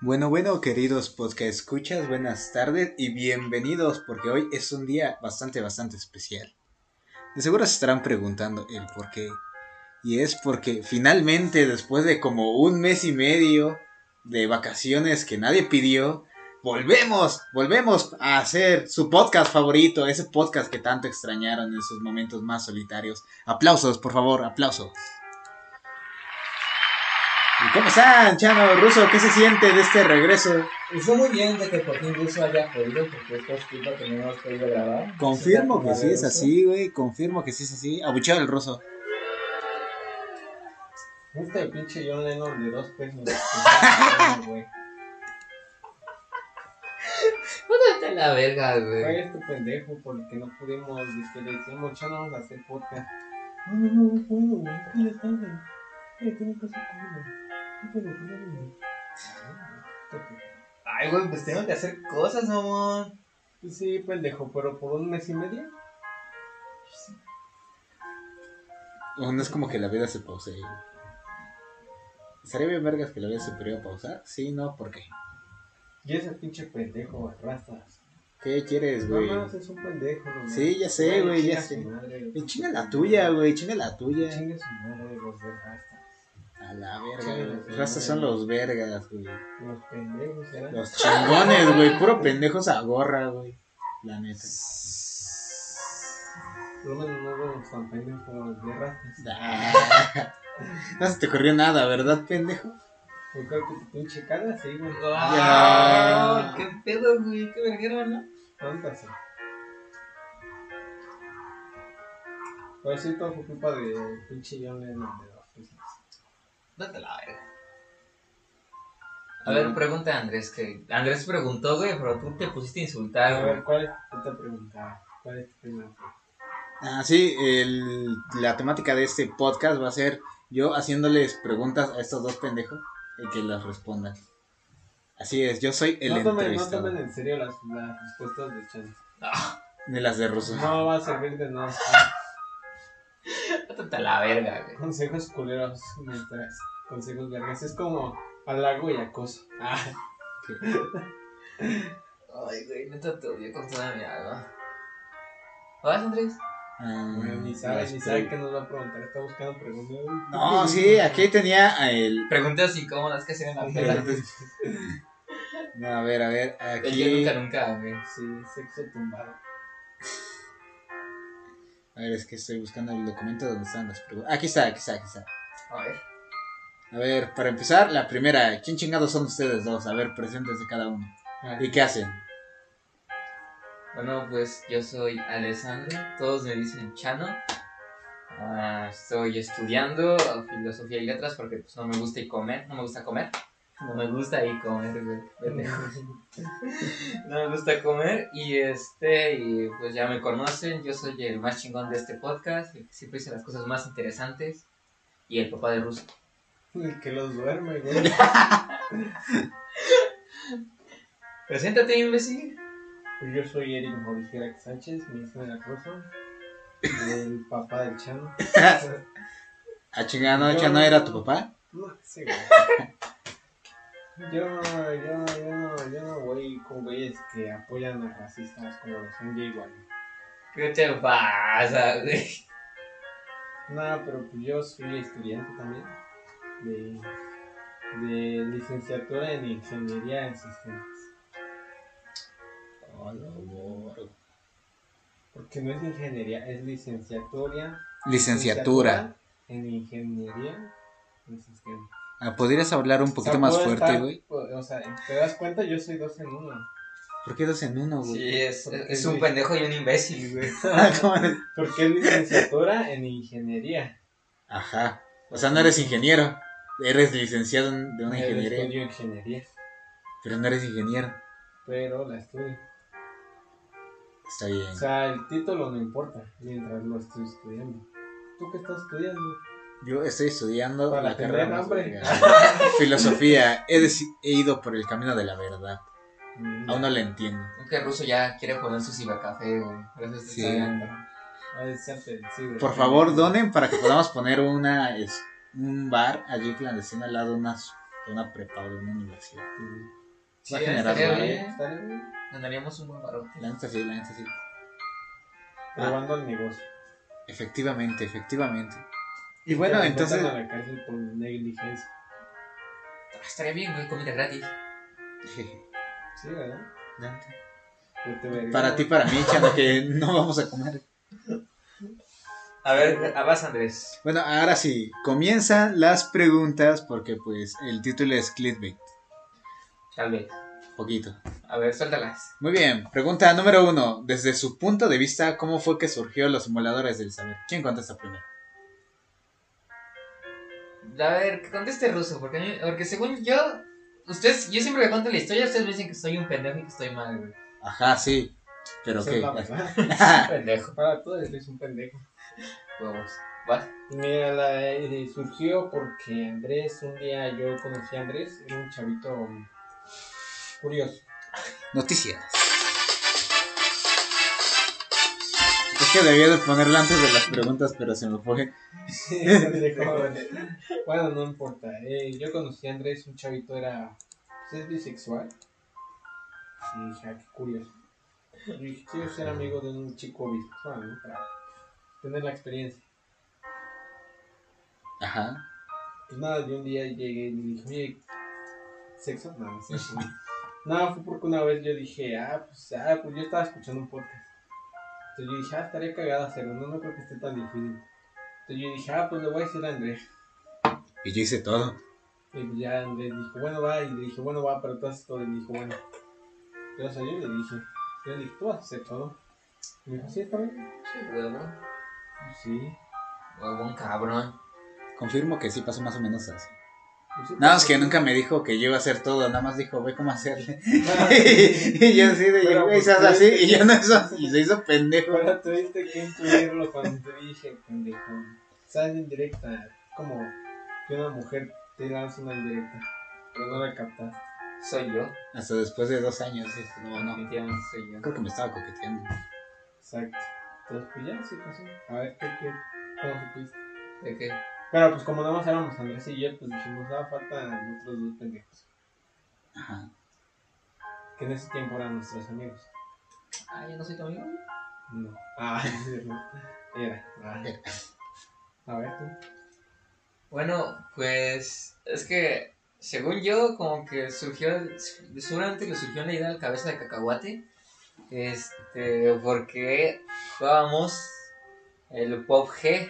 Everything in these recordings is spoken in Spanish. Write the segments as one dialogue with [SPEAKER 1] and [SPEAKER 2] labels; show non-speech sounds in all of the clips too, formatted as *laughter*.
[SPEAKER 1] Bueno, bueno, queridos podcast escuchas, buenas tardes y bienvenidos porque hoy es un día bastante, bastante especial. De seguro se estarán preguntando el por qué. Y es porque finalmente, después de como un mes y medio de vacaciones que nadie pidió, volvemos, volvemos a hacer su podcast favorito, ese podcast que tanto extrañaron en sus momentos más solitarios. Aplausos, por favor, aplausos. ¿Y ¿Cómo están, Chano Ruso? ¿Qué se siente de este regreso?
[SPEAKER 2] Está muy bien de que por fin Russo haya podido, porque esto es culpa que no hemos podido grabar.
[SPEAKER 1] Confirmo
[SPEAKER 2] Esa
[SPEAKER 1] que
[SPEAKER 2] es la
[SPEAKER 1] sí es
[SPEAKER 2] primera
[SPEAKER 1] así,
[SPEAKER 2] vez,
[SPEAKER 1] güey. Confirmo que sí es así. Abuchado el ruso.
[SPEAKER 2] ¿no? Este pinche John Lennon de dos pesos. *laughs* Güey,
[SPEAKER 3] Póntate la verga,
[SPEAKER 2] Güey,
[SPEAKER 3] güey.
[SPEAKER 2] este pendejo, porque no pudimos, dizque le decíamos, ya no vamos a hacer podcast. No, no, no, no puedo, güey, es que ya está, güey. Eh, tengo que hacer cosas. No puedo, no puedo, güey. Ay, güey, pues tengo que hacer cosas, mamón. Pues sí, pendejo, pero por un mes y medio.
[SPEAKER 1] No no es como que la vida se pause. ¿Estaría bien vergas que la vida se pudiera pausar? Sí, no, ¿por qué?
[SPEAKER 2] Y ese pinche pendejo, arrastras.
[SPEAKER 1] ¿Qué quieres,
[SPEAKER 2] No
[SPEAKER 1] güey?
[SPEAKER 2] mames, es un pendejo, no mames.
[SPEAKER 1] Sí, ya sé, güey, ya
[SPEAKER 2] chinga
[SPEAKER 1] sé.
[SPEAKER 2] su madre.
[SPEAKER 1] Eh, Chinga la tuya, güey, chinga la tuya.
[SPEAKER 2] Chinga su madre, los de Rasta.
[SPEAKER 1] A la verga,
[SPEAKER 2] Chinga
[SPEAKER 1] güey.
[SPEAKER 2] la
[SPEAKER 1] Rastas son
[SPEAKER 2] tuya.
[SPEAKER 1] los vergas, güey.
[SPEAKER 2] Los pendejos ¿eh? eran.
[SPEAKER 1] Los chingones, güey. Puro pendejos a gorra, güey. La
[SPEAKER 2] *laughs*
[SPEAKER 1] neta. *laughs*
[SPEAKER 2] Por lo menos no éramos tan pendejos como los de Rasta.
[SPEAKER 1] Ah. No se te ocurrió nada, ¿verdad, pendejo?
[SPEAKER 2] Yo creo que tu pinche cara, sí, güey. Ah,
[SPEAKER 3] Ah, ¡Qué pedo, güey! ¡Qué verguero, no!
[SPEAKER 2] Tonta, sí. Pero Pues sí, todo fue culpa de pinche John Lennon de dos pesos.
[SPEAKER 3] Póntate la verga. A ver, pregunta a Andrés, que Andrés preguntó, güey, pero tú te pusiste a
[SPEAKER 2] A
[SPEAKER 3] insultar,
[SPEAKER 2] ver,
[SPEAKER 3] güey.
[SPEAKER 2] ¿cuál es tu te preguntaba? ¿Cuál es tu tema?
[SPEAKER 1] Ah, sí, el- la temática de este podcast va a ser yo haciéndoles preguntas a estos dos pendejos y que las respondan. Así es, yo soy el
[SPEAKER 2] No tomen, no
[SPEAKER 1] entrevistado.
[SPEAKER 2] tomen en serio las, las respuestas de Chan.
[SPEAKER 3] Ah,
[SPEAKER 1] De las de ruso.
[SPEAKER 2] No va a servir de
[SPEAKER 1] *laughs*
[SPEAKER 2] nada.
[SPEAKER 3] Póntate la verga, güey.
[SPEAKER 2] Consejos culeros mientras consejos vergas. Es como halago y acoso. Ah,
[SPEAKER 3] Ay, güey, neta te odio con toda mi alma. ¿Vas, Andrés?
[SPEAKER 1] Ah,
[SPEAKER 2] ni sabe,
[SPEAKER 1] las
[SPEAKER 2] ni
[SPEAKER 1] pre-
[SPEAKER 2] sabe qué nos va a preguntar. Está buscando preguntas.
[SPEAKER 1] No, sí, aquí tenía a el...
[SPEAKER 3] Preguntas incómodas que se ven la
[SPEAKER 2] *laughs*
[SPEAKER 3] pela.
[SPEAKER 1] No, a ver, a ver,
[SPEAKER 3] El yo
[SPEAKER 1] aquí...
[SPEAKER 3] nunca, nunca, güey.
[SPEAKER 2] Sí, sexo tumbado.
[SPEAKER 1] A ver, es que estoy buscando el documento donde están las preguntas. Aquí está, aquí está, aquí está.
[SPEAKER 3] A ver.
[SPEAKER 1] A ver, para empezar, la primera. ¿Quién chingados son ustedes dos? A ver, preséntense cada uno. Ah, ¿Y qué hacen?
[SPEAKER 3] Bueno, pues yo soy Alessandro, todos me dicen Chano. Ah, estoy estudiando filosofía y letras porque pues, no me gusta y comer, no me gusta comer. No me gusta y comer, güey, pendejo.
[SPEAKER 1] *laughs*
[SPEAKER 3] No me gusta comer y este, y pues ya me conocen, yo soy el más chingón de este podcast, el que siempre hice las cosas más interesantes y el papá de Ruso.
[SPEAKER 2] El que los
[SPEAKER 1] *laughs*
[SPEAKER 2] duerme, güey.
[SPEAKER 3] Preséntate, imbécil.
[SPEAKER 2] Pues Yo soy Eric Morigera Sánchez, mi hijo de acoso. El papá del Chano.
[SPEAKER 1] ¿A chingado, ya Ah, no era tu papá?
[SPEAKER 2] No, sí, güey. Yo no, yo no, yo no, yo no voy con güeyes que apoyan a racistas como los MJ igual.
[SPEAKER 3] ¿Qué te pasa, güey?
[SPEAKER 2] Nada, pero pues yo soy estudiante también de, de licenciatura en ingeniería en sistemas. Oh, Porque no es ingeniería, es licenciatura.
[SPEAKER 1] Licenciatura.
[SPEAKER 2] En ingeniería en sistemas.
[SPEAKER 1] Ah, ¿Podrías hablar un
[SPEAKER 2] O
[SPEAKER 1] poquito
[SPEAKER 2] sea,
[SPEAKER 1] más
[SPEAKER 2] puedo
[SPEAKER 1] fuerte,
[SPEAKER 2] estar-
[SPEAKER 1] güey?
[SPEAKER 2] O sea, te das cuenta, yo soy dos en uno.
[SPEAKER 1] *laughs* ¿Por qué dos en uno, güey? *laughs* Ah,
[SPEAKER 3] Sí, es, es un pendejo y un imbécil, güey.
[SPEAKER 1] ¿Cómo eres?
[SPEAKER 2] Porque es licenciatura en ingeniería.
[SPEAKER 1] Ajá. O sea, no eres ingeniero. Eres licenciado en- de una
[SPEAKER 2] Yo
[SPEAKER 1] ingeniería.
[SPEAKER 2] Estudio ingeniería,
[SPEAKER 1] Pero no eres ingeniero.
[SPEAKER 2] pero la estudio.
[SPEAKER 1] Está bien.
[SPEAKER 2] O sea, el título no importa mientras lo estoy estudiando. ¿Tú qué estás estudiando?
[SPEAKER 1] Yo estoy estudiando
[SPEAKER 2] Para
[SPEAKER 1] la
[SPEAKER 2] tener
[SPEAKER 1] carrera más
[SPEAKER 2] hambre.
[SPEAKER 1] verga. *laughs* Filosofía. He, deci- he ido por el camino de la verdad. Aún no la entiendo.
[SPEAKER 3] Creo que Ruso ya quiere poner su cibercafé, güey. Por eso está
[SPEAKER 1] Sí.
[SPEAKER 3] estudiando.
[SPEAKER 2] Ha de ser sensible.
[SPEAKER 1] Por favor, donen para que podamos poner una es- un bar allí clandestino al lado de una, de una prepa o de una universidad.
[SPEAKER 3] Sí,
[SPEAKER 1] Va a generar
[SPEAKER 3] estaría
[SPEAKER 1] varo,
[SPEAKER 3] bien.
[SPEAKER 2] Está bien.
[SPEAKER 3] Ganaríamos un buen barote.
[SPEAKER 1] La neta sí, la neta sí. Ah.
[SPEAKER 2] Probando el negocio.
[SPEAKER 1] Efectivamente, efectivamente. Y
[SPEAKER 2] Que
[SPEAKER 1] bueno,
[SPEAKER 2] nos
[SPEAKER 1] entonces.
[SPEAKER 2] metan a la cárcel por negligencia.
[SPEAKER 3] Ah, Estaría bien, güey, comida gratis.
[SPEAKER 1] Jeje,
[SPEAKER 2] Sí, ¿verdad?
[SPEAKER 1] la neta.
[SPEAKER 2] Pues te veré.
[SPEAKER 1] Para ti, para mí, Chano, que no vamos a comer.
[SPEAKER 3] A ver, a vas, Andrés.
[SPEAKER 1] Bueno, ahora sí, comienzan las preguntas porque pues el título es clickbait,
[SPEAKER 3] Tal vez.
[SPEAKER 1] poquito.
[SPEAKER 3] A ver, suéltalas.
[SPEAKER 1] Muy bien, pregunta número uno. Desde su punto de vista, ¿cómo fue que surgió los simuladores del saber? ¿Quién contesta primero?
[SPEAKER 3] A ver, que conteste ruso, porque, a mí- porque según yo, ustedes, yo siempre que cuento la historia, ustedes me dicen que soy un pendejo y que estoy mal, güey.
[SPEAKER 1] Ajá, sí. Pero
[SPEAKER 2] Esa es
[SPEAKER 1] qué.
[SPEAKER 2] la verdad. *laughs*
[SPEAKER 3] pendejo.
[SPEAKER 2] Para todos eres un pendejo.
[SPEAKER 3] Huevos. ¿Vas?
[SPEAKER 2] Mira, la, eh, surgió porque Andrés, un día yo conocí a Andrés, era un chavito um, curioso.
[SPEAKER 1] *laughs* Noticias. Es que debía de ponerla antes de las preguntas, pero se me fue.
[SPEAKER 2] *laughs* bueno, no importa. eh, yo conocí a Andrés, un chavito era. pues, es bisexual. Y dije, ah, qué curioso. Y dije, quiero ser amigo de un chico bisexual, ¿no? Para tener la experiencia.
[SPEAKER 1] Ajá.
[SPEAKER 2] Pues nada, yo un día llegué y dije, oye, ¿sexo? No, no sé. no, fue porque una vez yo dije, ah, pues, ah, pues yo estaba escuchando un podcast. Entonces yo dije, ah, estaría cagada hacerlo, no, no creo que esté tan difícil. Entonces yo dije, ah, pues le voy a decir a Andrés.
[SPEAKER 1] Y yo hice todo.
[SPEAKER 2] Y pues ya Andrés dijo, bueno, va, y le dije, bueno, va, pero tú haces todo. Y me dijo, bueno. Pero salió y le dije, yo le dije, tú vas a hacer todo. Y me dijo, sí, está bien.
[SPEAKER 3] Sí, huevo.
[SPEAKER 2] Sí.
[SPEAKER 3] Huevón cabrón.
[SPEAKER 1] Confirmo que sí pasó más o menos así.
[SPEAKER 2] Pues sí,
[SPEAKER 1] Nada más
[SPEAKER 2] pues,
[SPEAKER 1] que
[SPEAKER 2] *laughs*
[SPEAKER 1] nunca me dijo que yo iba a hacer todo, nada más dijo, ve cómo hacerle. *laughs*
[SPEAKER 2] sí.
[SPEAKER 1] y yo así de,
[SPEAKER 2] Pero,
[SPEAKER 1] güey,
[SPEAKER 2] pues,
[SPEAKER 1] se hace así,
[SPEAKER 2] tuviste
[SPEAKER 1] y
[SPEAKER 2] que-
[SPEAKER 1] yo no hizo así, y se hizo
[SPEAKER 2] *laughs*
[SPEAKER 1] pendejo.
[SPEAKER 2] Ahora tuviste que incluirlo cuando te dije, pendejo. Sabes indirecta, como que una mujer te lanza una indirecta, pero no la captaste.
[SPEAKER 3] Soy yo.
[SPEAKER 1] Hasta después de dos años, dije, no, no.
[SPEAKER 3] Definitivamente soy yo.
[SPEAKER 1] Creo que me estaba coqueteando.
[SPEAKER 2] Exacto. Entonces, pues ya, sí pasó. A ver, ¿qué, qué, cómo supiste?
[SPEAKER 3] ¿De qué?
[SPEAKER 2] Pero pues como nada más éramos Andrés y yo, pues dijimos, ah, faltan otros dos pendejos.
[SPEAKER 1] Ajá.
[SPEAKER 2] Que en ese tiempo eran nuestros amigos.
[SPEAKER 3] Ah, yo no soy tu amigo.
[SPEAKER 2] No. Ah, *laughs* no. Era.
[SPEAKER 3] *laughs*
[SPEAKER 2] Ah.
[SPEAKER 1] Era.
[SPEAKER 2] A ver, tú.
[SPEAKER 3] Bueno, pues es que según yo, como que surgió, seguramente que surgió la idea de la cabeza de cacahuate, este, porque jugábamos el Pop G.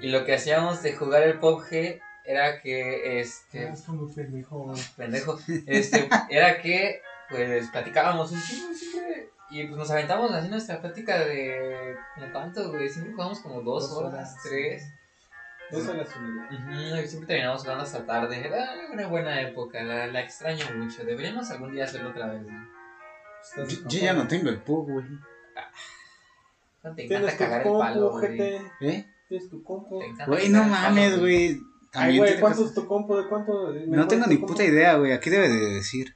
[SPEAKER 3] Y lo que hacíamos de jugar el Pop G era que, este,
[SPEAKER 2] Eres como un pendejo.
[SPEAKER 3] pendejo, este, era que, pues, platicábamos un chingo, un chingo, y pues nos aventamos así nuestra plática de, ¿como cuánto, güey? Siempre jugamos como dos,
[SPEAKER 2] Dos
[SPEAKER 3] horas,
[SPEAKER 2] horas, sí.
[SPEAKER 3] tres.
[SPEAKER 2] Dos horas y media.
[SPEAKER 3] Ujú, y siempre terminamos jugando hasta tarde. Era una buena época, la, la extraño mucho. Deberíamos algún día hacerlo otra vez. ¿no?
[SPEAKER 2] Estás
[SPEAKER 1] Yo, yo ya no tengo el pub, güey.
[SPEAKER 3] No te
[SPEAKER 2] Tienes
[SPEAKER 3] encanta
[SPEAKER 2] tu
[SPEAKER 3] cagar el
[SPEAKER 2] compu,
[SPEAKER 3] palo, güey. Te
[SPEAKER 2] ojete.
[SPEAKER 1] ¿Eh?
[SPEAKER 2] Tienes tu compu.
[SPEAKER 3] encanta
[SPEAKER 1] Güey, no
[SPEAKER 3] cagar el palo,
[SPEAKER 1] mames, güey.
[SPEAKER 2] Ay,
[SPEAKER 1] También
[SPEAKER 2] güey,
[SPEAKER 1] te
[SPEAKER 2] ¿cuánto
[SPEAKER 1] pasas-
[SPEAKER 2] es tu compu? ¿De cuánto? ¿De-
[SPEAKER 1] No
[SPEAKER 2] cuánto
[SPEAKER 1] tengo
[SPEAKER 2] es
[SPEAKER 1] ni
[SPEAKER 2] tu
[SPEAKER 1] puta
[SPEAKER 2] compu?
[SPEAKER 1] idea, güey. Aquí debe de decir?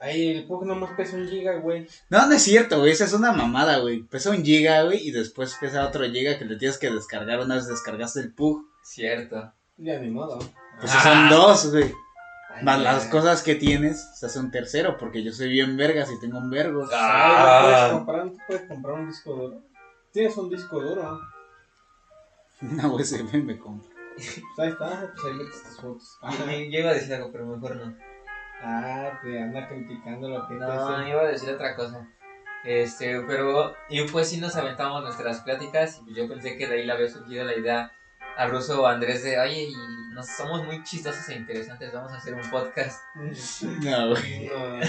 [SPEAKER 2] Ay, el Pug nomás pesa un giga, güey.
[SPEAKER 1] No, no es cierto, güey. Esa es una mamada, güey. Pesa un giga, güey, y después pesa otro giga que le tienes que descargar una vez descargaste el pug.
[SPEAKER 3] Cierto.
[SPEAKER 2] Ya ni modo.
[SPEAKER 1] Pues
[SPEAKER 3] Ah.
[SPEAKER 1] son dos, güey.
[SPEAKER 3] Ay,
[SPEAKER 1] Más
[SPEAKER 3] Ah, ya.
[SPEAKER 1] las cosas que tienes, se hace un tercero, porque yo soy bien vergas y tengo un vergo. *laughs*
[SPEAKER 2] Ay,
[SPEAKER 3] Ah.
[SPEAKER 2] ¿no puedes comprar, ¿no puedes comprar un disco duro. Tienes un disco duro.
[SPEAKER 1] Una USB me compro.
[SPEAKER 2] Pues ahí está, pues ahí metes tus fotos.
[SPEAKER 3] Yo, yo iba a decir algo, pero mejor no.
[SPEAKER 2] Ah, te anda criticando lo que
[SPEAKER 3] No, *laughs*
[SPEAKER 2] te
[SPEAKER 3] iba a decir otra cosa. Este, pero. Y pues sí nos aventamos nuestras pláticas. Y yo pensé que de ahí le había surgido la idea a Russo o a Andrés de, oye, y nos somos muy chistosos e interesantes. Vamos a hacer un podcast.
[SPEAKER 2] hace.
[SPEAKER 1] No, güey.
[SPEAKER 2] No,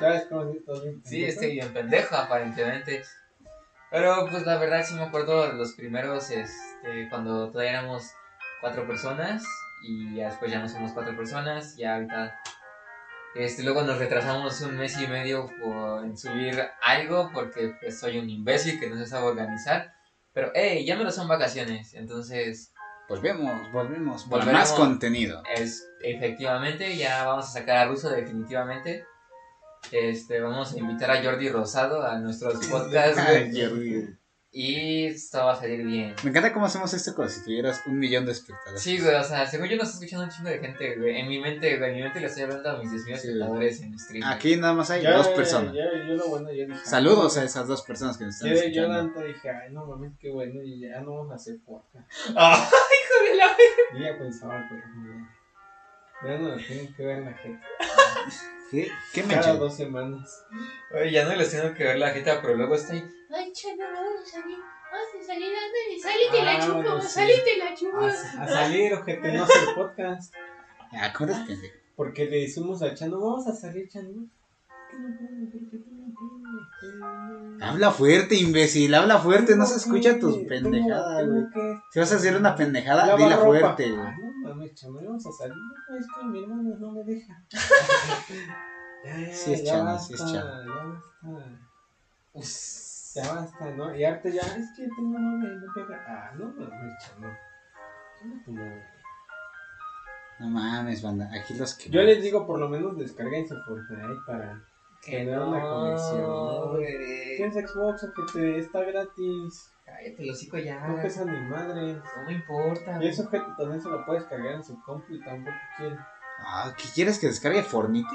[SPEAKER 2] ¿Sabes cómo es esto?
[SPEAKER 3] Sí, este estoy bien pendejo, aparentemente. Pero pues la verdad sí me acuerdo de los primeros, este, cuando todavía éramos cuatro personas y ya después ya no somos cuatro personas, ya ahorita... Este, luego nos retrasamos un mes y medio por- en subir algo porque pues soy un imbécil que no se sabe organizar. Pero, hey, ya me lo son vacaciones, entonces
[SPEAKER 1] Volvemos, volvemos. Para
[SPEAKER 3] Volveremos.
[SPEAKER 1] más contenido.
[SPEAKER 3] es, efectivamente, ya vamos a sacar a Russo definitivamente. Este, vamos a invitar a Jordi Rosado a nuestros podcasts, güey.
[SPEAKER 1] Ay, Jordi.
[SPEAKER 3] Y esto va a salir bien.
[SPEAKER 1] Me encanta cómo hacemos esto como si tuvieras un millón de espectadores.
[SPEAKER 3] Sí, güey, o sea, según yo nos está escuchando un chingo de gente, güey. En mi mente, güey, en mi mente le estoy hablando a mis 10.000
[SPEAKER 1] Sí,
[SPEAKER 3] espectadores en stream. *laughs* güey.
[SPEAKER 1] Aquí nada más hay dos personas.
[SPEAKER 2] Ya, yo lo bueno, yo dije.
[SPEAKER 1] Saludos a esas dos personas que nos
[SPEAKER 2] Yo,
[SPEAKER 1] están
[SPEAKER 2] yo, yo la
[SPEAKER 1] escuchando.
[SPEAKER 2] neta dije, ay, no mames, qué bueno, y ya no vamos a hacer podcast.
[SPEAKER 3] ¡Ah, hijo de la...
[SPEAKER 2] Yo ya pensaba, pero mira, ya no nos tienen que ver la gente.
[SPEAKER 1] ¿Qué, ¿Qué me
[SPEAKER 2] Cada dos semanas.
[SPEAKER 3] Oye, ya no les tengo que ver la jeta, pero luego está ahí.
[SPEAKER 4] Ay, chano, vamos a salir, vamos a salir, ándale, salite
[SPEAKER 2] Ah,
[SPEAKER 4] la chupo,
[SPEAKER 2] sí.
[SPEAKER 4] salite la chupo.
[SPEAKER 2] A, a salir, ojete, no hacer podcast.
[SPEAKER 1] Ah, ¿cómo eres pendejo?
[SPEAKER 2] Porque le decimos a Chano, vamos a salir, Chano. Que no puedo, que no puedo, que no
[SPEAKER 1] Habla fuerte, imbécil. Habla fuerte. No se
[SPEAKER 2] Tengo
[SPEAKER 1] escucha
[SPEAKER 2] que-
[SPEAKER 1] tus
[SPEAKER 2] tengo-
[SPEAKER 1] pendejadas,
[SPEAKER 2] tengo
[SPEAKER 1] güey.
[SPEAKER 2] que-
[SPEAKER 1] Si vas a hacer una pendejada,
[SPEAKER 2] Lavar
[SPEAKER 1] dila
[SPEAKER 2] ropa.
[SPEAKER 1] fuerte, güey.
[SPEAKER 2] Ah, No mames, chaval, vamos a salir. No, es que mi hermano no me deja. ya, ya,
[SPEAKER 1] Sí es
[SPEAKER 2] ya
[SPEAKER 1] chano,
[SPEAKER 2] basta,
[SPEAKER 1] sí es chano.
[SPEAKER 2] Ya basta. Ups, ya basta, ¿no? Y ahorita ya, es que tengo novia y no pega. Ah, no mames, chamo. Chinga tu madre.
[SPEAKER 1] No mames, banda. Aquí los que.
[SPEAKER 2] Yo les digo, por lo menos descarguen su Fortnite para.
[SPEAKER 3] Que
[SPEAKER 2] Tener
[SPEAKER 3] no,
[SPEAKER 2] una conexión.
[SPEAKER 3] güey.
[SPEAKER 2] Tienes Xbox, que te está gratis.
[SPEAKER 3] Cállate, lo hocico
[SPEAKER 1] Ah,
[SPEAKER 3] ya.
[SPEAKER 2] No pesa ni madre.
[SPEAKER 3] No me importa.
[SPEAKER 2] Y eso que también se lo puedes cargar en su compu y tampoco quiere.
[SPEAKER 1] Ah, ¿qué quieres que descargue Fornite?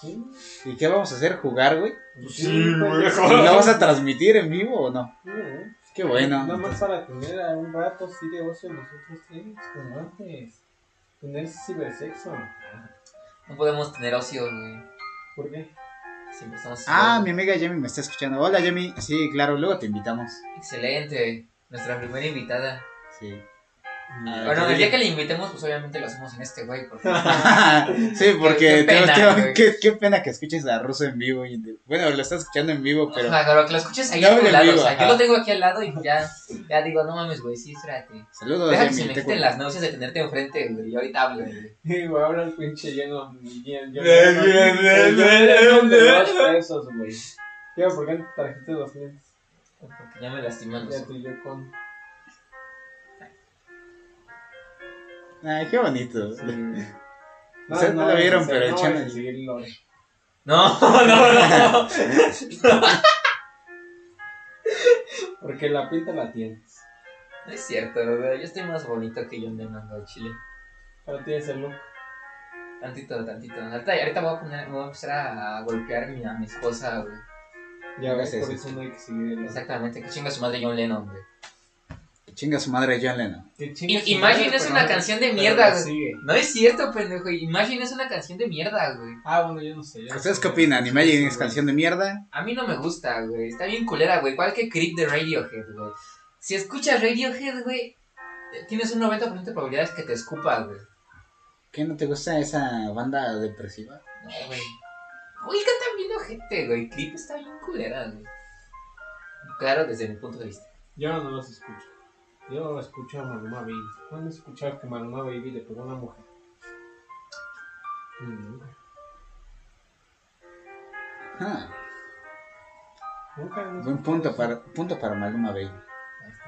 [SPEAKER 2] Sí,
[SPEAKER 1] ¿Y qué vamos a hacer? ¿Jugar, güey?
[SPEAKER 3] Pues
[SPEAKER 2] sí,
[SPEAKER 3] sí,
[SPEAKER 2] pues,
[SPEAKER 3] güey.
[SPEAKER 2] sí,
[SPEAKER 1] ¿Y ¿Lo vas a transmitir en vivo o no?
[SPEAKER 2] sí, ¿eh?
[SPEAKER 1] Qué bueno.
[SPEAKER 2] Nada más para tener a un rato así de ocio nosotros tres, como antes. Tener cibersexo.
[SPEAKER 3] No podemos tener ocio, güey.
[SPEAKER 2] ¿Por qué?
[SPEAKER 3] Siempre estamos.
[SPEAKER 1] Ah, mi amiga Yemi me está escuchando. Hola, Yemi. Sí, claro, luego te invitamos.
[SPEAKER 3] Excelente. Nuestra primera invitada.
[SPEAKER 1] Sí. *laughs*
[SPEAKER 2] *laughs*
[SPEAKER 1] Ah,
[SPEAKER 3] Bueno,
[SPEAKER 1] qué
[SPEAKER 3] el día
[SPEAKER 1] bien.
[SPEAKER 3] que la invitemos, pues obviamente lo hacemos en este güey.
[SPEAKER 1] *laughs*
[SPEAKER 3] Porque...
[SPEAKER 1] sí, porque
[SPEAKER 3] Qué- qué
[SPEAKER 1] tengo-
[SPEAKER 3] pena,
[SPEAKER 1] tengo-
[SPEAKER 3] güey.
[SPEAKER 1] qué, qué pena que escuches a Ruso en vivo. y de- bueno, lo estás escuchando en vivo,
[SPEAKER 3] *laughs*
[SPEAKER 1] pero
[SPEAKER 3] Ajá, pero que lo escuches ahí
[SPEAKER 1] Ya
[SPEAKER 3] a tu
[SPEAKER 1] en
[SPEAKER 3] lado.
[SPEAKER 1] vivo,
[SPEAKER 3] o sea,
[SPEAKER 1] ajá.
[SPEAKER 3] yo lo tengo aquí al lado y ya, ya digo, no mames, güey, sí, espérate.
[SPEAKER 1] saludos.
[SPEAKER 3] Deja que
[SPEAKER 1] Yemi,
[SPEAKER 3] se me
[SPEAKER 1] te
[SPEAKER 3] quiten
[SPEAKER 1] cu-
[SPEAKER 3] las náuseas de tenerte enfrente, güey. Yo ahorita hablo, güey.
[SPEAKER 2] Y voy a hablar el pinche lleno. Bien, bien,
[SPEAKER 1] Bien, bien, bien, bien, bien.
[SPEAKER 2] de dos pesos, güey. Tío, ¿por qué no te trajiste los lentes?
[SPEAKER 3] Porque ya me
[SPEAKER 1] Ah,
[SPEAKER 3] lastiman los
[SPEAKER 2] Ya
[SPEAKER 3] ojos.
[SPEAKER 2] tú y yo con.
[SPEAKER 1] Ay, qué bonito. Ustedes
[SPEAKER 2] Ustedes
[SPEAKER 1] no lo vieron, pero el channel-
[SPEAKER 3] No, *laughs* no, no.
[SPEAKER 2] Porque la pinta la tienes.
[SPEAKER 3] No es cierto, güey. Yo estoy más bonito que John de Mando de Chile.
[SPEAKER 2] Pero tienes el look.
[SPEAKER 3] Tantito, tantito. Ahorita, ahorita voy a poner, voy a empezar a golpear mi- a mi esposa, güey.
[SPEAKER 2] Ya ves,
[SPEAKER 1] Sí,
[SPEAKER 2] por
[SPEAKER 1] sí,
[SPEAKER 2] eso no hay que seguir el look.
[SPEAKER 3] Exactamente, que chinga su madre John Lennon, güey.
[SPEAKER 1] Chinga su madre John Lennon.
[SPEAKER 2] Que
[SPEAKER 3] I-
[SPEAKER 2] chingue su
[SPEAKER 3] Imagine
[SPEAKER 2] madre,
[SPEAKER 3] es
[SPEAKER 2] pero
[SPEAKER 3] una
[SPEAKER 2] no-
[SPEAKER 3] canción de
[SPEAKER 2] pero
[SPEAKER 3] mierda,
[SPEAKER 2] la
[SPEAKER 3] güey.
[SPEAKER 2] sigue.
[SPEAKER 3] No es cierto, pendejo. Imagine es una canción de mierda, güey.
[SPEAKER 2] Ah, bueno, yo no sé. yo no
[SPEAKER 1] ¿Ustedes
[SPEAKER 2] sé.
[SPEAKER 1] qué opinan? Imagine es
[SPEAKER 2] Sí,
[SPEAKER 1] canción de mierda.
[SPEAKER 3] A mí no me gusta, güey. Está bien culera, güey. Igual que Creep de Radiohead, güey. Si escuchas Radiohead, güey, eh, tienes un 90% de probabilidades que te escupa, güey.
[SPEAKER 1] ¿Qué no te gusta esa banda depresiva?
[SPEAKER 3] No, güey. Oiga, también gente, güey. Creep está bien culera, güey. Claro, desde mi punto de vista.
[SPEAKER 2] Yo no los escucho. Yo no escucho a Maluma Baby. ¿Cuándo he escuchado que Maluma Baby le pegó a una mujer? Mm, Nunca.
[SPEAKER 1] Ah,
[SPEAKER 2] Nunca. no
[SPEAKER 1] buen
[SPEAKER 2] escuché
[SPEAKER 1] punto
[SPEAKER 2] eso.
[SPEAKER 1] para, punto para Maluma Baby.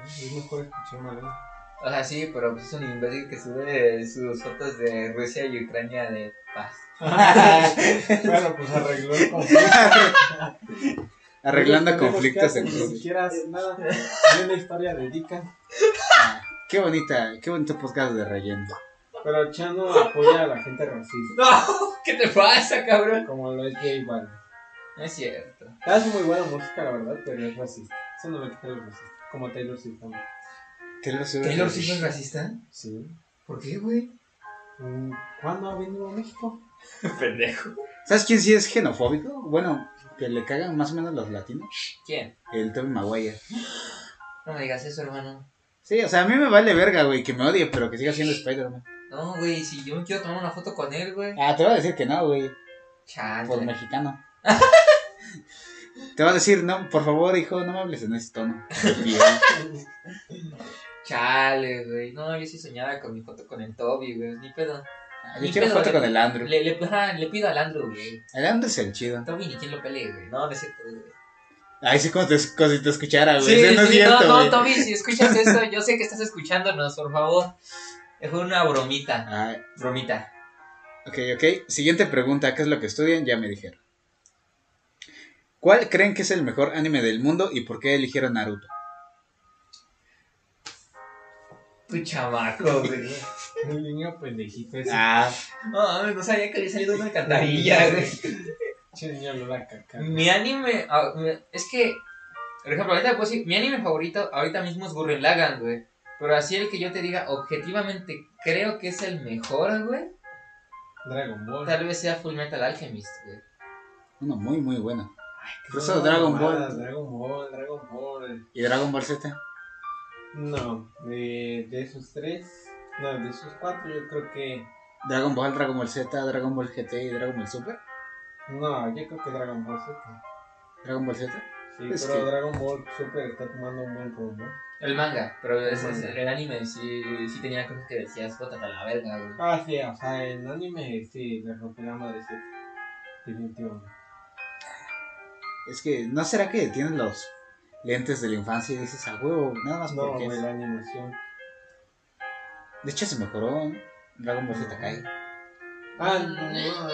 [SPEAKER 2] Es mejor escuchar
[SPEAKER 1] *laughs*
[SPEAKER 2] a Maluma. *laughs*
[SPEAKER 3] O sea, sí, pero pues es un imbécil que sube sus fotos de Rusia y Ucrania de paz. *laughs*
[SPEAKER 2] bueno, pues arregló el conflicto.
[SPEAKER 1] Arreglando
[SPEAKER 2] Ellos tenemos
[SPEAKER 1] conflictos
[SPEAKER 2] Pues que
[SPEAKER 1] en
[SPEAKER 2] hacer Ni
[SPEAKER 1] Rusia.
[SPEAKER 2] siquiera hacer nada. Ni una historia dedica.
[SPEAKER 1] Ah, Qué bonita, qué bonito podcast de relleno.
[SPEAKER 2] Pero Chano apoya a la gente racista.
[SPEAKER 3] ¡No! ¿Qué te pasa, cabrón?
[SPEAKER 2] Como lo es J Balvin.
[SPEAKER 3] No es cierto.
[SPEAKER 2] Es muy buena música, la verdad, pero es racista. Eso no me quita lo racista. Como Taylor Swift también.
[SPEAKER 1] Taylor Swift.
[SPEAKER 3] ¿Taylor Swift es racista?
[SPEAKER 2] Sí.
[SPEAKER 3] ¿Por qué, güey?
[SPEAKER 2] Mm, ¿Cuándo ha venido a México?
[SPEAKER 3] *laughs* Pendejo.
[SPEAKER 1] ¿Sabes quién sí es xenofóbico? Bueno, que le cagan más o menos los latinos.
[SPEAKER 3] ¿Quién?
[SPEAKER 1] El Tobey Maguire.
[SPEAKER 3] No me digas eso, hermano.
[SPEAKER 1] Sí, o sea, a mí me vale verga, güey, que me odie, pero que siga siendo Spider-Man.
[SPEAKER 3] No, güey, si yo me quiero tomar una foto con él, güey.
[SPEAKER 1] Ah, te voy a decir que no, güey,
[SPEAKER 3] Chale.
[SPEAKER 1] por mexicano. te va a decir, no, por favor, hijo, no me hables en ese tono.
[SPEAKER 3] *laughs*
[SPEAKER 1] de piel.
[SPEAKER 3] Chale, güey. No, yo sí soñaba con mi foto con el Toby, güey. Ni pedo.
[SPEAKER 1] Ah,
[SPEAKER 3] Ni
[SPEAKER 1] Yo quiero
[SPEAKER 3] pedo, eh.
[SPEAKER 1] foto
[SPEAKER 3] le-
[SPEAKER 1] con el Andrew.
[SPEAKER 3] Le, le, ajá, le pido al Andrew, güey.
[SPEAKER 1] El Andrew es el chido.
[SPEAKER 3] Toby ni quien lo pelee, güey. No, no es cierto, güey.
[SPEAKER 1] Ay, sí, como, te, como si te escuchara, Ah, güey. Ese no es cierto,
[SPEAKER 3] no,
[SPEAKER 1] güey.
[SPEAKER 3] no, Toby, si escuchas esto, yo sé que estás escuchándonos, por favor. Fue una bromita.
[SPEAKER 1] Ah,
[SPEAKER 3] Bromita.
[SPEAKER 1] Ok, ok. Siguiente pregunta, ¿qué es lo que estudian? Ya me dijeron. ¿Cuál creen que es el mejor anime del mundo y por qué eligieron Naruto?
[SPEAKER 3] tu chamaco, *laughs* güey.
[SPEAKER 2] Un niño pendejito ese.
[SPEAKER 3] Ah, no, mames, no sabía que había salido de una alcantarilla, güey.
[SPEAKER 2] Pinche niño olor a caca.
[SPEAKER 3] Mi anime. ah, me- es que. Por ejemplo, ahorita te puedo decir, mi anime favorito ahorita mismo es Gurren Lagann, güey. Pero así el que yo te diga, objetivamente creo que es el mejor, güey.
[SPEAKER 2] Dragon Ball.
[SPEAKER 3] Tal vez sea Full Metal Alchemist, güey.
[SPEAKER 1] Una muy, muy buena. Por eso
[SPEAKER 2] Son
[SPEAKER 1] Dragon
[SPEAKER 2] mamadas,
[SPEAKER 1] Ball.
[SPEAKER 2] Dragon Ball, Dragon Ball.
[SPEAKER 1] ¿Y Dragon Ball Z?
[SPEAKER 2] No, eh, de, de esos tres, no, de esos cuatro, yo creo que.
[SPEAKER 1] Dragon Ball, Dragon Ball Z, Dragon Ball GT y Dragon Ball Super.
[SPEAKER 2] No, yo creo que Dragon Ball Z.
[SPEAKER 1] Dragon Ball Z.
[SPEAKER 2] Sí,
[SPEAKER 1] Es
[SPEAKER 2] pero
[SPEAKER 1] que-
[SPEAKER 2] Dragon Ball Super está tomando un buen rumbo.
[SPEAKER 3] El manga, pero ese es
[SPEAKER 2] manga.
[SPEAKER 3] el anime sí, sí tenía cosas que decías, bótate a la verga, güey.
[SPEAKER 2] Ah, sí, o sea, en anime sí, le rompió la madre sí. Definitivamente.
[SPEAKER 1] Es que, ¿no será que tienes los lentes de la infancia y dices, a huevo, nada más
[SPEAKER 2] No,
[SPEAKER 1] porque...
[SPEAKER 2] güey,
[SPEAKER 1] es-
[SPEAKER 2] la animación.
[SPEAKER 1] De hecho, se mejoró ¿no? Dragon Ball Z Kai.
[SPEAKER 2] Ah, no, no.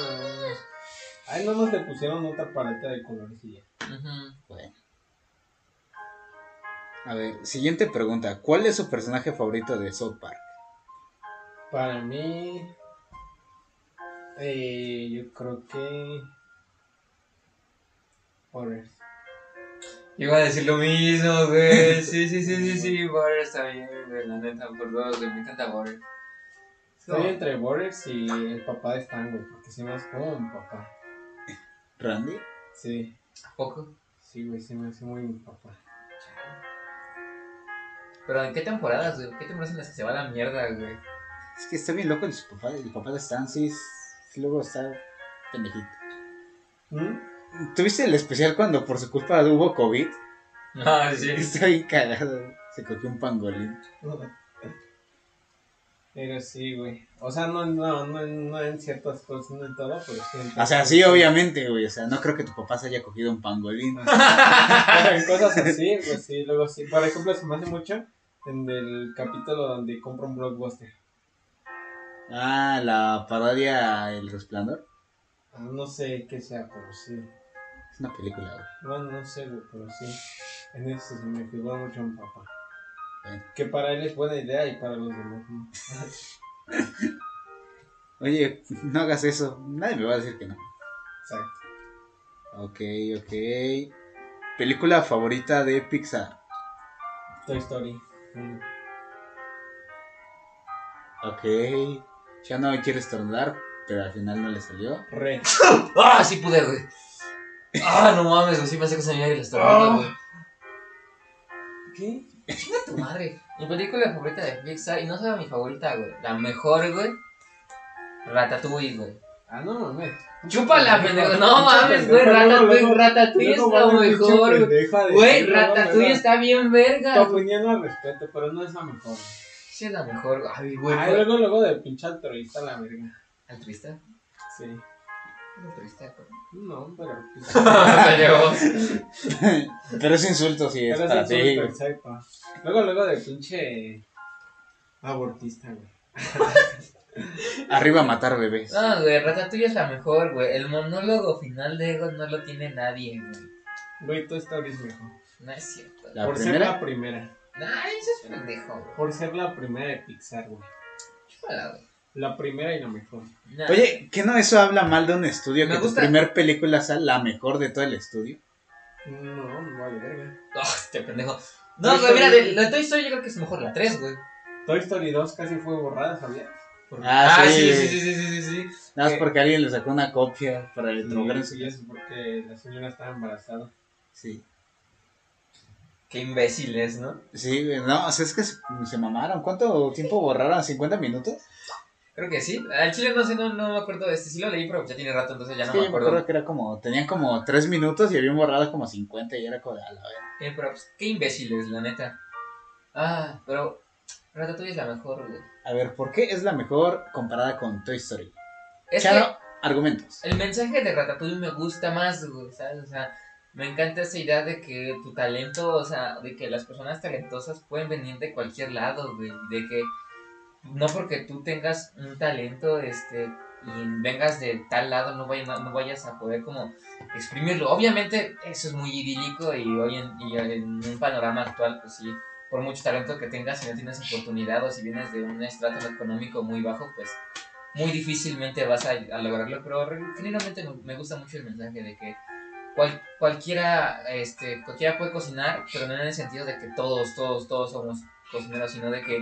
[SPEAKER 2] Ay, no nos le pusieron otra paleta de colores y ya.
[SPEAKER 3] Ujú.
[SPEAKER 1] Bueno. A ver, siguiente pregunta. ¿Cuál es su personaje favorito de South Park?
[SPEAKER 2] Para mí, eh, yo creo que. Horace.
[SPEAKER 3] Iba a decir lo mismo, *laughs* güey. Sí, sí, sí, sí, sí. Border está bien, güey. La neta, por dos, güey. Me encanta Border.
[SPEAKER 2] Estoy entre Boris y el papá de Stan, güey, porque se me hace como mi papá.
[SPEAKER 1] ¿Randy?
[SPEAKER 2] Sí,
[SPEAKER 3] Poco.
[SPEAKER 2] sí, güey, se me hace muy mi papá.
[SPEAKER 3] Pero ¿en qué temporadas, güey? ¿Qué temporadas en las que se va la mierda, güey?
[SPEAKER 1] Es que está bien loco el papá, el papá de Stan, sí, es- luego está pendejito.
[SPEAKER 2] ¿Mm?
[SPEAKER 1] ¿Tuviste el especial cuando por su culpa hubo COVID?
[SPEAKER 3] *laughs*
[SPEAKER 1] *laughs*
[SPEAKER 3] Ah,
[SPEAKER 1] Está bien cagado. Se cogió un pangolín.
[SPEAKER 2] Pero sí, güey. O sea, no, no, no, no en ciertas cosas, no en todo, pero sí. en
[SPEAKER 1] O sea,
[SPEAKER 2] cosas.
[SPEAKER 1] sí, obviamente, güey. O sea, no creo que tu papá se haya cogido un
[SPEAKER 3] *laughs*
[SPEAKER 1] pangolín.
[SPEAKER 2] Pero en cosas así, pues sí, luego sí. Por ejemplo, se me hace mucho en el capítulo donde compra un blockbuster.
[SPEAKER 1] Ah, la parodia El Resplandor.
[SPEAKER 2] Ah, No sé qué sea, pero sí.
[SPEAKER 1] Es una película, güey.
[SPEAKER 2] Bueno, no sé, güey, pero sí. En eso se me figura mucho a mi papá.
[SPEAKER 1] Bueno.
[SPEAKER 2] Que para él es buena idea y para los demás no.
[SPEAKER 1] Oye, no hagas eso. Nadie me va a decir que no.
[SPEAKER 2] Exacto.
[SPEAKER 1] Ok, ok. Película favorita de Pixar.
[SPEAKER 2] Toy Story. Mm.
[SPEAKER 1] Ok. Ya no quieres tornar, pero al final no le salió.
[SPEAKER 2] Re.
[SPEAKER 3] ¡Ah, sí pude, güey! ¡Ah, no mames, güey! Sí pensé que se me iba a ir la estornuda,
[SPEAKER 2] Ah.
[SPEAKER 3] güey.
[SPEAKER 2] ¿Qué?
[SPEAKER 3] Chinga tu madre. Mi película favorita de Pixar, y no solo mi favorita, güey. La mejor, güey. Ratatouille, güey.
[SPEAKER 2] Ah, no mames.
[SPEAKER 3] Chúpala, pendejo. *laughs* No
[SPEAKER 2] Pinche
[SPEAKER 3] mames, güey.
[SPEAKER 2] pendejo, luego,
[SPEAKER 3] Ratatouille,
[SPEAKER 2] luego,
[SPEAKER 3] Ratatouille es
[SPEAKER 2] luego
[SPEAKER 3] lo
[SPEAKER 2] va un pinche
[SPEAKER 3] mejor, güey.
[SPEAKER 2] pendejo a
[SPEAKER 3] Güey,
[SPEAKER 2] decir, no mames,
[SPEAKER 3] Ratatouille
[SPEAKER 2] no.
[SPEAKER 3] está bien verga.
[SPEAKER 2] Tu
[SPEAKER 3] güey.
[SPEAKER 2] opinión la respeto, pero no es la mejor.
[SPEAKER 3] Sí, es la mejor. Ay, güey.
[SPEAKER 2] Ah,
[SPEAKER 3] güey.
[SPEAKER 2] luego, luego de pinche altruista la verga.
[SPEAKER 3] ¿Altruista?
[SPEAKER 2] Sí.
[SPEAKER 3] ¿Altruista? güey. *laughs*
[SPEAKER 2] No, pero. pues,
[SPEAKER 3] Se llevó.
[SPEAKER 1] *laughs* pero es insulto si es
[SPEAKER 2] pero
[SPEAKER 1] para
[SPEAKER 2] es
[SPEAKER 1] ti.
[SPEAKER 2] insulto, exacto. Luego, luego de pinche. Abortista, güey.
[SPEAKER 1] Arriba matar bebés.
[SPEAKER 3] No, güey, Ratatouille es la mejor, güey. El monólogo final de Ego no lo tiene nadie, güey.
[SPEAKER 2] Güey, Toy Story es mejor.
[SPEAKER 3] No es cierto.
[SPEAKER 1] La
[SPEAKER 2] Por ser
[SPEAKER 1] primera.
[SPEAKER 2] la primera.
[SPEAKER 3] No, eso es pendejo, güey.
[SPEAKER 2] Por ser la primera de Pixar, güey.
[SPEAKER 3] Chúpala, güey.
[SPEAKER 2] La primera y la mejor.
[SPEAKER 3] Nah.
[SPEAKER 1] Oye, ¿qué no eso habla mal de un estudio?
[SPEAKER 3] Me
[SPEAKER 1] Que tu
[SPEAKER 3] gusta.
[SPEAKER 1] primer película sea la mejor de todo el estudio.
[SPEAKER 2] No, no vale verga.
[SPEAKER 3] Ah, este pendejo.
[SPEAKER 2] Toy
[SPEAKER 3] No, güey, mira,
[SPEAKER 2] Story.
[SPEAKER 3] de, de Toy Story yo creo que es mejor la 3, güey.
[SPEAKER 2] Toy Story 2 casi fue borrada, ¿sabías? Por-
[SPEAKER 1] Ah, sí.
[SPEAKER 3] sí, sí, sí, sí, sí, sí.
[SPEAKER 1] Nada más
[SPEAKER 2] Eh.
[SPEAKER 1] porque alguien le sacó una copia para el
[SPEAKER 2] Sí,
[SPEAKER 1] programa.
[SPEAKER 2] sí, eso porque la señora estaba embarazada.
[SPEAKER 1] Sí.
[SPEAKER 3] Qué imbéciles, ¿no?
[SPEAKER 1] Sí, güey, no, o sea, es que se, se mamaron. ¿Cuánto tiempo borraron? ¿50 minutos?
[SPEAKER 3] Creo que sí. Al chile no sé, no, no me acuerdo de este. Sí lo leí, pero ya tiene rato, entonces ya
[SPEAKER 1] Es
[SPEAKER 3] no
[SPEAKER 1] que
[SPEAKER 3] me
[SPEAKER 1] yo me
[SPEAKER 3] acuerdo.
[SPEAKER 1] acuerdo que era como, tenían como 3 minutos y habían borrado como 50 y era como, a la vez.
[SPEAKER 3] Eh, pero pues, qué imbéciles, la neta. Ah, pero Ratatouille es la mejor, güey.
[SPEAKER 1] A ver, ¿por qué es la mejor comparada con Toy Story?
[SPEAKER 3] Es
[SPEAKER 1] Charo,
[SPEAKER 3] que
[SPEAKER 1] argumentos.
[SPEAKER 3] el mensaje de Ratatouille me gusta más, güey, ¿sabes? O sea, me encanta esa idea de que tu talento, o sea, de que las personas talentosas pueden venir de cualquier lado, güey. De que no porque tú tengas un talento, este, y vengas de tal lado, no, vaya- no vayas a poder como exprimirlo. Obviamente eso es muy idílico y hoy en, y en un panorama actual, pues sí, por mucho talento que tengas, si no tienes oportunidad o si vienes de un estrato económico muy bajo, pues muy difícilmente vas a, a lograrlo. Pero re- genuinamente me- me gusta mucho el mensaje de que cual- cualquiera, este, cualquiera puede cocinar, pero no en el sentido de que todos, todos, todos somos cocineros, sino de que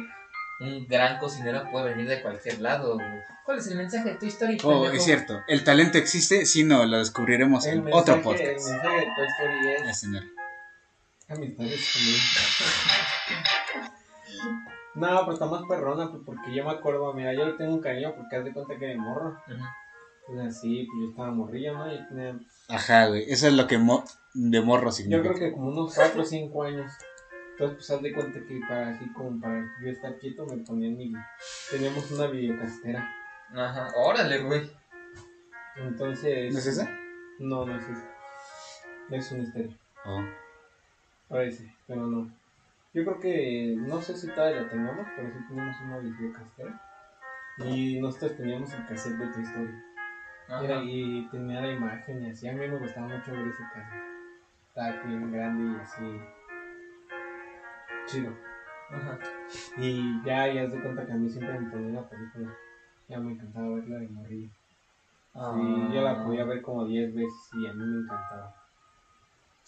[SPEAKER 3] un gran cocinero puede venir de cualquier lado. güey. ¿Cuál es el mensaje de tu historia?
[SPEAKER 1] Oh,
[SPEAKER 3] pendejo?
[SPEAKER 1] es cierto. El talento existe, si no, lo descubriremos en otro
[SPEAKER 2] El
[SPEAKER 1] podcast. Ah,
[SPEAKER 2] mensaje de Toy Story es
[SPEAKER 1] La señora.
[SPEAKER 2] Amistades también. *laughs* No, pero está más perrona, pues, porque yo me acuerdo, mira, yo le tengo un cariño porque haz de cuenta que de morro.
[SPEAKER 3] Ujú.
[SPEAKER 2] Pues así, pues yo estaba morrillo, ¿no? Yo, tenía- pues,
[SPEAKER 1] Ajá, güey. Eso es lo que mo- de morro
[SPEAKER 2] yo creo
[SPEAKER 1] significa.
[SPEAKER 2] que como unos 4 o 5 años. Entonces, pues haz de cuenta que para así como para yo estar quieto me ponían mi. Teníamos una videocastera.
[SPEAKER 3] Ajá, órale, güey.
[SPEAKER 2] Entonces.
[SPEAKER 1] ¿No es esa?
[SPEAKER 2] No, no es esa. Es un estéreo.
[SPEAKER 1] Oh.
[SPEAKER 2] Parece, pero no. Yo creo que, no sé si todavía la tengamos, pero sí teníamos una videocastera. Y nosotros teníamos el cassette de Toy Story.
[SPEAKER 3] Ajá.
[SPEAKER 2] Era- y tenía la imagen y así. A mí me gustaba mucho ver ese cassette. Estaba bien grande y así. Chido.
[SPEAKER 3] Ajá.
[SPEAKER 2] Y ya, ya haz de cuenta que a mí siempre me ponía la película. Ya me encantaba verla de morir. Sí, yo la podía ver como 10 veces y a mí me encantaba.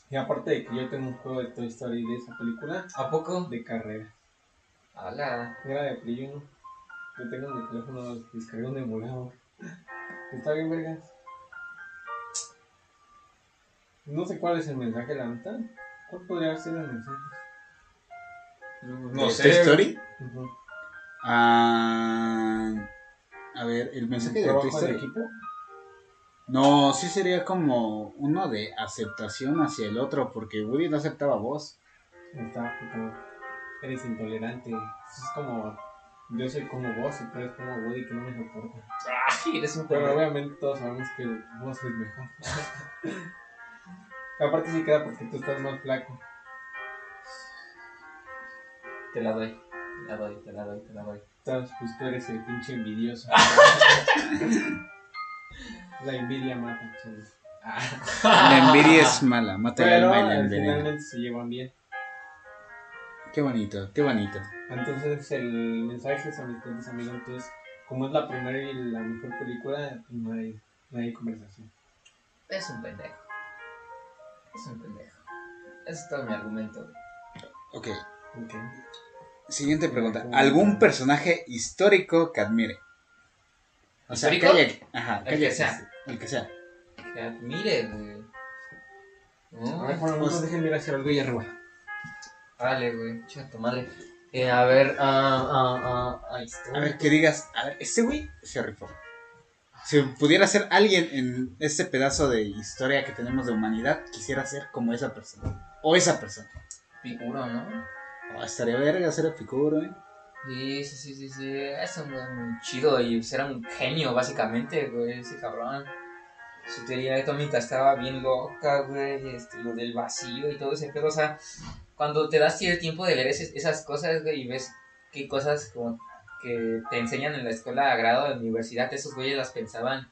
[SPEAKER 2] Y aparte de que yo tengo un juego de Toy Story de esa película,
[SPEAKER 3] ¿A poco?
[SPEAKER 2] de carrera.
[SPEAKER 3] Ala.
[SPEAKER 2] Era de Play 1. Yo tengo en mi teléfono, descargué un emulador. Está bien, vergas. No sé cuál es el mensaje, la mitad. ¿Cuál podría ser el mensaje?
[SPEAKER 1] Oh. ¿De
[SPEAKER 2] Pues, No
[SPEAKER 1] Toy Story?
[SPEAKER 2] Ujú.
[SPEAKER 1] Ah, a ver, el mensaje de Toy
[SPEAKER 2] ¿Trabajo en
[SPEAKER 1] Story.
[SPEAKER 2] equipo?
[SPEAKER 1] No, sí sería como uno de aceptación hacia el otro, porque Woody no aceptaba a vos.
[SPEAKER 2] Está como, eres intolerante. Es como, yo soy como vos y tú eres como Woody que no me soporta.
[SPEAKER 3] Ay, eres Ah, un
[SPEAKER 2] Pero
[SPEAKER 3] perro.
[SPEAKER 2] obviamente todos sabemos que vos es mejor. *laughs* Aparte sí queda porque tú estás más flaco.
[SPEAKER 3] Te la doy. Te la doy, te la doy, te la doy.
[SPEAKER 2] Entonces, pues tú eres el pinche envidioso. la envidia mata, chavos.
[SPEAKER 1] La envidia es mala, mata el
[SPEAKER 2] Pero
[SPEAKER 1] alma y la
[SPEAKER 2] al
[SPEAKER 1] envenena.
[SPEAKER 2] finalmente se llevan bien.
[SPEAKER 1] Qué bonito, qué bonito.
[SPEAKER 2] Entonces el mensaje es a mis grandes amigos, entonces, como es la primera y la mejor película, pues, no hay, no hay conversación.
[SPEAKER 3] Es un pendejo. Es un pendejo. Ese es todo mi argumento.
[SPEAKER 1] Ok,
[SPEAKER 2] Ok.
[SPEAKER 1] siguiente pregunta. ¿Algún personaje histórico que admire? O sea,
[SPEAKER 3] ¿Histórico?
[SPEAKER 1] que haya- ajá,
[SPEAKER 3] El que
[SPEAKER 1] haya-
[SPEAKER 3] sea.
[SPEAKER 1] El que sea.
[SPEAKER 3] Que admire, güey.
[SPEAKER 2] A
[SPEAKER 3] No,
[SPEAKER 2] ver, Juan,
[SPEAKER 1] pues-
[SPEAKER 2] no dejen ir hacia algo y arriba.
[SPEAKER 3] Vale, güey. Chica tu madre. Eh, a ver, ah, ah, ah, ahí está.
[SPEAKER 1] A ver, que digas, a ver, este güey se rifó. Si pudiera ser alguien en este pedazo de historia que tenemos de humanidad, quisiera ser como esa persona. O esa persona.
[SPEAKER 3] Picuro, ¿no?
[SPEAKER 1] Ah, estaría verga ser Epicuro, ¿eh?
[SPEAKER 3] Sí, sí, sí, sí, sí. Es un, un chido y pues, era un genio, básicamente, güey, ese cabrón. Su teoría atómica estaba bien loca, güey, este, lo del vacío y todo ese pedo. O sea, cuando te das el tiempo de leer ese- esas cosas, güey, y ves qué cosas como que te enseñan en la escuela a grado de universidad, esos güeyes las pensaban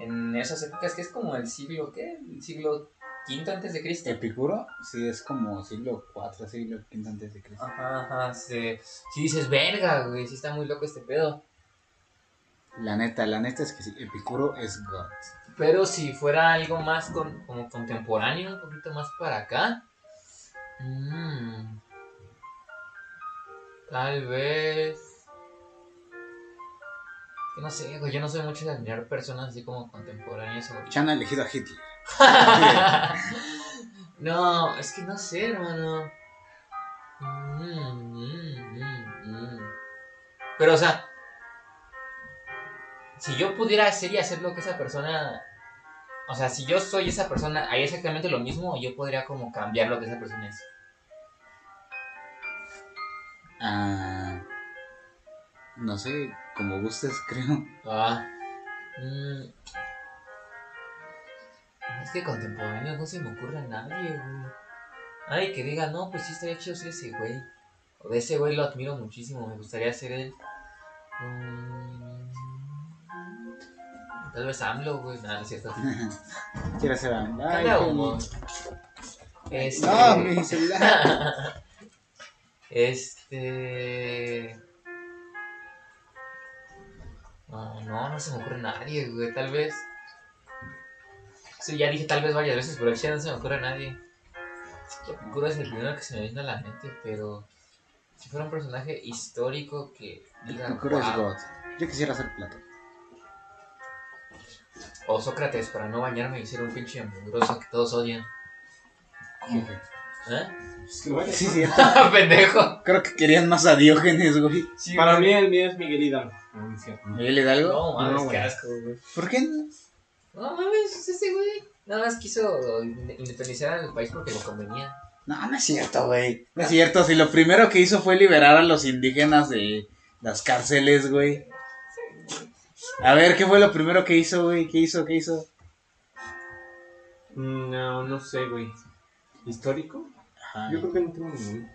[SPEAKER 3] en esas épocas que es como el siglo, ¿qué? El siglo V antes de Cristo.
[SPEAKER 1] Epicuro, sí, es como siglo IV, siglo V antes de Cristo.
[SPEAKER 3] Ajá, ajá, sí. Si dices, verga, güey, sí está muy loco este pedo.
[SPEAKER 1] La neta, la neta es que sí, Epicuro es God.
[SPEAKER 3] Pero si fuera algo más con- como contemporáneo, un poquito más para acá. mm, tal vez. que No sé, güey, yo no soy mucho de admirar personas así como contemporáneas. o-
[SPEAKER 1] Chan ha elegido a Hitler.
[SPEAKER 3] *laughs* no, es que no sé, hermano. Mm, mm, mm, mm. Pero, o sea, si yo pudiera hacer y hacer lo que esa persona. O sea, si yo soy esa persona, haría exactamente lo mismo, yo podría como cambiar lo que esa persona es.
[SPEAKER 1] Ah, no sé, como gustes, *laughs* creo.
[SPEAKER 3] Ah. Mm. Es que contemporáneo no se me ocurre a nadie, güey. Ay, que diga, no, pues sí estaría chido ser ese güey. O de ese güey lo admiro muchísimo, me gustaría ser él. Mm. Tal vez AMLO, güey. Nada, no es cierto.
[SPEAKER 1] Quiero ser a... Ay,
[SPEAKER 3] Cada
[SPEAKER 1] qué
[SPEAKER 3] uno.
[SPEAKER 1] bonito.
[SPEAKER 3] Este...
[SPEAKER 1] *laughs* No, mi celular.
[SPEAKER 3] Este. No, no, no se me ocurre nadie, güey. Tal vez. Sí, ya dije tal vez varias veces, pero ya no se me ocurre a nadie. Yakuro es el primero que se me vino a la mente, pero. Si fuera un personaje histórico que diga.
[SPEAKER 1] Yakuro es
[SPEAKER 3] "Guau".
[SPEAKER 1] God. Yo quisiera ser Platón.
[SPEAKER 3] O Sócrates, para no bañarme y ser un pinche mugroso que todos odian.
[SPEAKER 1] ¿Cómo que?
[SPEAKER 3] ¿Eh?
[SPEAKER 1] Sí, cierto.
[SPEAKER 3] *laughs* ¡Pendejo!
[SPEAKER 1] Creo que querían más a Diógenes, güey.
[SPEAKER 3] Sí,
[SPEAKER 2] Para
[SPEAKER 3] güey.
[SPEAKER 2] mí el mío es Miguel Hidalgo. No, no es cierto.
[SPEAKER 1] ¿Miguel Hidalgo?
[SPEAKER 3] No, mames, qué
[SPEAKER 1] güey.
[SPEAKER 3] asco, güey.
[SPEAKER 1] ¿Por qué no?
[SPEAKER 3] No mames, es ese güey. Nada más quiso inde- independizar al país porque le convenía.
[SPEAKER 1] No, no es cierto, güey. No es cierto, si lo primero que hizo fue liberar a los indígenas de las cárceles, güey. A ver, ¿qué fue lo primero que hizo, güey? ¿Qué hizo? ¿Qué hizo?
[SPEAKER 2] Mm, No, no sé, güey. ¿Histórico?
[SPEAKER 1] Ajá.
[SPEAKER 2] Yo creo que no tengo ninguno.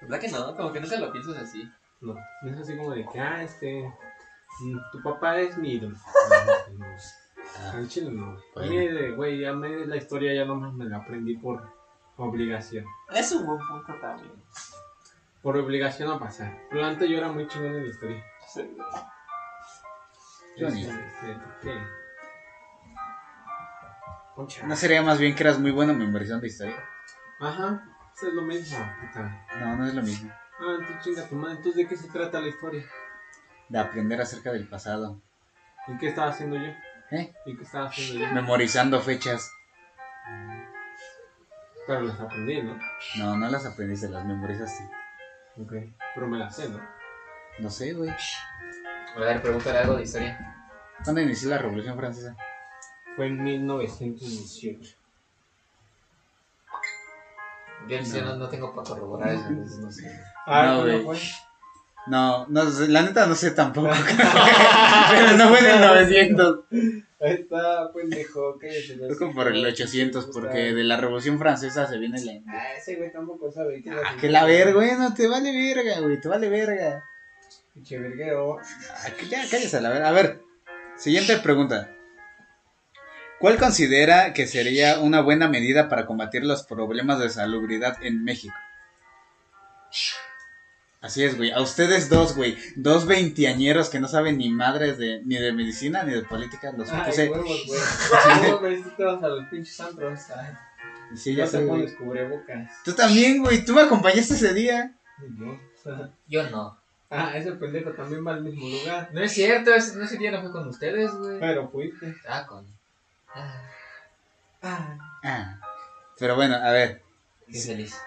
[SPEAKER 3] ¿Verdad que no? Como que nunca lo piensas así.
[SPEAKER 2] No, no es así como de que, ah, este. mm, Tu papá es mi ídolo. No, no, no.
[SPEAKER 1] Ah,
[SPEAKER 2] *laughs* Al chile no.
[SPEAKER 1] Bueno.
[SPEAKER 2] Oye, de- güey, ya me la historia ya nomás me la aprendí por obligación.
[SPEAKER 3] Es un buen punto también.
[SPEAKER 2] Por obligación a pasar. Pero antes yo era muy chingón en historia.
[SPEAKER 1] Qué bonito.
[SPEAKER 2] Este, ¿qué? Concha.
[SPEAKER 1] ¿No sería más bien que eras muy bueno memorización de historia?
[SPEAKER 2] Ajá, eso es lo mismo, puta.
[SPEAKER 1] No, no es lo mismo.
[SPEAKER 2] Ah, tú chinga tu madre. Entonces, ¿de qué se trata la historia?
[SPEAKER 1] De aprender acerca del pasado.
[SPEAKER 2] ¿Y qué estaba haciendo yo?
[SPEAKER 1] ¿Eh?
[SPEAKER 2] ¿Y qué estaba haciendo yo?
[SPEAKER 1] Memorizando fechas.
[SPEAKER 2] Pero las aprendí, ¿no?
[SPEAKER 1] No, no las aprendiste, las memorizaste.
[SPEAKER 2] Ok. Pero me las sé, ¿no?
[SPEAKER 1] No sé, güey.
[SPEAKER 3] A ver, pregúntale algo de historia.
[SPEAKER 1] ¿Cuándo inició la Revolución Francesa?
[SPEAKER 2] Fue en 1918.
[SPEAKER 3] Yo en serio no, no tengo para corroborar eso, entonces no sé. *laughs*
[SPEAKER 1] Ah, No,
[SPEAKER 2] ¿cuándo
[SPEAKER 1] güey.
[SPEAKER 2] fue?
[SPEAKER 1] No, no sé, la neta no sé
[SPEAKER 2] *laughs*
[SPEAKER 1] tampoco.
[SPEAKER 2] pues,
[SPEAKER 1] *laughs* Pero no fue en el 900.
[SPEAKER 2] Ahí está, pendejo, que se lo
[SPEAKER 1] Fue como por el 800, porque de la Revolución Francesa se viene la...
[SPEAKER 2] Ah, ese güey tampoco sabe qué
[SPEAKER 1] Ah, que la verga, güey, no te vale verga, güey, te vale verga.
[SPEAKER 2] Pinche verguero.
[SPEAKER 1] Ah, que ya, cállese, la verga. A ver, siguiente pregunta. ¿Cuál considera que sería una buena medida para combatir los problemas de salubridad en México? Así es, güey. A ustedes dos, güey. Dos veinteañeros que no saben ni madres de, ni de medicina ni de política. Los
[SPEAKER 2] Ay,
[SPEAKER 1] puse.
[SPEAKER 2] huevos,
[SPEAKER 1] *laughs*
[SPEAKER 2] güey. ¿Cómo me te vas a los pinches antros? Ay,
[SPEAKER 1] Sí, ya
[SPEAKER 2] ya
[SPEAKER 1] sé,
[SPEAKER 2] se
[SPEAKER 1] güey.
[SPEAKER 2] pones cubrebocas.
[SPEAKER 1] Tú también, güey. Tú me acompañaste ese día.
[SPEAKER 2] No.
[SPEAKER 3] Yo no.
[SPEAKER 2] Ah, ese pendejo también va al mismo lugar.
[SPEAKER 3] No es cierto, ese, no, ese día no fue con ustedes, güey.
[SPEAKER 2] Pero fuiste.
[SPEAKER 3] Ah, con. Ah,
[SPEAKER 2] Ah,
[SPEAKER 1] Ah, pero bueno, a ver,
[SPEAKER 3] qué feliz.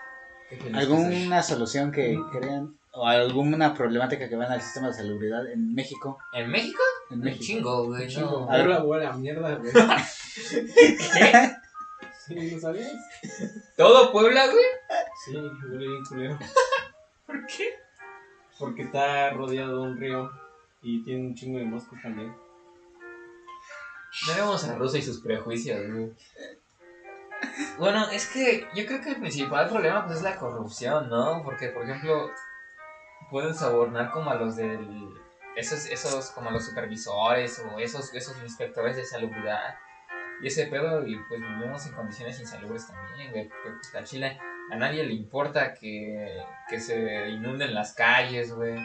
[SPEAKER 3] Qué feliz que soy.
[SPEAKER 1] ¿alguna solución que crean o alguna problemática que vean al sistema de salubridad en México?
[SPEAKER 3] ¿En México?
[SPEAKER 1] En
[SPEAKER 3] Un
[SPEAKER 1] México.
[SPEAKER 3] chingo, güey.
[SPEAKER 2] chingo.
[SPEAKER 3] No.
[SPEAKER 1] A ver.
[SPEAKER 2] Hola, abuela, mierda, *laughs* güey. ¿Sí? ¿No sabías?
[SPEAKER 3] ¿Todo Puebla, güey?
[SPEAKER 2] Sí, huele bien culero.
[SPEAKER 3] ¿Por qué?
[SPEAKER 2] Porque está rodeado de un río y tiene un chingo de moscos también.
[SPEAKER 3] No vemos a Rusia y sus prejuicios, güey. Bueno, es que yo creo que el principal problema pues, es la corrupción, ¿no? Porque, por ejemplo, pueden sobornar como a los del... Esos, esos como a los supervisores o esos, esos inspectores de salubridad y ese pedo y pues vivimos en condiciones insalubres también, güey. Porque pues, a Chile a nadie le importa que, que se inunden las calles, güey.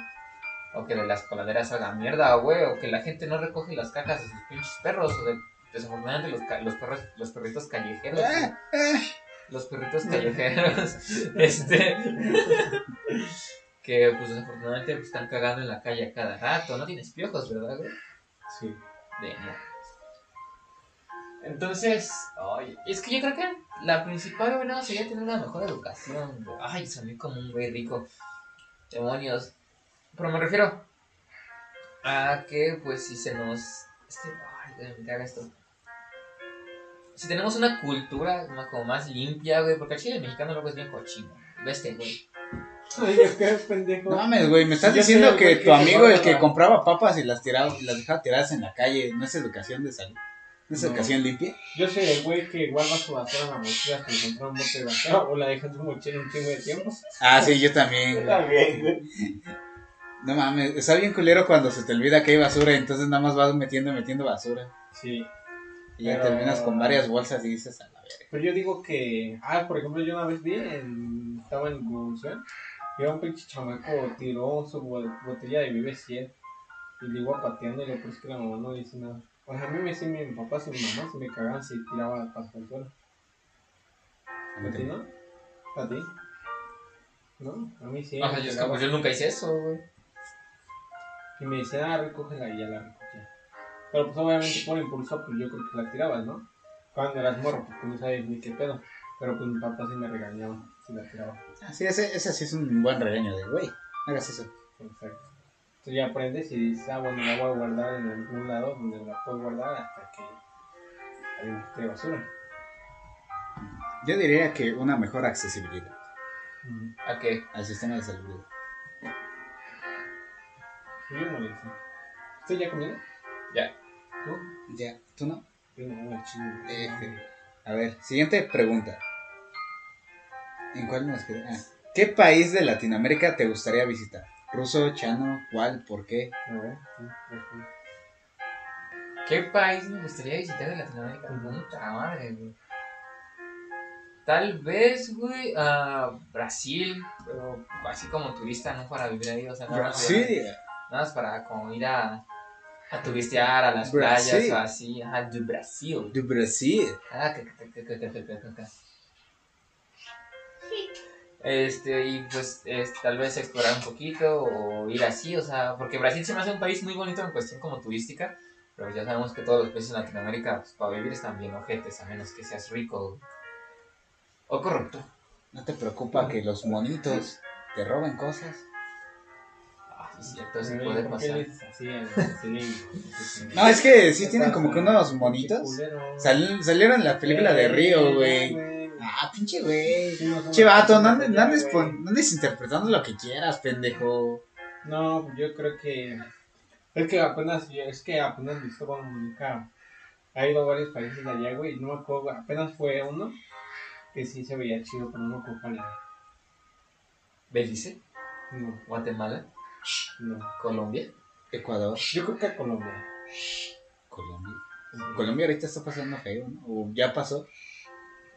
[SPEAKER 3] O que de las coladeras hagan mierda, güey. O que la gente no recoge las cajas de sus pinches perros. O de, desafortunadamente los, ca- los perros, los perritos callejeros. güey.
[SPEAKER 1] Ah, ah.
[SPEAKER 3] Los perritos callejeros. este. que pues desafortunadamente pues, están cagando en la calle a cada rato. No tienes piojos, ¿verdad, güey?
[SPEAKER 2] Sí.
[SPEAKER 3] De amor. Entonces, ay, es que yo creo que la principal bueno, sería tener una mejor educación. güey. Ay, soné como un güey rico. Demonios. Pero me refiero a que, pues, si se nos. Es que, ay, güey, me caga esto. Si tenemos una cultura ma- como más limpia, güey, porque el chile mexicano luego es bien cochino. Veste, güey.
[SPEAKER 2] Ay, yo qué pendejo.
[SPEAKER 1] No mames, güey, me estás
[SPEAKER 2] Yo sé,
[SPEAKER 1] diciendo
[SPEAKER 2] güey,
[SPEAKER 1] que
[SPEAKER 2] que
[SPEAKER 1] tu amigo,
[SPEAKER 2] se
[SPEAKER 1] el que
[SPEAKER 2] guarda.
[SPEAKER 1] compraba papas y las tiraba y las dejaba tiradas en la calle, no es educación de salud. No es
[SPEAKER 2] No.
[SPEAKER 1] educación limpia.
[SPEAKER 2] Yo soy el güey que guarda su basura en la mochila hasta encontrar un bote de basura o la deja en su mochila un chingo de tiempo.
[SPEAKER 1] Ah, sí, yo también. güey.
[SPEAKER 2] también, güey.
[SPEAKER 1] No mames, está bien culero cuando se te olvida que hay basura, entonces nada más vas metiendo, metiendo basura.
[SPEAKER 2] Sí.
[SPEAKER 1] Y ya
[SPEAKER 2] Pero-
[SPEAKER 1] terminas con varias bolsas y dices a la verga.
[SPEAKER 2] Pero yo digo que. Ah, por ejemplo, yo una vez vi en. Estaba en Google Era un pinche chamaco, tiró su bo- botella de Vive 100 y le iba pateando y lo peor es que la mamá no dice nada. O sea, a mí me decían mi papá, su mamá, se me cagaban si tiraba para el suelo. ¿A ti no? ¿A ti? No, a mí sí.
[SPEAKER 3] O sea,
[SPEAKER 2] me
[SPEAKER 3] yo, es
[SPEAKER 2] pegaba.
[SPEAKER 3] como, yo nunca hice eso, güey.
[SPEAKER 2] Y me decían, ah, recógela y ya la recogía. Pero pues obviamente por impulso, pues yo creo que la tirabas, ¿no? Cuando eras morro, pues tú no sabes ni qué pedo. Pero pues mi papá sí me regañaba si la tiraba.
[SPEAKER 1] Ah, Sí, ese, ese sí es un buen regaño de, güey, no hagas eso.
[SPEAKER 2] Perfecto. Tú ya aprendes y dices, ah, bueno, la voy a guardar en algún lado donde la puedo guardar hasta que alguien esté basura.
[SPEAKER 1] Yo diría que una mejor accesibilidad
[SPEAKER 3] ¿A qué?
[SPEAKER 1] al sistema de salud.
[SPEAKER 2] Y yo no le hice. ¿Tú ya comiendo?
[SPEAKER 3] Ya.
[SPEAKER 2] ¿Tú?
[SPEAKER 1] Ya, ¿tú no?
[SPEAKER 2] Yo no, el chile.
[SPEAKER 1] Eje. A ver, siguiente pregunta. ¿En cuál nos quedó? Ah, ¿Qué país de Latinoamérica te gustaría visitar? ¿Ruso, chano, cuál, por qué?
[SPEAKER 2] A ver, sí, pues, sí.
[SPEAKER 3] ¿Qué país me gustaría visitar de Latinoamérica? Puta madre, güey. Tal vez, güey, a Brasil, pero así como turista, no para vivir ahí, o sea, nada más, nada más para como ir a, a turistear a las
[SPEAKER 1] Brasil.
[SPEAKER 3] playas o así, ajá, de Brasil.
[SPEAKER 1] de Brasil.
[SPEAKER 3] Ah, que, que, que, que, que, que, que, que. Este, y pues es- tal vez explorar un poquito o ir así, o sea, porque Brasil se me hace un país muy bonito en cuestión como turística, pero ya sabemos que todos los países de Latinoamérica pues, para vivir están bien ojetes, a menos que seas rico o corrupto.
[SPEAKER 1] ¿No te preocupa que los monitos te roben cosas?
[SPEAKER 3] Ah, sí, es cierto, sí
[SPEAKER 2] Pero,
[SPEAKER 3] puede
[SPEAKER 2] ¿por qué
[SPEAKER 3] pasar.
[SPEAKER 2] le dices así a los brasileños?
[SPEAKER 1] No, es que sí tienen como que unos monitos.
[SPEAKER 2] Culero.
[SPEAKER 1] Sal- salieron en la película de Río, güey. Ah, pinche güey. Che, vato, no andes, no andes pon- no andes interpretando lo que quieras, pendejo.
[SPEAKER 2] No, yo creo que. Es que apenas, es que apenas Cristóbal Mujica ha ido a varios países de allá, güey. y No me acuerdo, güey, apenas fue uno que sí se veía chido, pero no me acuerdo cuál era.
[SPEAKER 3] Belice,
[SPEAKER 2] No,
[SPEAKER 3] Guatemala,
[SPEAKER 2] no.
[SPEAKER 3] Colombia.
[SPEAKER 1] Ecuador,
[SPEAKER 2] Yo creo que a Colombia.
[SPEAKER 1] Colombia. Colombia ahorita está pasando feo, ¿no? O ya pasó.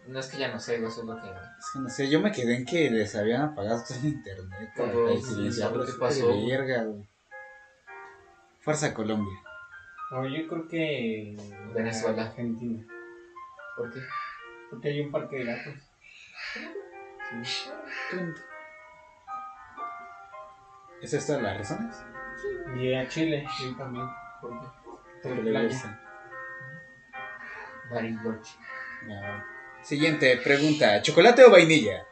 [SPEAKER 3] No es que ya no sé, eso es lo que...
[SPEAKER 1] Es que no sé, yo me quedé en que les habían apagado todo el internet.
[SPEAKER 3] Pero,
[SPEAKER 1] güey,
[SPEAKER 3] Ah, sí,
[SPEAKER 1] silenciarlo,
[SPEAKER 3] ¿qué
[SPEAKER 1] qué
[SPEAKER 3] pasó, güey?
[SPEAKER 1] verga, güey. Fuerza Colombia.
[SPEAKER 2] No, yo creo que.
[SPEAKER 3] Venezuela.
[SPEAKER 2] Argentina.
[SPEAKER 3] ¿Por qué?
[SPEAKER 2] Porque hay un parque de gatos. Sí.
[SPEAKER 1] ¿Es esta las razones?
[SPEAKER 2] Y a Chile, yo también.
[SPEAKER 3] ¿Por qué?
[SPEAKER 1] Que
[SPEAKER 2] Por
[SPEAKER 1] le
[SPEAKER 2] playa.
[SPEAKER 1] gusta.
[SPEAKER 3] Bariloche,
[SPEAKER 1] No. Siguiente pregunta: ¿chocolate o vainilla?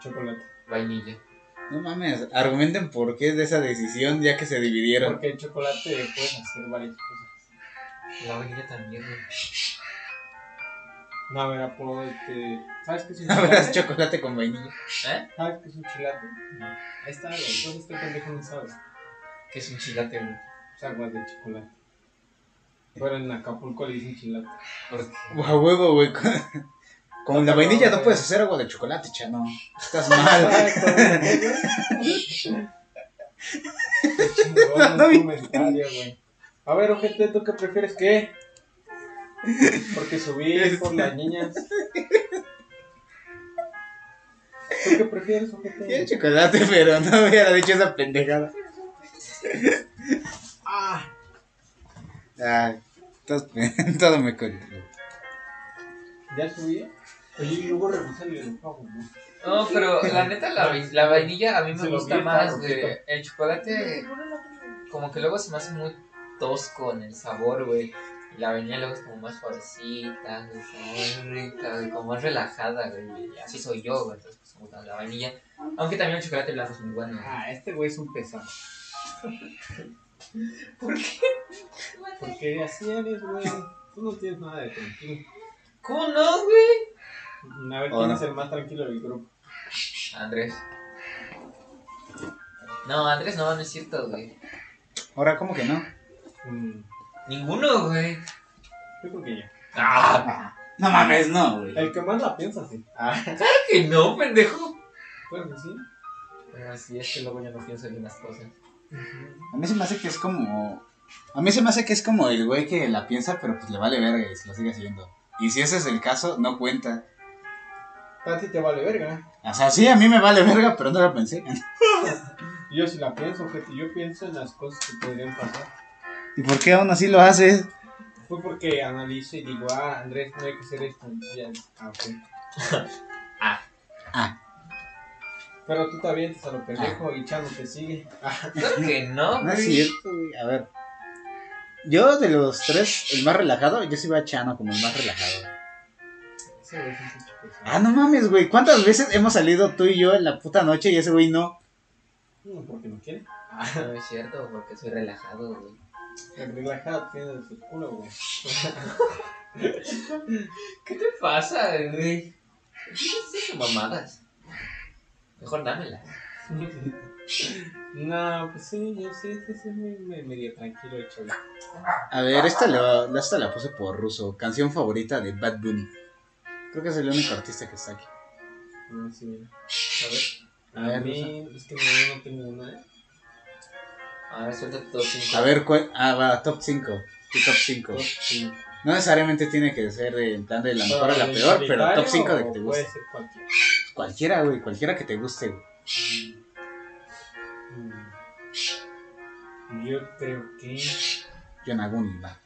[SPEAKER 2] Chocolate.
[SPEAKER 3] vainilla.
[SPEAKER 1] No mames, argumenten por qué es de esa decisión ya que se dividieron.
[SPEAKER 2] Porque el chocolate puedes hacer varias cosas.
[SPEAKER 3] La vainilla también, güey.
[SPEAKER 2] No, a ver, apodo, este. ¿Sabes qué es un
[SPEAKER 1] Habrás *laughs*
[SPEAKER 2] chilate?
[SPEAKER 1] chocolate con vainilla.
[SPEAKER 3] ¿Eh?
[SPEAKER 2] ¿Sabes qué es un chilate? Ahí está, güey. Entonces este pendejo no sabe.
[SPEAKER 3] Que es un chilate, güey.
[SPEAKER 2] Es agua de chocolate. Pero en Acapulco le dicen chilate.
[SPEAKER 3] ¿Por qué?
[SPEAKER 1] A huevo, güey. *laughs* Con, con la vainilla no
[SPEAKER 2] güey.
[SPEAKER 1] puedes hacer agua de chocolate, chano. Estás
[SPEAKER 2] *laughs*
[SPEAKER 1] mal.
[SPEAKER 2] Qué chingón
[SPEAKER 1] No, no
[SPEAKER 2] el
[SPEAKER 1] vi.
[SPEAKER 2] comentario, güey. A ver, ojete, ¿tú qué prefieres qué? Porque subí por las niñas. ¿Tú qué prefieres,
[SPEAKER 1] Tiene
[SPEAKER 2] ojete?
[SPEAKER 1] chocolate, *laughs* pero no hubiera dicho esa pendejada.
[SPEAKER 2] Ah,
[SPEAKER 1] Ay, todo, todo me *laughs* controlo.
[SPEAKER 2] ¿ya subí? Oye, y luego revisa el enfoque, ¿no?
[SPEAKER 3] No, pero la neta, la, vai- la vainilla a mí me
[SPEAKER 2] Se lo
[SPEAKER 3] gusta
[SPEAKER 2] vi,
[SPEAKER 3] más.
[SPEAKER 2] está
[SPEAKER 3] güey.
[SPEAKER 2] rojito.
[SPEAKER 3] El chocolate, como que luego se me hace muy tosco en el sabor, güey. Y la vainilla luego es como más suavecita, güey, como más rica, güey, como más relajada, güey. Y así soy yo, güey. Entonces, pues, me gusta la vainilla. Aunque también el chocolate blanco es muy bueno. güey.
[SPEAKER 2] Ah, este güey es un pesado.
[SPEAKER 3] ¿Por qué?
[SPEAKER 2] Porque así eres, güey. Tú no tienes nada de tranquilo.
[SPEAKER 3] ¿Cómo no, güey?
[SPEAKER 2] A ver,
[SPEAKER 1] Oh,
[SPEAKER 2] ¿quién
[SPEAKER 1] no.
[SPEAKER 2] es el más tranquilo del grupo?
[SPEAKER 3] Andrés. No, Andrés no, no es cierto, güey.
[SPEAKER 1] Ahora, ¿cómo que no?
[SPEAKER 2] Mm,
[SPEAKER 3] Ninguno, güey.
[SPEAKER 2] yo creo que ya.
[SPEAKER 3] Ah,
[SPEAKER 1] No mames, no, güey.
[SPEAKER 2] El que más la piensa, sí. Ah,
[SPEAKER 3] claro que no, pendejo.
[SPEAKER 2] claro que sí.
[SPEAKER 3] Pero Ah, sí, es que luego yo no pienso en las cosas.
[SPEAKER 1] A mí se me hace que es como. A mí se me hace que es como el güey que la piensa, pero pues le vale verga y se lo sigue haciendo. Y si ese es el caso, no cuenta.
[SPEAKER 2] Tanti te vale verga.
[SPEAKER 1] O sea, sí, a mí me vale verga, pero no la pensé.
[SPEAKER 2] Yo sí la pienso, gente. Yo pienso en las cosas que podrían pasar.
[SPEAKER 1] ¿Y por qué aún así lo haces?
[SPEAKER 2] Fue porque analizo y digo, ah, Andrés, no hay que ser esto. y ya, ah, ok.
[SPEAKER 1] Ah.
[SPEAKER 2] Pero tú te avientas a lo pendejo y Chano te sigue. Ah,
[SPEAKER 3] Creo que no.
[SPEAKER 1] No es
[SPEAKER 3] güey.
[SPEAKER 1] cierto, güey. A ver. Yo de los tres, el más relajado, yo sí iba a Chano como el más relajado.
[SPEAKER 2] ese güey es un pinche pesado.
[SPEAKER 1] Ah, no mames, güey. ¿Cuántas veces hemos salido tú y yo en la puta noche y ese güey no?
[SPEAKER 2] No, porque no quiere.
[SPEAKER 3] *laughs* No es cierto, porque soy relajado, güey.
[SPEAKER 2] El relajado tiene de su culo, güey. *laughs*
[SPEAKER 3] ¿Qué te pasa, güey? ¿Qué haces esas mamadas? Mejor dámela.
[SPEAKER 2] *laughs* no, pues sí, yo sí, sí, sí, me, me- medio tranquilo el chavo.
[SPEAKER 1] A ver, esta la, esta la puse por ruso. Canción favorita de Bad Bunny. Creo que es el único artista que está aquí.
[SPEAKER 2] No, sí, mira.
[SPEAKER 1] A
[SPEAKER 2] A
[SPEAKER 1] ver,
[SPEAKER 2] ver, a mí es que no, no tengo una.
[SPEAKER 3] Ahora suelta todo cinco.
[SPEAKER 1] A ver, ¿cuál? Ah, va, top 5. Tu top 5.
[SPEAKER 2] Top cinco.
[SPEAKER 1] No necesariamente tiene que ser de- en plan de la mejor a la
[SPEAKER 2] ¿De
[SPEAKER 1] peor, pero top
[SPEAKER 2] solitario
[SPEAKER 1] 5 de que
[SPEAKER 2] o
[SPEAKER 1] te
[SPEAKER 2] Puede
[SPEAKER 1] guste.
[SPEAKER 2] ser cualquiera.
[SPEAKER 1] Cualquiera, güey, cualquiera que te guste, güey.
[SPEAKER 2] Mm. Yo creo que.
[SPEAKER 1] Yonaguni, va.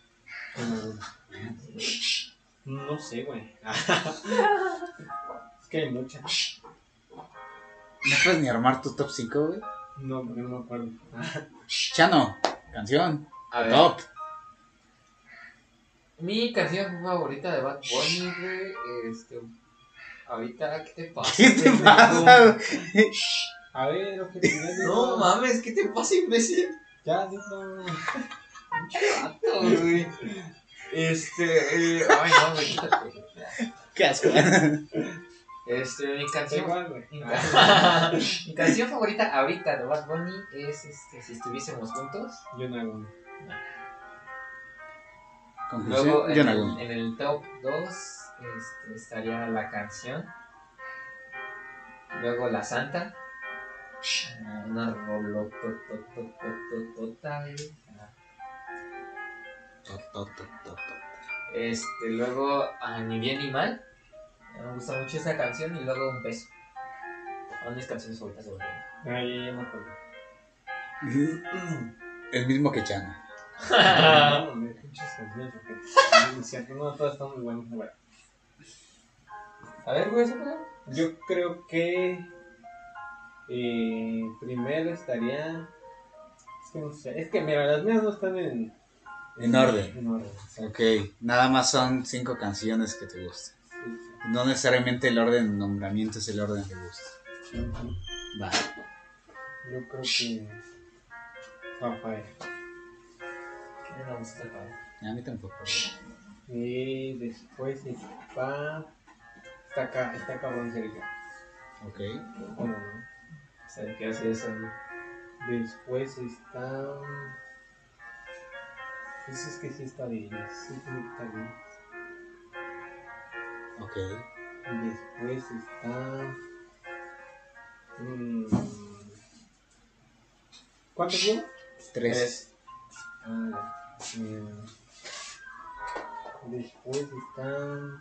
[SPEAKER 2] No sé, güey. *laughs* es que hay muchas.
[SPEAKER 1] No puedes ni armar tu top 5, güey.
[SPEAKER 2] No, porque no me acuerdo.
[SPEAKER 1] Chano, canción,
[SPEAKER 3] A ver.
[SPEAKER 1] top. *laughs*
[SPEAKER 3] Mi canción favorita de Bad Bunny, güey, este... Ahorita, ¿qué te pasa?
[SPEAKER 1] ¿Qué te
[SPEAKER 3] pendejo?
[SPEAKER 1] pasa, güey?
[SPEAKER 2] A ver,
[SPEAKER 3] *laughs*
[SPEAKER 2] objetividad.
[SPEAKER 3] No mames, ¿qué te pasa, imbécil?
[SPEAKER 2] Ya, dilo.
[SPEAKER 3] Vato, güey. Este... eh, Ay, no, güey, quítate.
[SPEAKER 1] Qué asco.
[SPEAKER 3] Este, mi
[SPEAKER 2] Da
[SPEAKER 3] canción...
[SPEAKER 2] igual, güey. Ah,
[SPEAKER 3] mi ca- mi canción favorita ahorita de Bad Bunny es este, Si estuviésemos juntos.
[SPEAKER 2] Yo no hago.
[SPEAKER 3] Luego
[SPEAKER 1] Conclusión,
[SPEAKER 3] en el,
[SPEAKER 1] Yonaguni.
[SPEAKER 3] en el top 2 este, estaría la canción. Luego la santa. Ah, Una rolotototototota, güey. Ah,
[SPEAKER 1] To, to, to, to, to.
[SPEAKER 3] Este, luego ah, Ni bien ni mal. Me gusta mucho esa canción y luego un beso. Son mis canciones favoritas de Bad Bunny.
[SPEAKER 2] Ay, ya
[SPEAKER 1] *laughs*
[SPEAKER 2] me acuerdo.
[SPEAKER 1] Mm. El mismo que Chano.
[SPEAKER 2] No, hombre, pinches canciones, güey. No, es cierto, No, todas están muy buenas, güey.
[SPEAKER 3] A ver, güey, sácala.
[SPEAKER 2] Yo creo que eh, primero estaría. Es que no sé. Es que mira, las mías no están en.
[SPEAKER 1] En orden.
[SPEAKER 2] En orden. o sea,
[SPEAKER 1] Ok, nada más son cinco canciones que te gustan.
[SPEAKER 2] sí,
[SPEAKER 1] No necesariamente el orden de nombramiento es el orden que gusta.
[SPEAKER 2] sí. Yo
[SPEAKER 1] Va.
[SPEAKER 2] creo que. Rafael.
[SPEAKER 3] ¿Qué me gusta, cabrón?
[SPEAKER 1] A mí tampoco.
[SPEAKER 2] Y después está. Está acá, está cabrón Sergio.
[SPEAKER 1] Ok.
[SPEAKER 2] Bueno, ¿no?
[SPEAKER 3] O sea, ¿qué hace eso? güey?
[SPEAKER 2] Después está. Pues es que sí está bien. Sí, sí está bien.
[SPEAKER 1] Ok.
[SPEAKER 2] Después está. mm, ¿Cuántos llevo?
[SPEAKER 1] Tres.
[SPEAKER 3] Tres.
[SPEAKER 2] Ah, mm, Después está.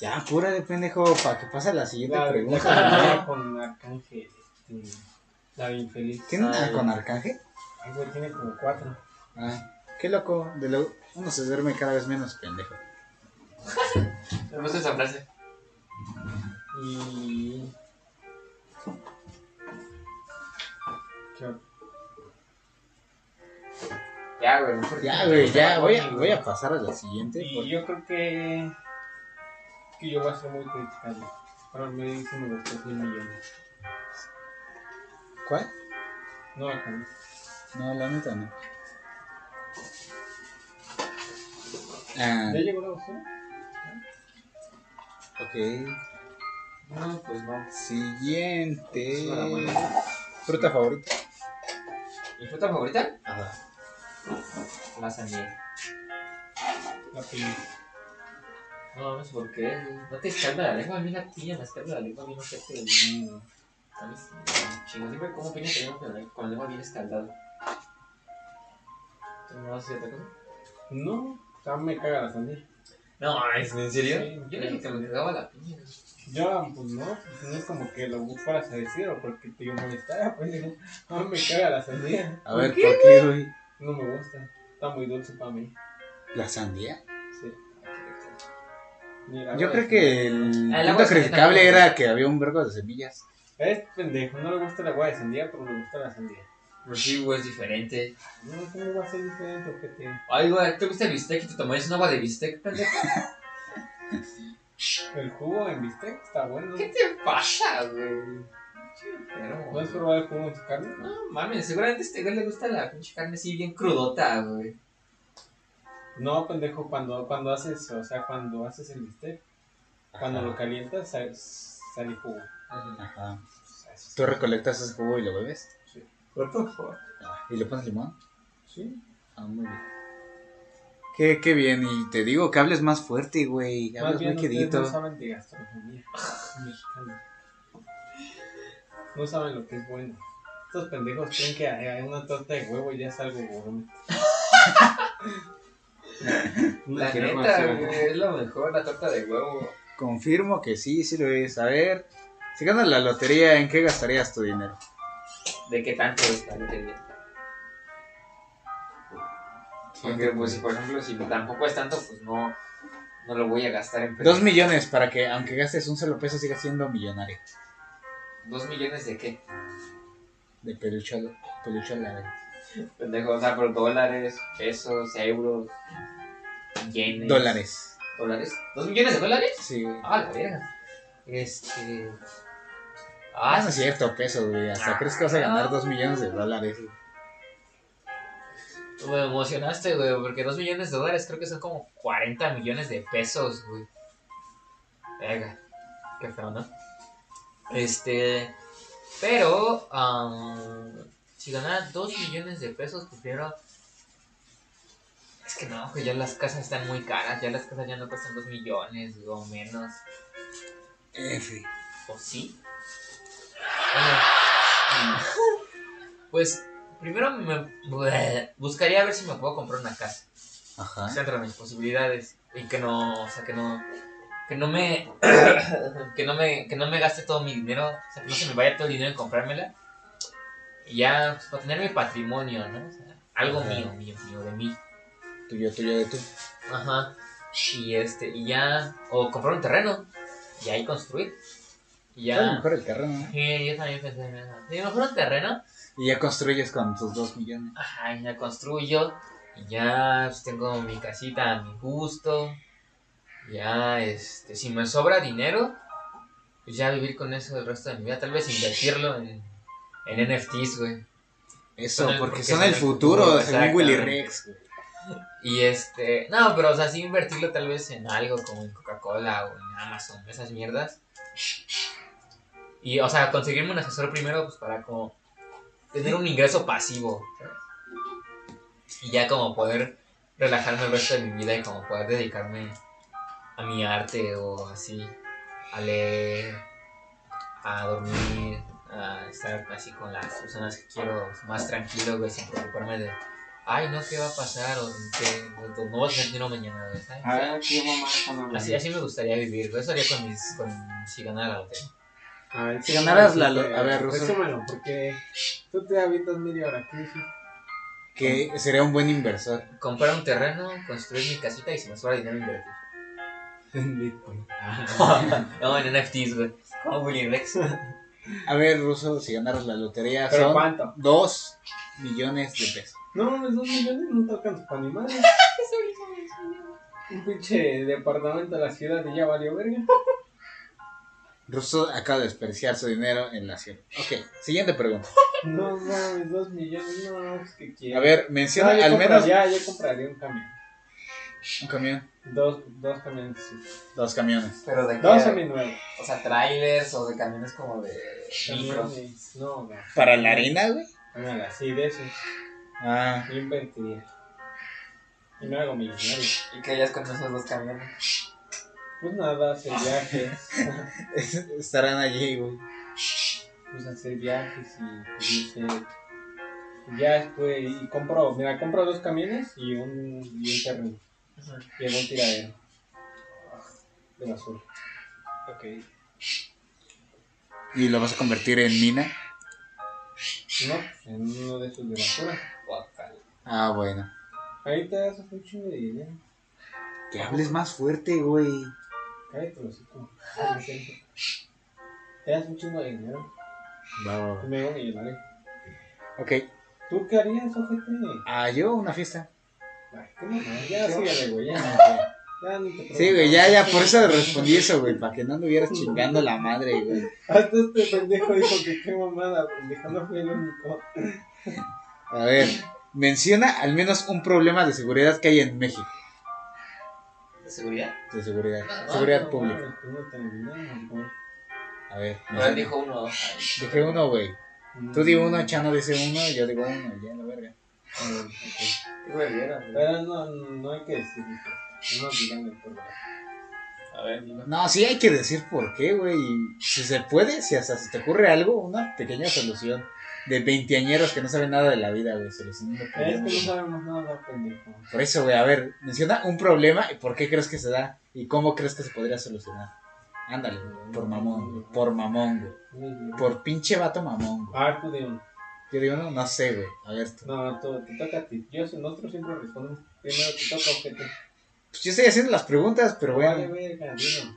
[SPEAKER 1] Ya, pura de pendejo, para que pase la siguiente
[SPEAKER 2] La, la
[SPEAKER 1] *laughs*
[SPEAKER 2] que
[SPEAKER 1] pregunta.
[SPEAKER 2] tenía con Arcángel. este, la de infeliz.
[SPEAKER 1] ¿Tiene una
[SPEAKER 3] Ay.
[SPEAKER 1] con Arcángel?
[SPEAKER 2] Ay, güey, tiene como cuatro.
[SPEAKER 1] Ah, qué loco. De lo... Uno se duerme cada vez menos pendejo.
[SPEAKER 3] Me gusta esa frase.
[SPEAKER 2] Y. ¿Qué
[SPEAKER 3] Ya, güey, mejor
[SPEAKER 1] Ya,
[SPEAKER 3] que-
[SPEAKER 1] güey, ya. Voy a,
[SPEAKER 3] Bunny,
[SPEAKER 1] voy
[SPEAKER 3] güey.
[SPEAKER 1] a pasar a la siguiente.
[SPEAKER 2] Y
[SPEAKER 1] porque-
[SPEAKER 2] yo creo que. que yo voy a ser muy criticado. Para mí sí me gustó 100 millones.
[SPEAKER 1] ¿Cuál?
[SPEAKER 2] No la conozco.
[SPEAKER 1] No, la neta no. Ah,
[SPEAKER 2] ¿Ya llegó la opción?
[SPEAKER 1] ok.
[SPEAKER 3] No, pues no.
[SPEAKER 1] Siguiente.
[SPEAKER 3] Es una buena.
[SPEAKER 1] Fruta favorita.
[SPEAKER 3] ¿Mi fruta favorita? La sandía.
[SPEAKER 2] La piña.
[SPEAKER 3] No, no sé por qué. güey. No te escalda la lengua, a mí la piña me escalda la lengua, a mí no sé qué.
[SPEAKER 2] Mm.
[SPEAKER 3] A mí sí, chingo, siempre como piña tenemos con la lengua- con la lengua bien escaldada. ¿Tú no vas a decir otra cosa?
[SPEAKER 2] No, Ya me caga la sandía.
[SPEAKER 3] No, ¿es en serio?
[SPEAKER 2] Sí,
[SPEAKER 3] Yo le dije que me cagaba la piña.
[SPEAKER 2] Yo, pues no, pues no es como que lo fueras a decir o porque te molestara, *laughs* pues digo, no me caga la sandía.
[SPEAKER 1] A ver, ¿por qué, güey?
[SPEAKER 2] No me gusta, está muy dulce para mí.
[SPEAKER 1] ¿La sandía?
[SPEAKER 2] Sí. Ni el agua
[SPEAKER 1] Yo
[SPEAKER 2] de
[SPEAKER 1] creo
[SPEAKER 2] sandía.
[SPEAKER 1] que el
[SPEAKER 3] Ah, el agua
[SPEAKER 1] punto
[SPEAKER 3] de sandía
[SPEAKER 1] criticable
[SPEAKER 3] también.
[SPEAKER 1] era que había un vergo de semillas.
[SPEAKER 2] Es este pendejo, no le gusta la agua de sandía, pero le gusta la sandía.
[SPEAKER 3] Pero sí, güey, es diferente.
[SPEAKER 2] No, ¿cómo va a ser diferente o qué tiene?
[SPEAKER 3] Ay, güey, ¿te gusta el bistec y te tomarías un agua de bistec, pendejo?
[SPEAKER 2] El jugo en bistec está bueno.
[SPEAKER 3] ¿Qué te pasa, güey?
[SPEAKER 2] ¿No has probado el jugo en su carne?
[SPEAKER 3] No mames, seguramente a este güey le gusta la pinche carne así bien crudota, güey.
[SPEAKER 2] No, pendejo, cuando, cuando haces, o sea, cuando haces el bistec, cuando lo calientas, sale, sale jugo.
[SPEAKER 1] Ajá.
[SPEAKER 2] O sea, eso
[SPEAKER 1] ¿Tú
[SPEAKER 2] sí.
[SPEAKER 1] recolectas ese jugo y lo bebes? Ah,
[SPEAKER 3] Por favor.
[SPEAKER 1] ¿Y le pones limón?
[SPEAKER 2] Sí.
[SPEAKER 1] Ah, muy bien. Qué, qué bien, y te digo que hables más fuerte, güey. que
[SPEAKER 2] Más
[SPEAKER 1] Hablas
[SPEAKER 2] bien,
[SPEAKER 1] muy
[SPEAKER 2] ustedes
[SPEAKER 1] quedito.
[SPEAKER 2] no saben de gastronomía *laughs* mexicana. No saben lo que es bueno. Estos pendejos creen que hay una torta de huevo y ya es algo
[SPEAKER 3] *laughs*
[SPEAKER 2] bueno.
[SPEAKER 3] La
[SPEAKER 1] quiero
[SPEAKER 3] neta,
[SPEAKER 1] conocer.
[SPEAKER 3] güey, es lo mejor, la torta de huevo.
[SPEAKER 1] Confirmo que sí, sí lo es. A ver, si ganas la lotería, ¿en qué gastarías tu dinero?
[SPEAKER 3] ¿De qué tanto está la lotería? Porque, pues, por ejemplo, si tampoco es tanto, pues no, no lo voy a gastar en
[SPEAKER 1] Dos millones para que, aunque gastes un solo peso, sigas siendo millonario.
[SPEAKER 3] ¿Dos millones de qué?
[SPEAKER 1] De pelucholo, peluchola.
[SPEAKER 3] Pendejo, o sea, por dólares, pesos, euros, yenes.
[SPEAKER 1] Dólares.
[SPEAKER 3] ¿Dólares? ¿Dos millones de dólares?
[SPEAKER 1] Sí, güey.
[SPEAKER 3] Ah, la verga. Este.
[SPEAKER 1] Ah,
[SPEAKER 3] Ah,
[SPEAKER 1] no es cierto, peso, güey. Hasta crees que vas a ganar dos millones de dólares. güey.
[SPEAKER 3] Me emocionaste, güey, porque 2 millones de dólares creo que son como 40 millones de pesos, güey. Venga, qué feo, ¿no? Este. Pero, am, si ganara 2 millones de pesos, prefiero. Es que no, que ya las casas están muy caras, ya las casas ya no cuestan 2 millones güey, o menos.
[SPEAKER 1] F.
[SPEAKER 3] ¿O sí? Bueno, *laughs* pues primero me buscaría a ver si me puedo comprar una casa. O
[SPEAKER 1] Ajá.
[SPEAKER 3] sea, entre mis posibilidades. Y que no, o sea, que no. Que no me. *coughs* que no me. Que no me gaste todo mi dinero. O sea, que no se me vaya todo el dinero en comprármela. Y ya, pues, para tener mi patrimonio, ¿no? O sea, algo
[SPEAKER 1] Ajá.
[SPEAKER 3] mío, mío, mío, de mí.
[SPEAKER 1] Tuyo, tuyo, de tú.
[SPEAKER 3] Ajá. Y este, y ya. O comprar un terreno. Y ahí construir. Y
[SPEAKER 1] Ya.
[SPEAKER 3] ya.
[SPEAKER 1] mejor el terreno. ¿no?
[SPEAKER 3] Sí, yo también pensé en eso. Sí, mejor un terreno.
[SPEAKER 1] Y ya construyes con tus dos millones.
[SPEAKER 3] Ajá, y la construyo. Y ya pues, tengo mi casita a mi gusto. Ya, este, si me sobra dinero, pues ya vivir con eso el resto de mi vida. Tal vez invertirlo en, en NFTs, güey.
[SPEAKER 1] Eso,
[SPEAKER 3] Son el-
[SPEAKER 1] porque son el futuro, según Willy
[SPEAKER 3] exactamente.
[SPEAKER 1] Rex. güey.
[SPEAKER 3] Y este, no, pero o sea, sí invertirlo tal vez en algo como en Coca-Cola o en Amazon, esas mierdas. Y, o sea, conseguirme un asesor primero, pues para como tener un ingreso pasivo. ¿sabes? Y ya como poder relajarme el resto de mi vida y como poder dedicarme a mi arte o así, a leer, a dormir, a estar así con las personas que quiero, más tranquilo, güey, sin preocuparme de ay, no, ¿qué va a pasar? O, que, pues, no vas a tener dinero mañana, güey, ¿sabes?
[SPEAKER 2] A ver, ¿qué mamá están hablando?
[SPEAKER 3] Así, así me gustaría vivir, güey. Eso haría con mis. Con, si ganara la lotería.
[SPEAKER 2] A ver,
[SPEAKER 1] Si ganaras
[SPEAKER 2] sí,
[SPEAKER 1] la
[SPEAKER 2] sí,
[SPEAKER 1] lo- a ver, Ruso.
[SPEAKER 2] Resúmelo, porque tú te habitas media hora aquí.
[SPEAKER 1] *laughs*
[SPEAKER 2] sí.
[SPEAKER 1] Que sería un buen inversor.
[SPEAKER 3] Comprar un terreno, construir mi casita y si me sobra dinero *laughs* invertir.
[SPEAKER 2] En Bitcoin.
[SPEAKER 3] no, en NFTs, güey. Como Willy Rex.
[SPEAKER 1] A ver, Ruso, si ganaras la lotería,
[SPEAKER 2] ¿Pero
[SPEAKER 1] son
[SPEAKER 2] cuánto?
[SPEAKER 1] dos millones de pesos.
[SPEAKER 2] No, mames, dos millones no tocan para animales. Un pinche departamento de la ciudad de ya valió verga.
[SPEAKER 1] Ruso acaba de desperdiciar su dinero en la ciudad. Ok, siguiente pregunta.
[SPEAKER 2] No mames, dos millones, no, pues que quiero.
[SPEAKER 1] A ver,
[SPEAKER 2] No,
[SPEAKER 1] menciona
[SPEAKER 2] yo
[SPEAKER 1] al menos
[SPEAKER 2] compraría- yo compraría un camión.
[SPEAKER 1] un camión,
[SPEAKER 2] Dos, dos camiones. sí.
[SPEAKER 1] dos camiones.
[SPEAKER 3] Pero de
[SPEAKER 2] Dos seminuevos.
[SPEAKER 3] O sea, trailers o de camiones como de. micros.
[SPEAKER 2] Camiones, no, no.
[SPEAKER 1] ¿Para la harina, güey?
[SPEAKER 2] Nada, sí, de eso.
[SPEAKER 1] Ah,
[SPEAKER 2] Yo invertiría. Y me hago millonario.
[SPEAKER 3] ¿Y qué harías con esos dos camiones?
[SPEAKER 2] Pues nada, hacer viajes. *laughs*
[SPEAKER 1] estarán allí, güey.
[SPEAKER 2] pues hacer viajes y pues, no sé. Ya después, y compro, mira, compro dos camiones y un, y un terreno. Llegó un tiradero. De basura.
[SPEAKER 1] Ok. ¿Y lo vas a convertir en mina?
[SPEAKER 2] No, pues, en uno de esos de basura.
[SPEAKER 3] Guacala.
[SPEAKER 1] Ah, bueno.
[SPEAKER 2] Ahorita eso fue un chingo de dinero.
[SPEAKER 1] Que hables más fuerte, güey.
[SPEAKER 2] Cállate los hijos. Te das un chingo de dinero.
[SPEAKER 1] Va, va,
[SPEAKER 2] Me voy a millonario.
[SPEAKER 1] Ok.
[SPEAKER 2] ¿Tú qué harías, ojete?
[SPEAKER 1] Ah, yo una fiesta.
[SPEAKER 2] Ay, qué mamada. Ya síguele, güey. Ya, ya. Ya ni te
[SPEAKER 1] Sí, güey, ya, ya, por eso le
[SPEAKER 2] *laughs*
[SPEAKER 1] respondí eso, güey. Para que no anduvieras chingando la madre, güey.
[SPEAKER 2] Hasta este pendejo dijo que qué mamada, pendejo. No fue el único.
[SPEAKER 1] A ver, menciona al menos un problema de seguridad que hay en México.
[SPEAKER 3] ¿De seguridad?
[SPEAKER 1] De seguridad.
[SPEAKER 3] Ah,
[SPEAKER 1] *laughs* Seguridad
[SPEAKER 2] No,
[SPEAKER 1] pública.
[SPEAKER 2] mames, No terminamos, güey.
[SPEAKER 1] A ver.
[SPEAKER 3] Ahora
[SPEAKER 1] menciona.
[SPEAKER 3] dijo uno.
[SPEAKER 1] Dije uno, güey.
[SPEAKER 2] Mm.
[SPEAKER 1] Tú di uno, Chano dice uno, yo digo uno, ya la verga.
[SPEAKER 2] Ah, ok.
[SPEAKER 3] Dijo el vieron.
[SPEAKER 2] Pero no, no hay que decir No digan el problema.
[SPEAKER 3] A ver, dime.
[SPEAKER 1] No, sí hay que decir por qué, güey. y Si se puede, si hasta se te ocurre algo, una pequeña solución. De veinteañeros que no saben nada de la vida, güey. solucionando
[SPEAKER 2] Es que no
[SPEAKER 1] problemas.
[SPEAKER 2] sabemos nada, pendejo.
[SPEAKER 1] Por eso, güey, a ver, menciona un problema y por qué crees que se da y cómo crees que se podría solucionar. Ándale, güey, por mamón, güey, por mamón, güey. Por pinche vato mamón, güey.
[SPEAKER 2] Ah, tú de uno.
[SPEAKER 1] Yo digo, no, no sé, güey. A ver, tú.
[SPEAKER 2] No, tú, te toca a ti. Yo, si nosotros siempre respondemos. Primero te toca, ojete.
[SPEAKER 1] Pues yo estoy haciendo las preguntas, pero
[SPEAKER 2] Vale,
[SPEAKER 1] bueno.
[SPEAKER 2] verga, dilo.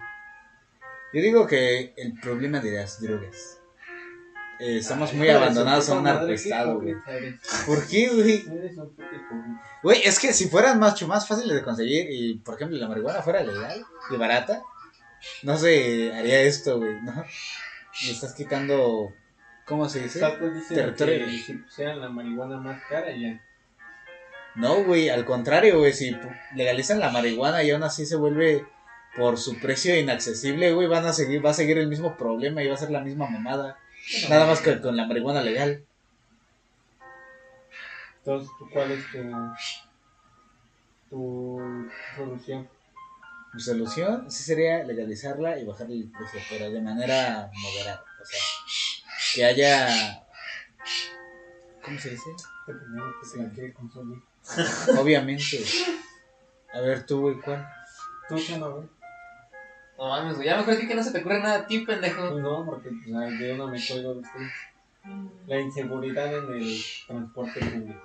[SPEAKER 1] Yo digo que el problema de las drogas. Eh, estamos muy
[SPEAKER 2] Hijo de
[SPEAKER 1] abandonados
[SPEAKER 2] su
[SPEAKER 1] a
[SPEAKER 2] puta
[SPEAKER 1] un
[SPEAKER 2] madre, qué
[SPEAKER 1] narcoestado, güey.
[SPEAKER 2] hipócrita eres.
[SPEAKER 1] ¿Por qué, güey?
[SPEAKER 2] Eres un puto hipócrita.
[SPEAKER 1] Güey, es que si fueran más, más fáciles de conseguir y, por ejemplo, la marihuana fuera legal y barata, no se haría esto, güey, ¿no? Le estás quitando, ¿cómo se dice?
[SPEAKER 2] Exacto, dicen
[SPEAKER 1] Territorio.
[SPEAKER 2] que si pusieran la marihuana más cara, ya.
[SPEAKER 1] No, güey, al contrario, güey, si pu- legalizan la marihuana y aún así se vuelve por su precio inaccesible, güey, van a seguir, va a seguir el mismo problema y va a ser la misma mamada. Nada
[SPEAKER 2] eh,
[SPEAKER 1] más que con la marihuana legal.
[SPEAKER 2] Entonces, ¿tú cuál es tu, tu solución?
[SPEAKER 1] Mi Pues, solución sí sería legalizarla y bajarle el precio, pero de manera moderada. O sea, que haya. ¿Cómo se dice?
[SPEAKER 2] Este primero que se la quiere consumir.
[SPEAKER 1] Obviamente. A ver, tú, güey, ¿cuál?
[SPEAKER 2] Tú, Chano, güey.
[SPEAKER 3] No mames, güey. Ya mejor di que no se te ocurre nada a ti, pendejo.
[SPEAKER 2] Pues no, porque pues, la- yo no me cuelgo de ustedes. La inseguridad en el transporte público.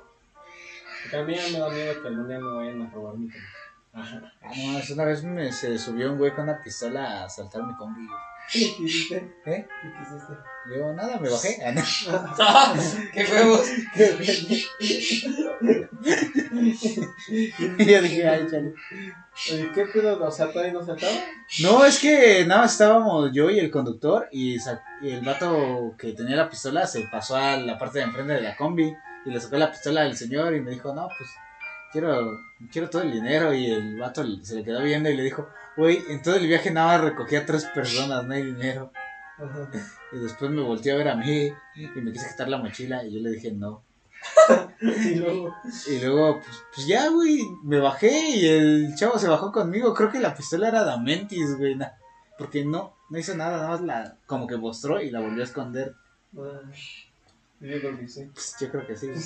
[SPEAKER 2] Porque a mí ya me da miedo que algún día me vayan a robar mi teléfono. Ajá.
[SPEAKER 1] Ah, no, mames, una vez me, se subió un güey con una pistola a asaltar mi combi.
[SPEAKER 2] ¿Qué hiciste?
[SPEAKER 1] ¿Eh?
[SPEAKER 2] ¿Qué quisiste?
[SPEAKER 1] Yo, nada, me bajé. Ah, no. *laughs*
[SPEAKER 2] *laughs*
[SPEAKER 3] ¡Qué huevos!
[SPEAKER 1] Y yo dije, ay, chale.
[SPEAKER 2] Oye, ¿qué pedo? ¿Nos ataba y nos ataba?
[SPEAKER 1] No, es que nada más estábamos yo y el conductor y, sa- y el vato que tenía la pistola se pasó a la parte de enfrente de la combi y le sacó la pistola al señor y me dijo, no, pues quiero, quiero todo el dinero y el vato l- se le quedó viendo y le dijo, güey, en todo el viaje nada más recogí a tres personas, no hay dinero.
[SPEAKER 2] Ajá.
[SPEAKER 1] Y después me volteó a ver a mí y me quise quitar la mochila y yo le dije no.
[SPEAKER 2] Y luego,
[SPEAKER 1] Y luego, pues, pues ya, güey, me bajé y el chavo se bajó conmigo. Creo que la pistola era Damentis, güey. na- porque no, no hizo nada, nada más la como que mostró y la volvió a esconder.
[SPEAKER 2] ah, yo creo que sí. *laughs*
[SPEAKER 1] Pues yo creo que sí. güey.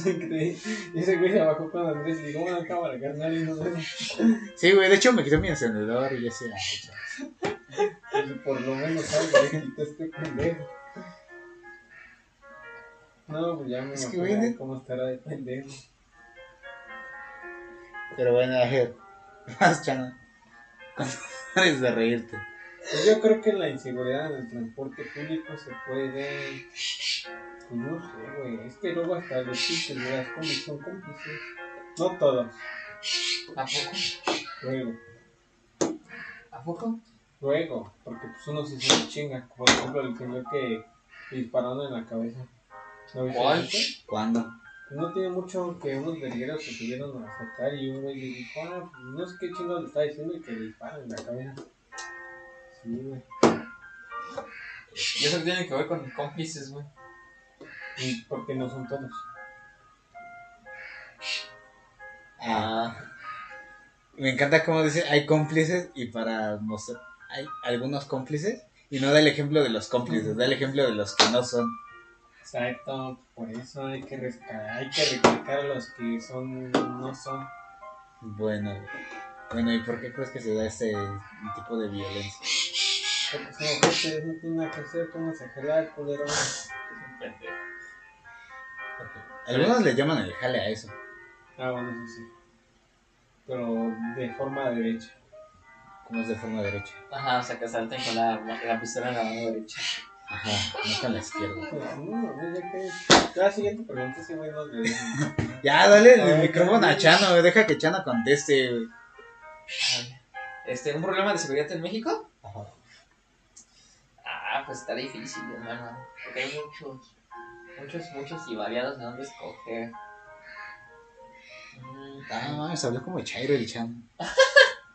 [SPEAKER 2] Creí- Y ese güey se bajó con Andrés y dijo, bueno, cámara, carnal, y nos vemos.
[SPEAKER 1] Sí, güey, de hecho me quitó mi encendedor y yo decía, "Ay, chao".
[SPEAKER 2] Pues, por lo menos algo le quitó este pendejo. No, pues ya me
[SPEAKER 1] Es que,
[SPEAKER 2] imaginé
[SPEAKER 1] güey,
[SPEAKER 2] cómo estará de pendejo.
[SPEAKER 1] Pero bueno, a ver, *laughs* más chano. Antes de reírte.
[SPEAKER 2] Pues yo creo que la inseguridad en el transporte público se puede. Pues no sé, güey. Es que luego hasta los chistes de las combis son cómplices. No todos.
[SPEAKER 3] ¿A poco?
[SPEAKER 2] Luego.
[SPEAKER 3] ¿A poco?
[SPEAKER 2] Luego. Porque pues uno sí se lo chinga. Por ejemplo, el señor que dispararon en la cabeza. ¿No viste
[SPEAKER 3] ¿Cuál?
[SPEAKER 2] eso? Pues
[SPEAKER 1] ¿Cuándo?
[SPEAKER 2] No tiene mucho que unos vergueros se tuvieron a asaltar y un güey le dijo, ah, pues no sé qué chingo le está diciendo y que le disparan en la cabeza. Sí, güey.
[SPEAKER 3] Y eso tiene que ver con cómplices, güey.
[SPEAKER 2] Y porque no son todos.
[SPEAKER 1] Ah. Me encanta cómo dice, hay cómplices y para mostrar, hay algunos cómplices y no da el ejemplo de los cómplices, da el ejemplo de los que no son.
[SPEAKER 2] Exacto, por eso hay que rescatar, hay que recalcar a los que son, no son.
[SPEAKER 1] Bueno, güey. Bueno, ¿y por qué crees que se da este tipo de violencia?
[SPEAKER 2] Porque son ojetes, no tienen nada que hacer, pónganse a jalar, culero.
[SPEAKER 1] Algunos le llaman el jale a eso.
[SPEAKER 2] Ah, bueno, eso sí. Pero de forma derecha.
[SPEAKER 1] Como es de forma derecha.
[SPEAKER 3] Ajá, o sea, que salten con la, la pistola en la mano derecha.
[SPEAKER 1] Ajá, no con la *laughs* izquierda.
[SPEAKER 2] Pues, no, no, ya que. La siguiente pregunta, sí, güey, no le-
[SPEAKER 1] Ya, dale el micrófono a Chano, güey, deja que Chano conteste. güey.
[SPEAKER 3] Este, ¿un problema de seguridad en México?
[SPEAKER 1] Ajá.
[SPEAKER 3] Ah, pues está difícil, hermano. Porque hay muchos, muchos, muchos y variados de dónde escoger. Mm,
[SPEAKER 1] Ah, no mames, habló como Chairo el Chano.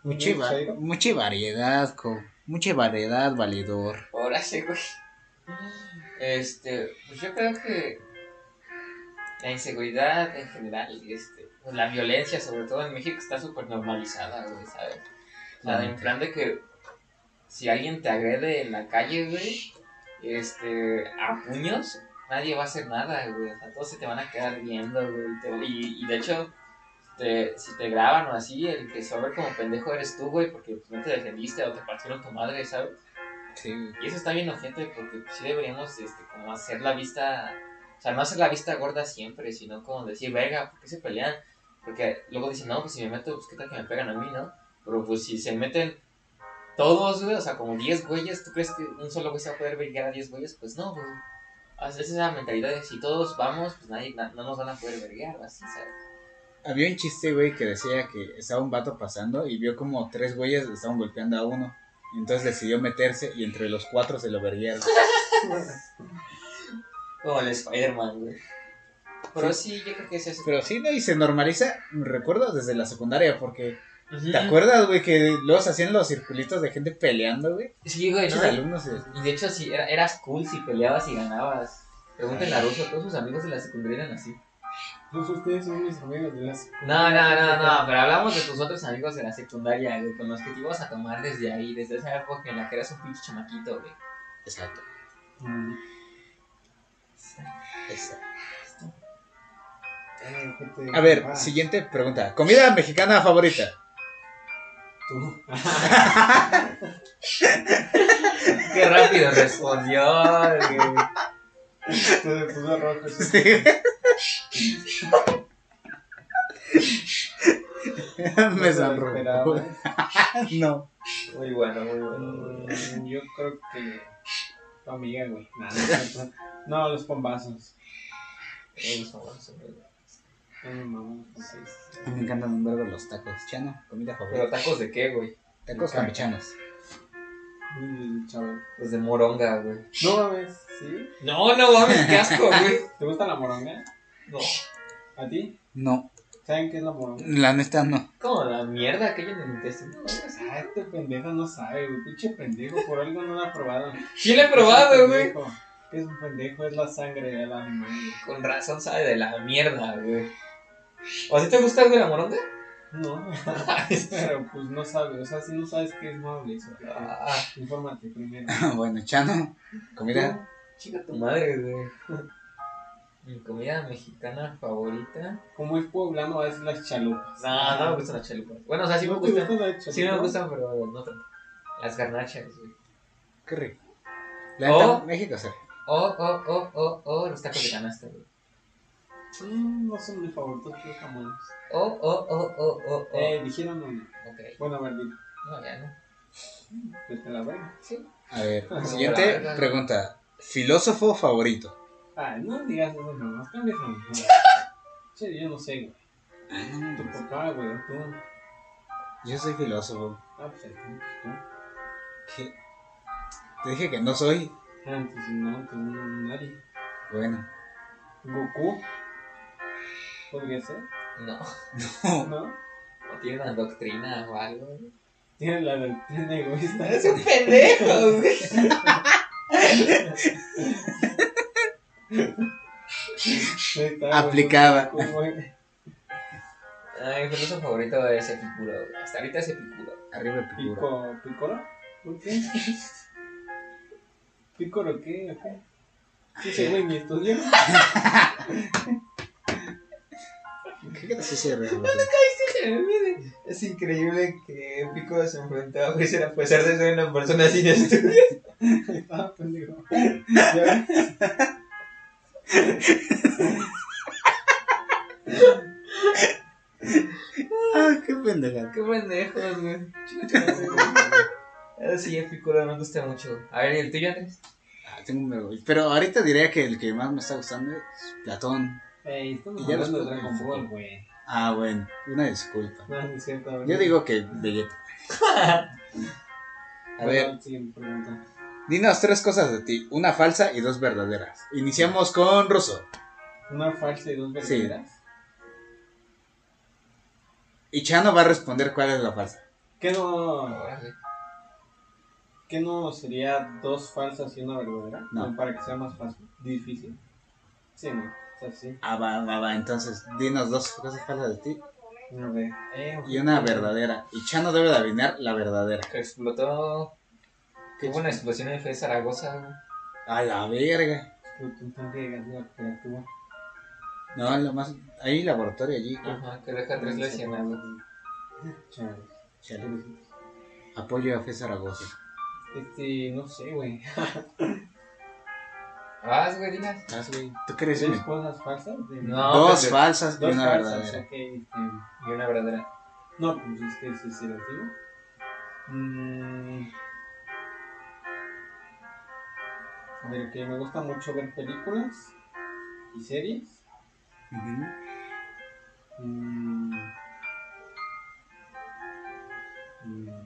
[SPEAKER 1] Mucha,
[SPEAKER 2] ¿Muy
[SPEAKER 1] va-
[SPEAKER 2] Chairo?
[SPEAKER 1] mucha variedad, co- mucha variedad, valedor.
[SPEAKER 3] Ahora sí, güey. Este, pues yo creo que la inseguridad en general, y este, pues la violencia, sobre todo en México, está súper normalizada, güey, ¿sabes? O sea, en plan de que si alguien te agrede en la calle, güey, este, a puños, nadie va a hacer nada, güey. O sea, todos se te van a quedar viendo, güey. y te- y, y de hecho, te- si te graban o así, el que se va a ver como pendejo eres tú, güey, porque pues, no te defendiste o te partieron tu madre, ¿sabes?
[SPEAKER 1] Sí, güey.
[SPEAKER 3] Y eso está bien ojete porque pues, sí deberíamos este, como hacer la vista, o sea, no hacer la vista gorda siempre, sino como decir, verga, ¿por qué se pelean? Porque luego dicen, no, pues si me meto, pues qué tal que me pegan a mí, ¿no? Pero pues si se meten todos, güey, o sea, como 10 güeyes, ¿tú crees que un solo güey se va a poder vengar a 10 güeyes? Pues no, güey. O sea, es esa mentalidad de si todos vamos, pues nadie, na- no nos van a poder vergar, o así, ¿sabes?
[SPEAKER 1] Había un chiste, güey, que decía que estaba un vato pasando y vio como tres güeyes le estaban golpeando a uno. Entonces decidió meterse y entre los cuatro se lo verguieron.
[SPEAKER 3] Como el Spider-Man, güey. Pero sí. yo creo que es eso.
[SPEAKER 1] Pero sí, ¿no? Y se normaliza, recuerdo, desde la secundaria, porque... ¿Te
[SPEAKER 3] Ujú.
[SPEAKER 1] acuerdas, güey, que luego se hacían los circulitos de gente peleando, güey?
[SPEAKER 3] Sí, güey,
[SPEAKER 1] Muchos
[SPEAKER 3] ¿no? Y-
[SPEAKER 1] alumnos, eh,
[SPEAKER 3] Y de hecho, si era, eras cool si peleabas y ganabas. Pregúntenle a Russo, todos sus amigos de la secundaria eran así.
[SPEAKER 2] Pues ustedes son mis amigos de las.
[SPEAKER 3] No, no, no, no, pero hablamos de tus otros amigos de la secundaria, güey, con los que te ibas a tomar desde ahí, desde esa época en la que eras un pinche chamaquito, güey.
[SPEAKER 1] Exacto,
[SPEAKER 2] Mm,
[SPEAKER 1] exacto.
[SPEAKER 2] ay, gente.
[SPEAKER 1] A ver,
[SPEAKER 2] Ah,
[SPEAKER 1] siguiente pregunta. ¿Comida mexicana *laughs* favorita?
[SPEAKER 2] Tú. ah,
[SPEAKER 3] Qué rápido respondió, güey.
[SPEAKER 2] Tú de puso rojo. sí. No
[SPEAKER 1] *laughs* Me
[SPEAKER 2] se lo esperaba.
[SPEAKER 1] sonrojó. No.
[SPEAKER 3] Muy bueno, muy bueno. güey.
[SPEAKER 2] Mm, Yo creo que. Tu amiga, güey. *laughs* Nah, no, es cierto. no, los bombazos.
[SPEAKER 3] Me gustó, me gustó, güey.
[SPEAKER 2] Ay, mi mamá, pues, es-
[SPEAKER 1] Me encantan un vergo los tacos. Chano, comida
[SPEAKER 3] Pero
[SPEAKER 1] favorita.
[SPEAKER 3] tacos de qué, güey?
[SPEAKER 1] Tacos campechanos.
[SPEAKER 2] Mm, chaval.
[SPEAKER 3] Pues de moronga, güey.
[SPEAKER 2] No mames, ¿sí?
[SPEAKER 3] No, no mames, qué asco, güey.
[SPEAKER 2] ¿Te gusta la moronga?
[SPEAKER 3] No.
[SPEAKER 2] ¿A ti?
[SPEAKER 1] No,
[SPEAKER 2] ¿Saben qué es la moronga?
[SPEAKER 1] la neta no. *laughs*
[SPEAKER 3] Como la mierda que hay en el intestino, güey.
[SPEAKER 2] Ah, este pendejo no sabe, güey. Pinche pendejo, por algo no la ha probado.
[SPEAKER 3] ¿Quién le *laughs* he probado, güey?
[SPEAKER 2] Pendejo. ¿Qué es un pendejo? Es la sangre del animal. güey.
[SPEAKER 3] Con razón sabe de la mierda, güey. ¿O a ti te gusta, güey, la moronga? *laughs*
[SPEAKER 2] No, *laughs* pero pues no sabe. O sea, si no sabes qué es, no hables. güey.
[SPEAKER 3] Ah,
[SPEAKER 2] Infórmate primero.
[SPEAKER 1] bueno, Chano, comida.
[SPEAKER 3] chica tu madre, güey. *laughs* Mi comida mexicana favorita.
[SPEAKER 2] Como es poblano, es las chalupas.
[SPEAKER 3] No, Ah, no me gustan las chalupas. Bueno, o sea, sí me
[SPEAKER 2] ¿No te
[SPEAKER 3] gustan.
[SPEAKER 2] gustan las chalupas?
[SPEAKER 3] Sí me gustan, pero no tanto. Las garnachas, güey.
[SPEAKER 1] Qué rico. La neta,
[SPEAKER 3] Oh.
[SPEAKER 1] México se.
[SPEAKER 3] Oh, oh, oh, oh, oh, los tacos de canasta, güey.
[SPEAKER 2] Mm, no son mis favoritos, pero jamás.
[SPEAKER 3] Oh, oh, oh, oh, oh, oh.
[SPEAKER 2] Eh, dijeron uno.
[SPEAKER 3] Ok.
[SPEAKER 2] Bueno, a ver, dime.
[SPEAKER 3] No, ya no.
[SPEAKER 2] Vete a la verga.
[SPEAKER 3] Sí.
[SPEAKER 1] A
[SPEAKER 3] *laughs*
[SPEAKER 1] ver,
[SPEAKER 2] No,
[SPEAKER 1] siguiente
[SPEAKER 3] la verdad.
[SPEAKER 1] pregunta. Filósofo favorito.
[SPEAKER 2] Ah, no digas eso nomás. Cambias a mí.
[SPEAKER 3] *laughs*
[SPEAKER 2] Che, yo no sé, güey.
[SPEAKER 3] Ah,
[SPEAKER 2] Tu papá, güey, o tú.
[SPEAKER 1] Yo soy filósofo.
[SPEAKER 2] Ah, pues ahí está, tú.
[SPEAKER 1] ¿Qué? Te dije que no soy.
[SPEAKER 2] Ah, pues no, tú no, nadie.
[SPEAKER 3] Ah,
[SPEAKER 1] Bueno.
[SPEAKER 2] Goku. Podría ser,
[SPEAKER 3] No.
[SPEAKER 2] ¿no?
[SPEAKER 3] No tiene una doctrina o algo, güey.
[SPEAKER 2] Tiene la doctrina egoísta.
[SPEAKER 3] Es un pendejo, güey.
[SPEAKER 2] Ahí está, güey,
[SPEAKER 1] Aplicada.
[SPEAKER 2] Goku, güey.
[SPEAKER 3] Ay, mi filósofo favorito es Epicuro, güey. Hasta ahorita es Epicuro.
[SPEAKER 1] Arriba el picuro.
[SPEAKER 2] Pico, ¿Picoro? ¿Por qué? ¿Picoro qué? ¿O qué? Sí, ese güey ni estudió.
[SPEAKER 1] ¿Qué qué así se
[SPEAKER 3] *laughs*
[SPEAKER 1] resuelve?
[SPEAKER 5] Es increíble que Pico se enfrentó a Wizard a pesar de ser una persona sin estudios.
[SPEAKER 2] *laughs* Ah, pendejo. Ya,
[SPEAKER 1] Ah, qué pendejada.
[SPEAKER 3] Qué pendejos, güey.
[SPEAKER 5] Ahora Eh, sí, Piccolo me gusta mucho.
[SPEAKER 3] A ver, ¿y el tuyo, Andrés?
[SPEAKER 1] Ah, tengo un vergüenza. Pero ahorita diría que el que más me está gustando es Platón.
[SPEAKER 2] Ey, estamos
[SPEAKER 1] Y ya
[SPEAKER 2] hablando de
[SPEAKER 1] los
[SPEAKER 2] Dragon Ball, güey.
[SPEAKER 1] Ah, bueno, una disculpa.
[SPEAKER 2] No, no es cierto. a ver.
[SPEAKER 1] Yo digo que Vegeta. A ver,
[SPEAKER 2] Perdón, sí, pregunta.
[SPEAKER 1] dinos tres cosas de ti, una falsa y dos verdaderas. Iniciamos con Russo
[SPEAKER 2] Una falsa y dos verdaderas.
[SPEAKER 1] y Chano va a responder cuál es la falsa.
[SPEAKER 2] ¿Qué no, ¿Qué no sería dos falsas y una verdadera?
[SPEAKER 1] No.
[SPEAKER 2] Como Para que sea más fácil. Difícil. Sí, no. O sea, sí.
[SPEAKER 1] Ah, va, va, va, entonces dinos dos cosas falsas de ti
[SPEAKER 2] A ver. Eh,
[SPEAKER 1] y una verdadera. Y Chano debe de adivinar la verdadera.
[SPEAKER 5] Que explotó. Que hubo una explosión en Fe Zaragoza. güey.
[SPEAKER 1] A la verga.
[SPEAKER 2] Tú- tú también digas, no, pero tú-
[SPEAKER 1] No, lo más. Hay laboratorio allí.
[SPEAKER 2] Ah.
[SPEAKER 1] creo.
[SPEAKER 5] Ajá, que deja tres lesionados.
[SPEAKER 2] Chale.
[SPEAKER 1] Chale. Apoyo a Fe Zaragoza.
[SPEAKER 2] Este, no sé, güey.
[SPEAKER 5] Vas, güey, digas.
[SPEAKER 1] ¿Estás, güey? ¿Tú crees?
[SPEAKER 2] ¿Tres cosas falsas? De-
[SPEAKER 5] No.
[SPEAKER 1] Dos
[SPEAKER 5] pero-
[SPEAKER 1] falsas y
[SPEAKER 2] Dos
[SPEAKER 1] una
[SPEAKER 2] falsas,
[SPEAKER 1] verdadera.
[SPEAKER 2] ok, este,
[SPEAKER 5] Y una verdadera.
[SPEAKER 2] No, pues es que sí, sí lo digo. Mm. A ver, que me gusta mucho ver películas y series.
[SPEAKER 1] Ujú.
[SPEAKER 2] Mm. Mm.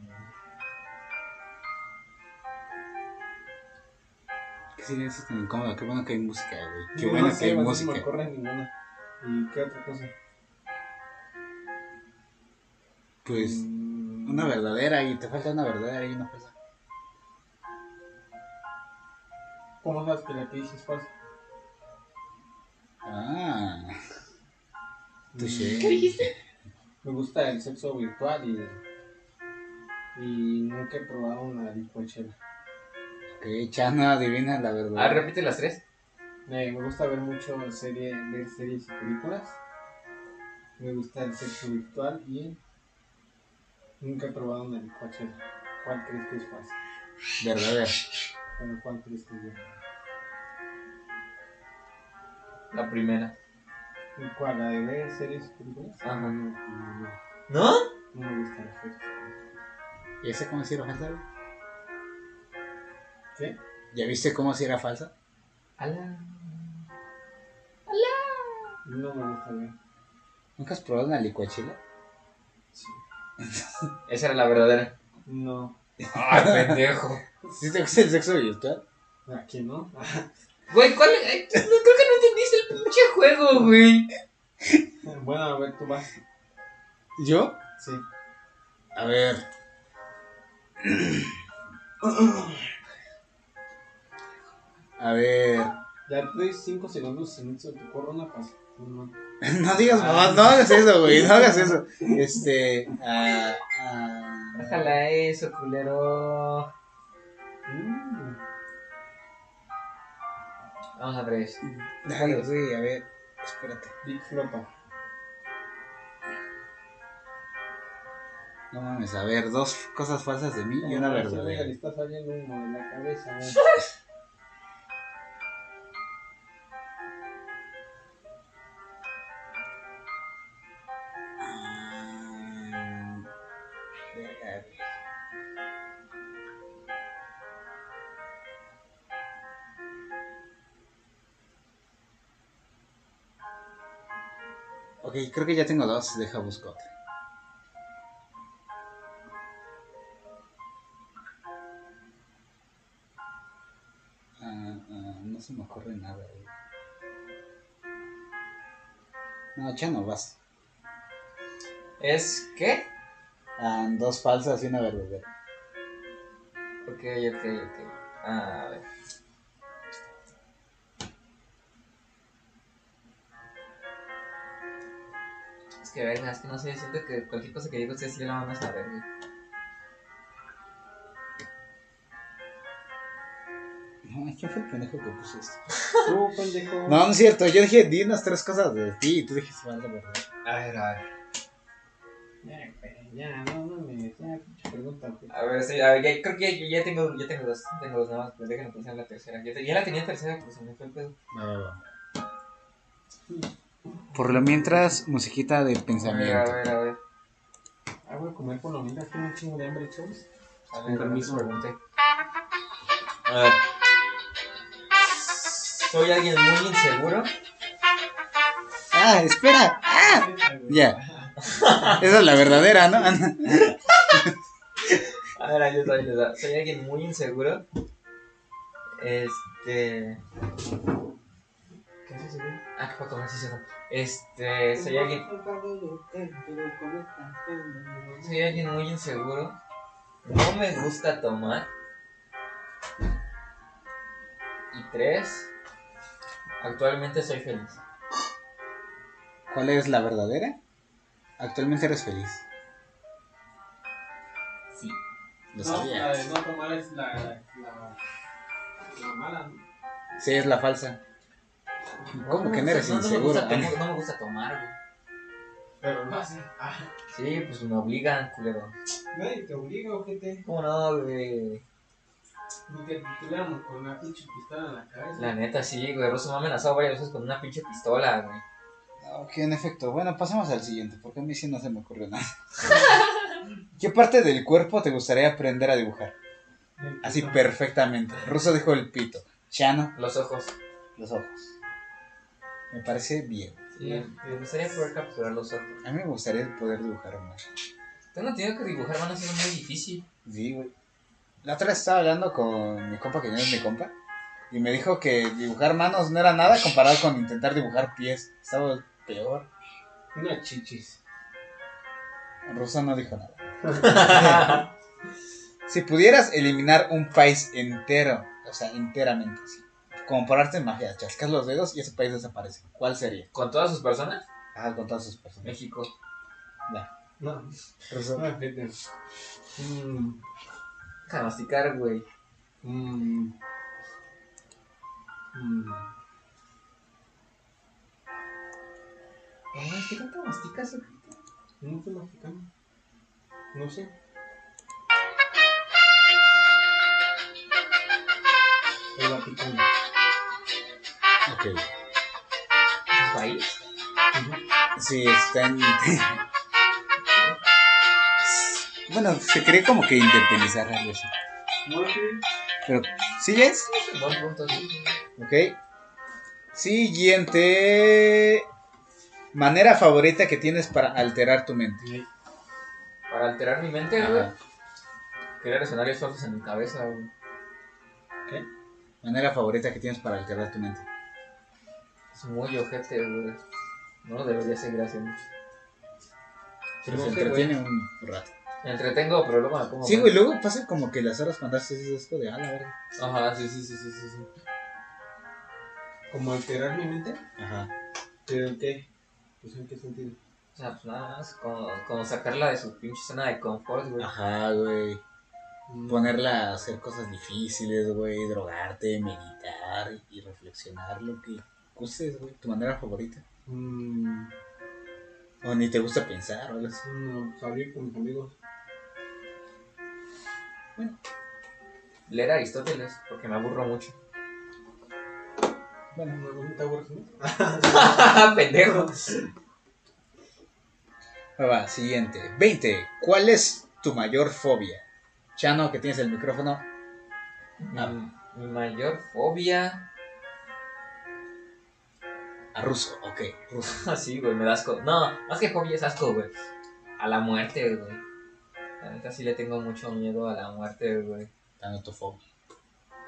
[SPEAKER 1] Qué silencio tan incómodo. Qué bueno que hay música, güey. Qué
[SPEAKER 2] No
[SPEAKER 1] bueno
[SPEAKER 2] sé,
[SPEAKER 1] que hay
[SPEAKER 2] güey, no
[SPEAKER 1] música.
[SPEAKER 2] se me ocurre ninguna. ¿Y qué otra cosa?
[SPEAKER 1] Pues
[SPEAKER 2] Mm.
[SPEAKER 1] una verdadera y te falta una verdadera y una falsa.
[SPEAKER 2] ¿Cómo sabes que la que dije es falsa?
[SPEAKER 1] Ah,
[SPEAKER 2] Mm.
[SPEAKER 1] touché.
[SPEAKER 4] ¿Qué dijiste?
[SPEAKER 2] Me gusta el sexo virtual y, y nunca he probado una licuachela.
[SPEAKER 1] Ok, Chano, adivina la
[SPEAKER 5] Ah,
[SPEAKER 1] verdadera.
[SPEAKER 5] repite las tres.
[SPEAKER 2] Me, me gusta ver mucho serie, ver series y películas. Me gusta el sexo virtual y nunca he probado una licuachela. ¿Cuál crees que es fácil?
[SPEAKER 1] Verdadera.
[SPEAKER 2] Bueno, ¿cuál crees que es verdadera?
[SPEAKER 5] La primera.
[SPEAKER 2] ¿Y ¿Cuál? ¿La de ver series y películas?
[SPEAKER 5] Ajá.
[SPEAKER 2] Ah, No, no, no, no.
[SPEAKER 5] ¿No?
[SPEAKER 2] No me gusta el sexo.
[SPEAKER 1] ¿Ya sé cómo si era falsa? güey?
[SPEAKER 2] ¿Qué?
[SPEAKER 1] ¿Ya viste cómo si era falsa?
[SPEAKER 5] Ala.
[SPEAKER 2] No me gusta ver.
[SPEAKER 1] ¿Nunca has probado una licuachila?
[SPEAKER 2] Sí.
[SPEAKER 5] Esa era la verdadera.
[SPEAKER 2] No.
[SPEAKER 5] Ay, *laughs* pendejo.
[SPEAKER 1] ¿Sí te gusta el sexo virtual?
[SPEAKER 2] Aquí no. *laughs*
[SPEAKER 3] Güey, ¿cuál? ay, no, creo que no entendiste el pinche juego, güey.
[SPEAKER 2] bueno, a ver, tú vas.
[SPEAKER 1] ¿Yo?
[SPEAKER 2] Sí.
[SPEAKER 1] A ver. A ver. *laughs*
[SPEAKER 2] Ya te doy 5 segundos si no se te ocurre una pasa. No.
[SPEAKER 1] No digas mamá, no hagas eso, güey. No hagas eso. Este. ah, ah,
[SPEAKER 3] Déjala eso, culero.
[SPEAKER 2] Mm.
[SPEAKER 5] Vamos, Andrés.
[SPEAKER 1] Dale, güey, a ver. Espérate.
[SPEAKER 2] Big flopa.
[SPEAKER 1] No mames, a ver, dos cosas falsas de mí y
[SPEAKER 2] Ah,
[SPEAKER 1] una
[SPEAKER 2] Oiga, Le
[SPEAKER 1] verdadera.
[SPEAKER 2] está saliendo humo de la cabeza.
[SPEAKER 1] *laughs*
[SPEAKER 2] ¿no?
[SPEAKER 1] Ah, verga, güey. Ok, creo que ya tengo dos, deja busco otra. Ah, ah, no se me ocurre nada. güey. No, ya no vas.
[SPEAKER 5] ¿Es qué?
[SPEAKER 1] Ah, dos falsas y una verdadera.
[SPEAKER 5] Ok, ok, ok. Ah, a ver. Es que verga, es que no sé, siento que cualquier cosa que digo ustedes sí la van a saber, güey.
[SPEAKER 1] No "Ay, ¿Quién fue el pendejo que puso esto?
[SPEAKER 2] Tú, pendejo.
[SPEAKER 1] No, no es cierto. Yo dije, di unas tres cosas de ti y tú dijiste, vale, verdad.
[SPEAKER 3] A ver, a ver.
[SPEAKER 2] Ya, güey, ya, no mames, ya, pinche pregunta, güey.
[SPEAKER 3] A ver, sí, a ver, ya- creo que ya, ya tengo, ya tengo dos, tengo dos nada más, pero déjenme pensar en la tercera. Ya, te- ya la tenía en tercera, pero se me fue el pedo.
[SPEAKER 1] No, Por lo mientras, musiquita de
[SPEAKER 3] A ver, a
[SPEAKER 1] pensamiento.
[SPEAKER 3] ver, a ver.
[SPEAKER 2] Ah, voy a comer por lo menos, tengo un chingo de hambre, chavos.
[SPEAKER 3] A
[SPEAKER 2] Con
[SPEAKER 3] ver,
[SPEAKER 2] permiso.
[SPEAKER 3] pregunté. A ver. Soy alguien muy inseguro.
[SPEAKER 1] Ah, espera. Ah, ya. Esa es la verdadera, ¿no? *laughs*
[SPEAKER 3] A ver, ahí está, ahí está. Soy alguien muy inseguro. Este. ¿Qué haces, güey? Ah, que para comer sí se va. Este. Soy alguien. Soy alguien muy inseguro. No me gusta tomar. Y tres. Actualmente soy feliz.
[SPEAKER 1] ¿Cuál es la verdadera? Actualmente eres feliz.
[SPEAKER 3] Sí.
[SPEAKER 1] Lo
[SPEAKER 2] No,
[SPEAKER 1] sabía.
[SPEAKER 2] la de no tomar es la, la, la, la mala, ¿no?
[SPEAKER 1] Sí, es la falsa. ¿Cómo
[SPEAKER 3] me
[SPEAKER 1] que no
[SPEAKER 3] gusta-
[SPEAKER 1] eres
[SPEAKER 3] no, no me
[SPEAKER 1] inseguro?
[SPEAKER 3] gusta tomar- no me gusta tomar, güey.
[SPEAKER 2] Pero no hace. Ah,
[SPEAKER 3] Sí, pues me obligan, culero.
[SPEAKER 2] nadie te obliga, ojete.
[SPEAKER 3] ¿Cómo no, güey?
[SPEAKER 2] Ni te titularon con una pinche pistola en la cabeza.
[SPEAKER 3] La neta, sí, güey. Rosso me ha amenazado varias veces con una pinche pistola, güey.
[SPEAKER 1] Ok, en efecto. Bueno, pasemos al siguiente, porque a mí sí no se me ocurrió nada. *laughs* ¿Qué parte del cuerpo te gustaría aprender a dibujar?
[SPEAKER 2] Del
[SPEAKER 1] Así
[SPEAKER 2] pito.
[SPEAKER 1] perfectamente. Ruso dijo el pito. Chano,
[SPEAKER 3] Los ojos.
[SPEAKER 1] los ojos. Me parece bien.
[SPEAKER 3] Sí, me gustaría poder capturar los ojos.
[SPEAKER 1] A mí me gustaría poder dibujar más.
[SPEAKER 3] Tengo entendido que dibujar van a ser muy difícil.
[SPEAKER 1] Sí, güey. La otra vez estaba hablando con mi compa, que no es mi compa, y me dijo que dibujar manos no era nada comparado con intentar dibujar pies. Estaba peor.
[SPEAKER 2] Unas chichis.
[SPEAKER 1] Ruso no dijo nada. si pudieras eliminar un país entero, o sea, enteramente, sí. Como por arte de magia, chascas los dedos y ese país desaparece. ¿Cuál sería?
[SPEAKER 3] ¿Con todas sus personas?
[SPEAKER 1] Ah, con todas sus personas.
[SPEAKER 3] México.
[SPEAKER 2] No, no
[SPEAKER 1] Ruso.
[SPEAKER 2] me afecten. Mmm.
[SPEAKER 3] Deja de masticar, güey.
[SPEAKER 2] Mmm. Mmm.
[SPEAKER 3] No, Eh, es que tanto masticas, güey.
[SPEAKER 2] ¿No fue mexicano? No sé. El Vaticano.
[SPEAKER 1] Ok.
[SPEAKER 3] ¿Es un país?
[SPEAKER 1] Sí, está en... *laughs* bueno, se cree como que independizar algo así.
[SPEAKER 2] No lo sé.
[SPEAKER 1] Pero, ¿sí es?
[SPEAKER 3] Buen punto, sí.
[SPEAKER 1] Ok. Siguiente. Manera favorita que tienes para alterar tu mente.
[SPEAKER 3] Para alterar mi mente, güey. Crear escenarios falsos en mi cabeza, güey.
[SPEAKER 1] Manera favorita que tienes para alterar tu mente.
[SPEAKER 3] Es muy ojete, güey. No lo debería seguir haciendo.
[SPEAKER 1] Pero
[SPEAKER 3] No
[SPEAKER 1] se
[SPEAKER 3] sé,
[SPEAKER 1] entretiene un rato.
[SPEAKER 3] Me entretengo, pero luego me pongo.
[SPEAKER 1] Sí,
[SPEAKER 3] mal.
[SPEAKER 1] güey, luego pasa como que las horas fantásticas es esto de a la verga.
[SPEAKER 3] Ajá, sí, sí, sí, sí, sí. sí.
[SPEAKER 2] ¿Como alterar mi mente?
[SPEAKER 1] Ajá.
[SPEAKER 2] ¿Pero en qué? Pues en qué sentido.
[SPEAKER 3] O sea, pues nada más, como, como sacarla de su pinche zona de confort, güey.
[SPEAKER 1] Ajá, güey.
[SPEAKER 2] Mm.
[SPEAKER 1] Ponerla a hacer cosas difíciles, güey. Drogarte, meditar y reflexionar lo que gustes, güey. Tu manera favorita.
[SPEAKER 2] Mm,
[SPEAKER 1] O ni te gusta pensar, o algo así.
[SPEAKER 2] mm, salir con mis amigos.
[SPEAKER 3] Leer Aristóteles, porque me aburro mucho. *laughs*
[SPEAKER 2] Bueno, no, no te aburres, ¿no?
[SPEAKER 3] Pendejo.
[SPEAKER 1] Va, va, siguiente. 20. ¿Cuál es tu mayor fobia? Chano, que tienes el micrófono.
[SPEAKER 3] Mi,
[SPEAKER 1] Ah.
[SPEAKER 3] mi mayor fobia. *laughs*
[SPEAKER 1] A ruso, ok, ruso.
[SPEAKER 3] Así, güey, me da asco. No, más que fobia es asco, güey. A la muerte, güey. La neta sí le tengo mucho miedo a la muerte, güey.
[SPEAKER 1] Tanatofobia.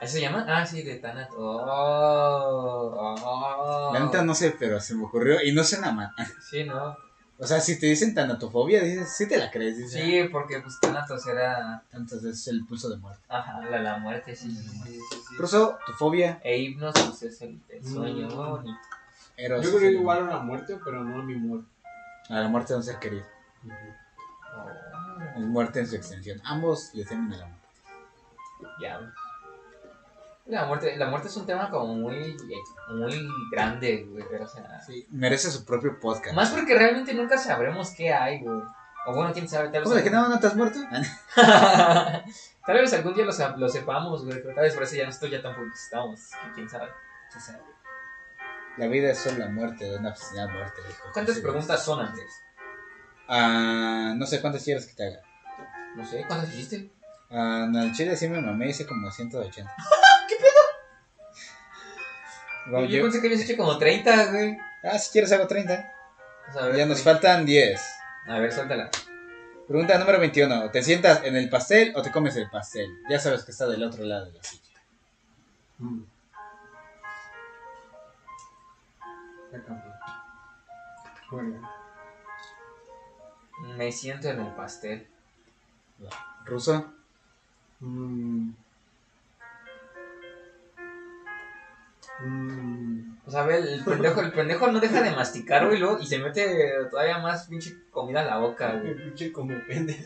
[SPEAKER 3] ¿Así se llama? Ah, sí, de Tanat. Oh, oh.
[SPEAKER 1] La neta no sé, pero se me ocurrió y no sé nada más.
[SPEAKER 3] Sí, ¿no?
[SPEAKER 1] O sea, si te dicen tanatofobia, dices, sí te la crees, dices. "Ah,
[SPEAKER 3] Sí, porque pues Tanatos era.
[SPEAKER 1] Tantas veces el pulso de muerte.
[SPEAKER 3] Ajá, la, la muerte, sí. sí, sí, sí, sí.
[SPEAKER 1] Ruso, tu fobia,
[SPEAKER 3] E himnos, pues es el, el sueño,
[SPEAKER 2] Mm.
[SPEAKER 3] ¿no? Ni-
[SPEAKER 1] Eros.
[SPEAKER 2] Yo creo igual a la muerte, pero no a mi muerte.
[SPEAKER 1] A la muerte de un ser querido.
[SPEAKER 3] Oh,
[SPEAKER 1] Es muerte en su extensión. Ambos le temen a la muerte.
[SPEAKER 3] ya, La muerte, la muerte es un tema como muy, muy grande, güey. O sea,
[SPEAKER 1] Sí, merece su propio podcast.
[SPEAKER 3] más porque realmente nunca sabremos qué hay, güey. O bueno, quién sabe, tal vez.
[SPEAKER 1] ¿Cómo de que no, no te has muerto?
[SPEAKER 3] *laughs* tal vez algún día lo, sa- lo sepamos, güey. Pero tal vez por eso ya nosotros ya tampoco estamos. que Quién sabe.
[SPEAKER 1] Quién sabe. La vida es solo la muerte de una obstinada muerte, dijo.
[SPEAKER 3] ¿Cuántas
[SPEAKER 1] Jesús.
[SPEAKER 3] preguntas son antes?
[SPEAKER 1] Ah, no sé cuántas quieres que te haga.
[SPEAKER 3] No sé, ¿cuántas hiciste?
[SPEAKER 1] Ah, no, en Chile sí me mamé, hice como
[SPEAKER 3] *laughs*
[SPEAKER 1] 180. ¿Qué pedo?
[SPEAKER 3] yo, pensé que habías hecho como 30, güey.
[SPEAKER 1] Ah, si quieres hago 30.
[SPEAKER 3] O sea, a ver,
[SPEAKER 1] Ya nos
[SPEAKER 3] güey.
[SPEAKER 1] faltan 10.
[SPEAKER 3] A ver, suéltala.
[SPEAKER 1] Pregunta número 21. ¿Te sientas en el pastel o te comes el pastel? Ya sabes que está del otro lado de la silla.
[SPEAKER 2] Mm. Ya cambió. Bueno,
[SPEAKER 3] Me siento en el pastel.
[SPEAKER 1] ¿Ruso?
[SPEAKER 2] mm. Mm.
[SPEAKER 3] O sea, ve, el pendejo, el pendejo no deja de masticar, güey, luego- y se mete todavía más pinche comida a la boca,
[SPEAKER 2] Qué
[SPEAKER 3] güey.
[SPEAKER 2] pinche come pende.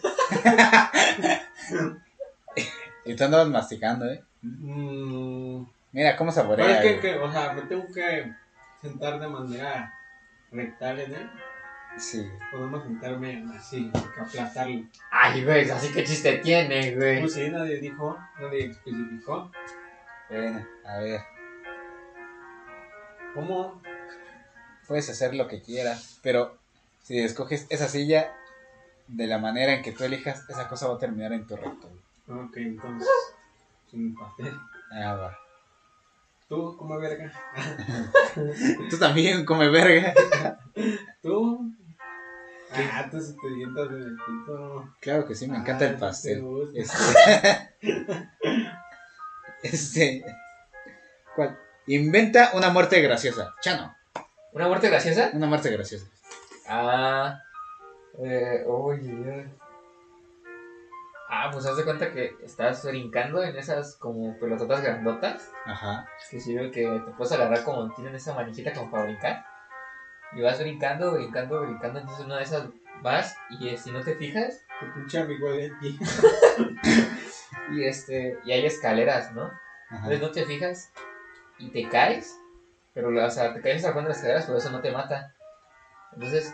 [SPEAKER 1] Y tú andabas masticando, ¿eh?
[SPEAKER 2] Mm.
[SPEAKER 1] Mira cómo
[SPEAKER 2] Pero es
[SPEAKER 1] saborea.
[SPEAKER 2] que,
[SPEAKER 1] güey.
[SPEAKER 2] que, o sea, me tengo que sentar de manera rectal en él.
[SPEAKER 1] Sí.
[SPEAKER 2] Podemos sentarme así, que aplastarlo.
[SPEAKER 6] Ay, güey, así que chiste tiene, güey.
[SPEAKER 2] Pues sí, nadie dijo, nadie especificó.
[SPEAKER 1] Bueno, a ver.
[SPEAKER 2] ¿Cómo?
[SPEAKER 1] Puedes hacer lo que quieras, pero si escoges esa silla de la manera en que tú elijas, esa cosa va a terminar en tu recto. güey.
[SPEAKER 2] Ok, entonces, sin pastel.
[SPEAKER 1] Ah, va.
[SPEAKER 2] ¿Tú, como verga?
[SPEAKER 1] Tú también come verga.
[SPEAKER 2] ¿Tú? Ah, tú si te sientas en el pito.
[SPEAKER 1] Claro que sí, me encanta
[SPEAKER 2] Ah,
[SPEAKER 1] el
[SPEAKER 2] sí
[SPEAKER 1] pastel.
[SPEAKER 2] te gusta.
[SPEAKER 1] Este- *laughs* este. ¿Cuál? Inventa una muerte graciosa. Chano,
[SPEAKER 3] ¿Una muerte graciosa?
[SPEAKER 1] una muerte graciosa.
[SPEAKER 3] Ah. Eh, oye. ya. Ah, pues haz de cuenta que estás brincando en esas como pelototas grandotas.
[SPEAKER 1] Ajá.
[SPEAKER 3] Que sirve que te puedes agarrar como tienen esa manijita como para brincar. Y vas brincando, brincando, brincando. Entonces una de esas vas y eh, si no te fijas,
[SPEAKER 2] Tu pinche amigo de ti. *laughs*
[SPEAKER 3] y este. Y hay escaleras, ¿no?
[SPEAKER 1] ajá.
[SPEAKER 3] Entonces no te fijas y te caes, pero o sea, te caes al fondo de las escaleras, pero eso no te mata. Entonces,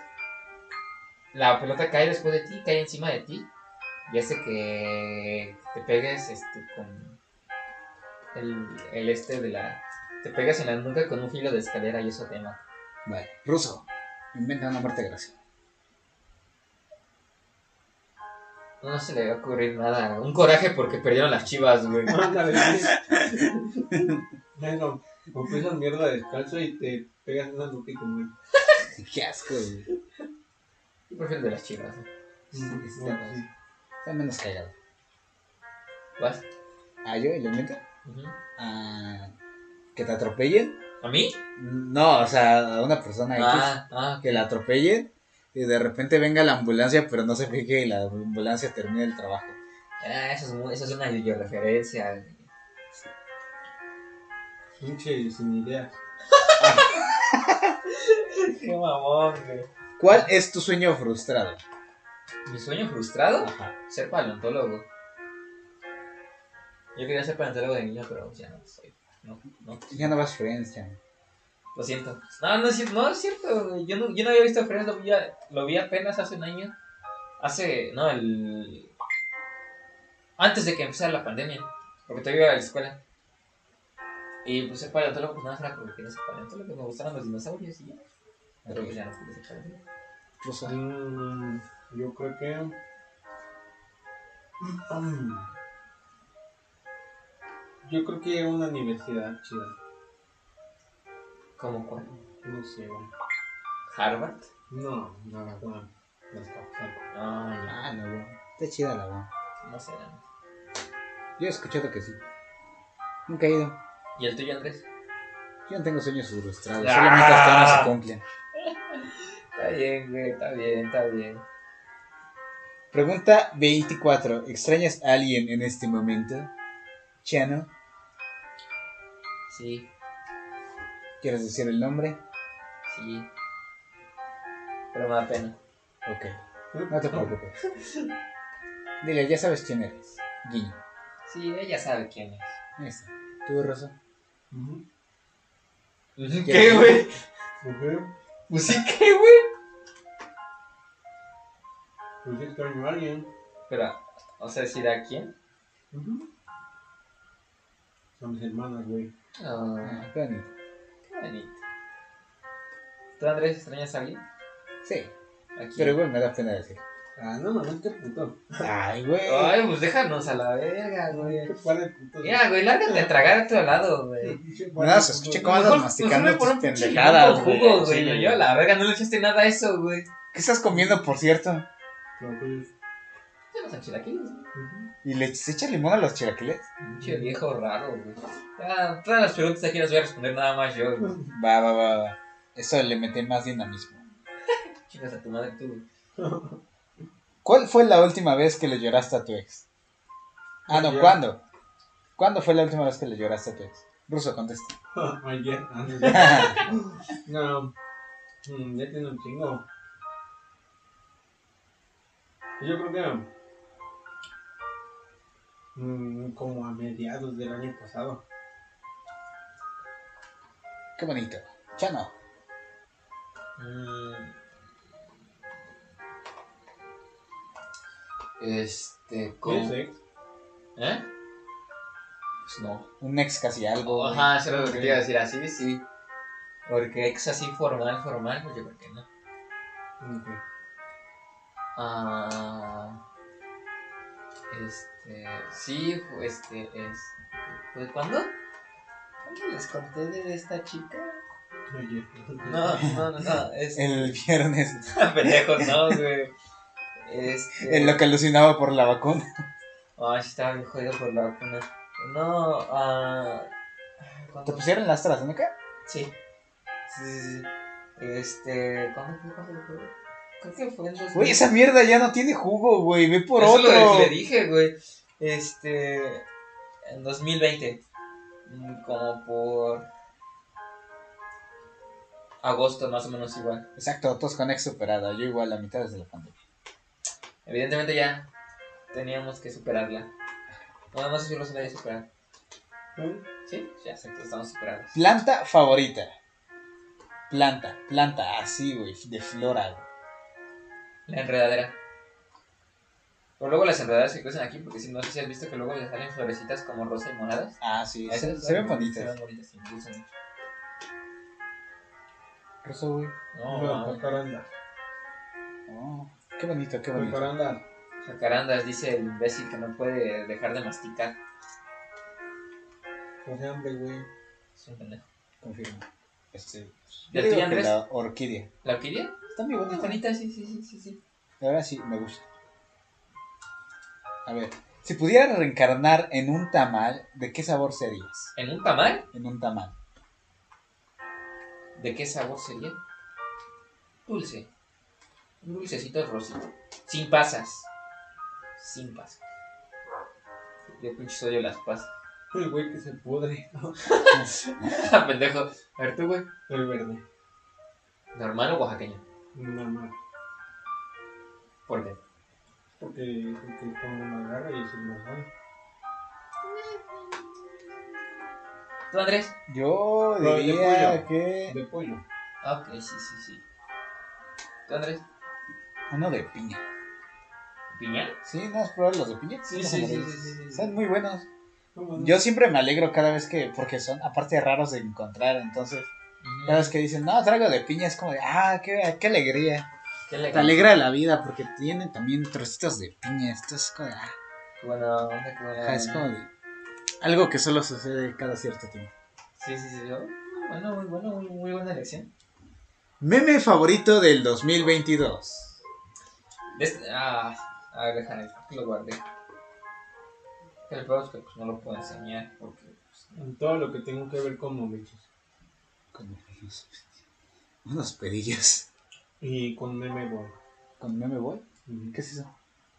[SPEAKER 3] la pelota cae después de ti, cae encima de ti y hace que te pegues este, con el, el este de la... Te pegas en la nuca con un filo de escalera y eso te mata.
[SPEAKER 1] Vale. Ruso, inventa una muerte graciosa. *laughs*
[SPEAKER 3] No, se le va a ocurrir nada. Un coraje porque perdieron las chivas, güey.
[SPEAKER 2] Ándale. Bueno, o pisas mierda descalzo y te pegas en una nuca y te mueres.
[SPEAKER 1] Qué asco, güey.
[SPEAKER 3] Yo prefiero el de las chivas. ¿eh?
[SPEAKER 2] Mm,
[SPEAKER 1] Está
[SPEAKER 2] bueno,
[SPEAKER 1] mal.
[SPEAKER 2] sí.
[SPEAKER 1] Está menos cagado.
[SPEAKER 3] ¿Vas?
[SPEAKER 1] Ah, yo, ¿y lo invento?
[SPEAKER 3] Ujú.
[SPEAKER 1] Ah, ¿Que te atropellen?
[SPEAKER 3] ¿A mí?
[SPEAKER 1] No, o sea, a una persona X.
[SPEAKER 3] Ah, ah,
[SPEAKER 1] que la atropellen y de repente venga la ambulancia, pero no se fije y la ambulancia termina el trabajo.
[SPEAKER 3] ah, eso es, muy- eso es una videoreferencia. güey.
[SPEAKER 2] Pinche sin idea.
[SPEAKER 3] Qué mamón, güey.
[SPEAKER 1] ¿Cuál es tu sueño frustrado?
[SPEAKER 3] Mi sueño frustrado,
[SPEAKER 1] Ajá.
[SPEAKER 3] ser paleontólogo. Yo quería ser paleontólogo de niño, pero ya no soy. No, no.
[SPEAKER 1] Ya no vas Friends, ya.
[SPEAKER 3] Lo siento. No, no es cierto, no, es cierto. güey. Yo no, yo no había visto Friends, lo vi, a- lo vi apenas hace un año. Hace, no, el... Antes de que empezara la pandemia, porque todavía iba a la escuela. Y pues ser paleontólogo, pues nada, más era porque quería ser paleontólogo, me gustaron los dinosaurios y ya. Pero pues ya no pude ser paleontólogo.
[SPEAKER 1] Ruso.
[SPEAKER 2] Mm, yo creo que. Mm, Yo creo que una universidad chida.
[SPEAKER 3] ¿Cómo cuál?
[SPEAKER 2] No sé, güey.
[SPEAKER 3] ¿Harvard?
[SPEAKER 2] No, no, no. no. Las capitales.
[SPEAKER 3] No, ya,
[SPEAKER 1] Ah, no, güey. Está chida la güey.
[SPEAKER 3] no sé. la neta.
[SPEAKER 1] Yo he escuchado que sí. Nunca he ido.
[SPEAKER 3] ¿Y el tuyo, Andrés?
[SPEAKER 1] Yo no tengo sueños frustrados.
[SPEAKER 3] Ah.
[SPEAKER 1] Solamente hasta ahora se cumplen.
[SPEAKER 3] Está bien, güey, está bien, está bien.
[SPEAKER 1] Pregunta 24. ¿Extrañas a alguien en este momento? Chano,
[SPEAKER 3] Sí,
[SPEAKER 1] ¿quieres decir el nombre?
[SPEAKER 3] sí. Pero me da pena.
[SPEAKER 1] Ok. No te preocupes. Dile, ya sabes quién eres. Guiño.
[SPEAKER 3] Sí, ella sabe quién es.
[SPEAKER 1] Ahí está.
[SPEAKER 3] Tuve razón.
[SPEAKER 2] Ujú.
[SPEAKER 3] ¿Qué, güey?
[SPEAKER 2] Mujer,
[SPEAKER 3] Pues sí, ¿qué, güey?
[SPEAKER 2] pues yo extraño a alguien.
[SPEAKER 3] Pero, o sea, ¿si da quién?
[SPEAKER 2] Son mis hermanas, güey.
[SPEAKER 3] Ah,
[SPEAKER 1] Ah, Dani.
[SPEAKER 3] qué bonito. ¿Tú, Andrés, extrañas a alguien?
[SPEAKER 1] Sí,
[SPEAKER 3] Aquí.
[SPEAKER 1] pero igual me da pena decir.
[SPEAKER 2] Ah, no, no, este puto.
[SPEAKER 1] Ay, güey.
[SPEAKER 3] Ay, pues déjanos a la verga, güey.
[SPEAKER 2] Qué par Este de putos.
[SPEAKER 3] Mira, güey, lárgate a tragar a tu lado, güey.
[SPEAKER 1] Nada, se escucha cómo andas
[SPEAKER 3] Mejor-
[SPEAKER 1] masticando
[SPEAKER 3] mejor me
[SPEAKER 1] tus
[SPEAKER 3] pone un pinche
[SPEAKER 1] pendejadas,
[SPEAKER 3] limón con jugo,
[SPEAKER 1] Sí,
[SPEAKER 3] güey. yo, yo, la verga, no le echaste nada a eso, güey.
[SPEAKER 1] ¿Qué estás comiendo, por cierto?
[SPEAKER 2] No, pues,
[SPEAKER 3] Ya no son chilaquiles, güey.
[SPEAKER 2] ujú.
[SPEAKER 1] ¿Y le se echa limón a los chilaquiles?
[SPEAKER 3] Pinche viejo raro, güey. Ya, todas las preguntas aquí las voy a responder nada más yo,
[SPEAKER 2] *laughs*
[SPEAKER 3] güey.
[SPEAKER 1] Va, va, va, va. Eso le mete más dinamismo.
[SPEAKER 3] Chingas a tu madre tú, güey.
[SPEAKER 1] ¿Cuál fue la última vez que le lloraste a tu ex? Ah, no,
[SPEAKER 2] Ayer.
[SPEAKER 1] ¿cuándo? ¿Cuándo fue la última vez que le lloraste a tu ex? Ruso, contesta.
[SPEAKER 2] Ayer,
[SPEAKER 1] *laughs*
[SPEAKER 2] antes. No, mm, ya tiene un chingo. Yo creo que mm, como a mediados del año pasado.
[SPEAKER 1] Qué bonito. Chano.
[SPEAKER 3] Mm. Este,
[SPEAKER 2] ¿Cómo?
[SPEAKER 3] ¿cómo?
[SPEAKER 2] ex?
[SPEAKER 3] ¿Eh? Pues no.
[SPEAKER 1] Un ex casi algo. güey.
[SPEAKER 3] Ajá, eso es lo que te iba a decir, así sí. Porque ex así formal, formal, pues yo creo que no.
[SPEAKER 2] Ok.
[SPEAKER 3] Ah. Este. Sí, fu- este. Es, ¿Fue cuándo? ¿Cuándo les conté de esta chica?
[SPEAKER 2] Ayer.
[SPEAKER 3] No, no, no, no. Es,
[SPEAKER 1] El viernes.
[SPEAKER 3] *laughs* pendejo, no, güey. Este.
[SPEAKER 1] En lo que alucinaba por la vacuna.
[SPEAKER 3] Ah, sí, estaba bien jodido por la vacuna. No, ah.
[SPEAKER 1] ¿Te
[SPEAKER 3] ¿cuándo?
[SPEAKER 1] pusieron la AstraZeneca?
[SPEAKER 3] Sí. Sí, sí, sí. Este. ¿Cuándo fue? ¿Cuándo fue? Creo que fue en 2000.
[SPEAKER 1] Güey, esa mierda ya no tiene jugo, güey. Ve por
[SPEAKER 3] Eso es
[SPEAKER 1] otro.
[SPEAKER 3] lo que le dije, güey. Este. En 2020. mm, Como por. Agosto, más o menos igual.
[SPEAKER 1] Exacto, todos con ex superada. Yo igual, la mitad desde la pandemia.
[SPEAKER 3] Evidentemente ya teníamos que superarla. No, no sé si lo se la haya superado. Sí, ya, exacto, estamos superados.
[SPEAKER 1] Planta favorita. Planta, planta, así, güey. De flora, güey.
[SPEAKER 3] La enredadera. Pero luego las enredaderas que crecen aquí, porque si no sé si has visto que luego les salen florecitas como rosa y moradas.
[SPEAKER 1] Ah, sí. Se,
[SPEAKER 3] Esas
[SPEAKER 1] se ven
[SPEAKER 3] son-
[SPEAKER 1] bonitas.
[SPEAKER 3] Se ven bonitas, sí, me gustan mucho.
[SPEAKER 1] Ruso, güey.
[SPEAKER 3] No,
[SPEAKER 2] No,
[SPEAKER 3] mames.
[SPEAKER 2] jacaranda.
[SPEAKER 1] Oh, qué bonito, qué bonito.
[SPEAKER 2] Jacaranda.
[SPEAKER 3] Jacarandas, dice el imbécil que no puede dejar de masticar.
[SPEAKER 2] Hace hambre, güey.
[SPEAKER 3] Es un pendejo.
[SPEAKER 1] Confirmo. Este,
[SPEAKER 3] ¿Y
[SPEAKER 1] yo
[SPEAKER 3] a ti,
[SPEAKER 1] digo que
[SPEAKER 3] Andrés?
[SPEAKER 1] la orquídea.
[SPEAKER 3] ¿La orquídea?
[SPEAKER 1] Está muy
[SPEAKER 3] Es
[SPEAKER 1] bonita.
[SPEAKER 3] bonita, sí, sí, sí, sí, sí.
[SPEAKER 1] La verdad sí, me gusta. A ver, si pudieras reencarnar en un tamal, ¿de qué sabor serías?
[SPEAKER 3] ¿En un tamal?
[SPEAKER 1] En un tamal.
[SPEAKER 3] ¿De qué sabor sería? Dulce. Un dulcecito rosito. Sin pasas. Sin pasas. Yo pinche odio las pasas. *laughs*
[SPEAKER 2] El güey que se pudre.
[SPEAKER 3] Pendejo. A ver tú, güey.
[SPEAKER 2] El verde.
[SPEAKER 3] ¿Normal o oaxaqueño?
[SPEAKER 2] Nada más.
[SPEAKER 3] ¿Por qué?
[SPEAKER 2] Porque es el que pongo una garra y es el más malo.
[SPEAKER 3] ¿Tú, Andrés?
[SPEAKER 1] Yo
[SPEAKER 2] No, de
[SPEAKER 1] diría
[SPEAKER 2] pollo.
[SPEAKER 1] que
[SPEAKER 2] De pollo.
[SPEAKER 3] Ah, Ok, sí, sí, sí. ¿Tú, Andrés?
[SPEAKER 1] uno de piña.
[SPEAKER 3] ¿Piña?
[SPEAKER 1] ¿Sí? ¿No has probado los de piña?
[SPEAKER 3] Sí,
[SPEAKER 1] Los
[SPEAKER 3] sí, sí,
[SPEAKER 1] amarillos.
[SPEAKER 3] sí, sí, sí.
[SPEAKER 1] Están muy buenos.
[SPEAKER 2] ¿Cómo no?
[SPEAKER 1] Yo siempre me alegro cada vez que, porque son aparte raros de encontrar, entonces
[SPEAKER 3] Ujú.
[SPEAKER 1] cada vez que dicen, no, traigo de piña, es como de, ah, qué, qué alegría.
[SPEAKER 3] Qué
[SPEAKER 1] Te
[SPEAKER 3] legal.
[SPEAKER 1] alegra la vida porque tienen también trocitos de piña, esto es como de, ah,
[SPEAKER 3] Qué buena onda, qué buena
[SPEAKER 1] Ajá, es
[SPEAKER 3] onda.
[SPEAKER 1] como de- algo que solo sucede cada cierto tiempo.
[SPEAKER 3] Sí, sí, sí. yo- Bueno, muy bueno, muy, muy buena elección.
[SPEAKER 1] Meme favorito del 2022.
[SPEAKER 3] De este- ah, a ver, déjame, creo que lo guardé. Pero El problema es que pues, no lo puedo enseñar porque. pues,
[SPEAKER 2] En todo lo que tengo que ver con momentos.
[SPEAKER 1] Como unos, unos pedillos.
[SPEAKER 2] Y con Meme Ball.
[SPEAKER 1] ¿Con meme boy?
[SPEAKER 2] Ujú.
[SPEAKER 1] ¿Qué es eso?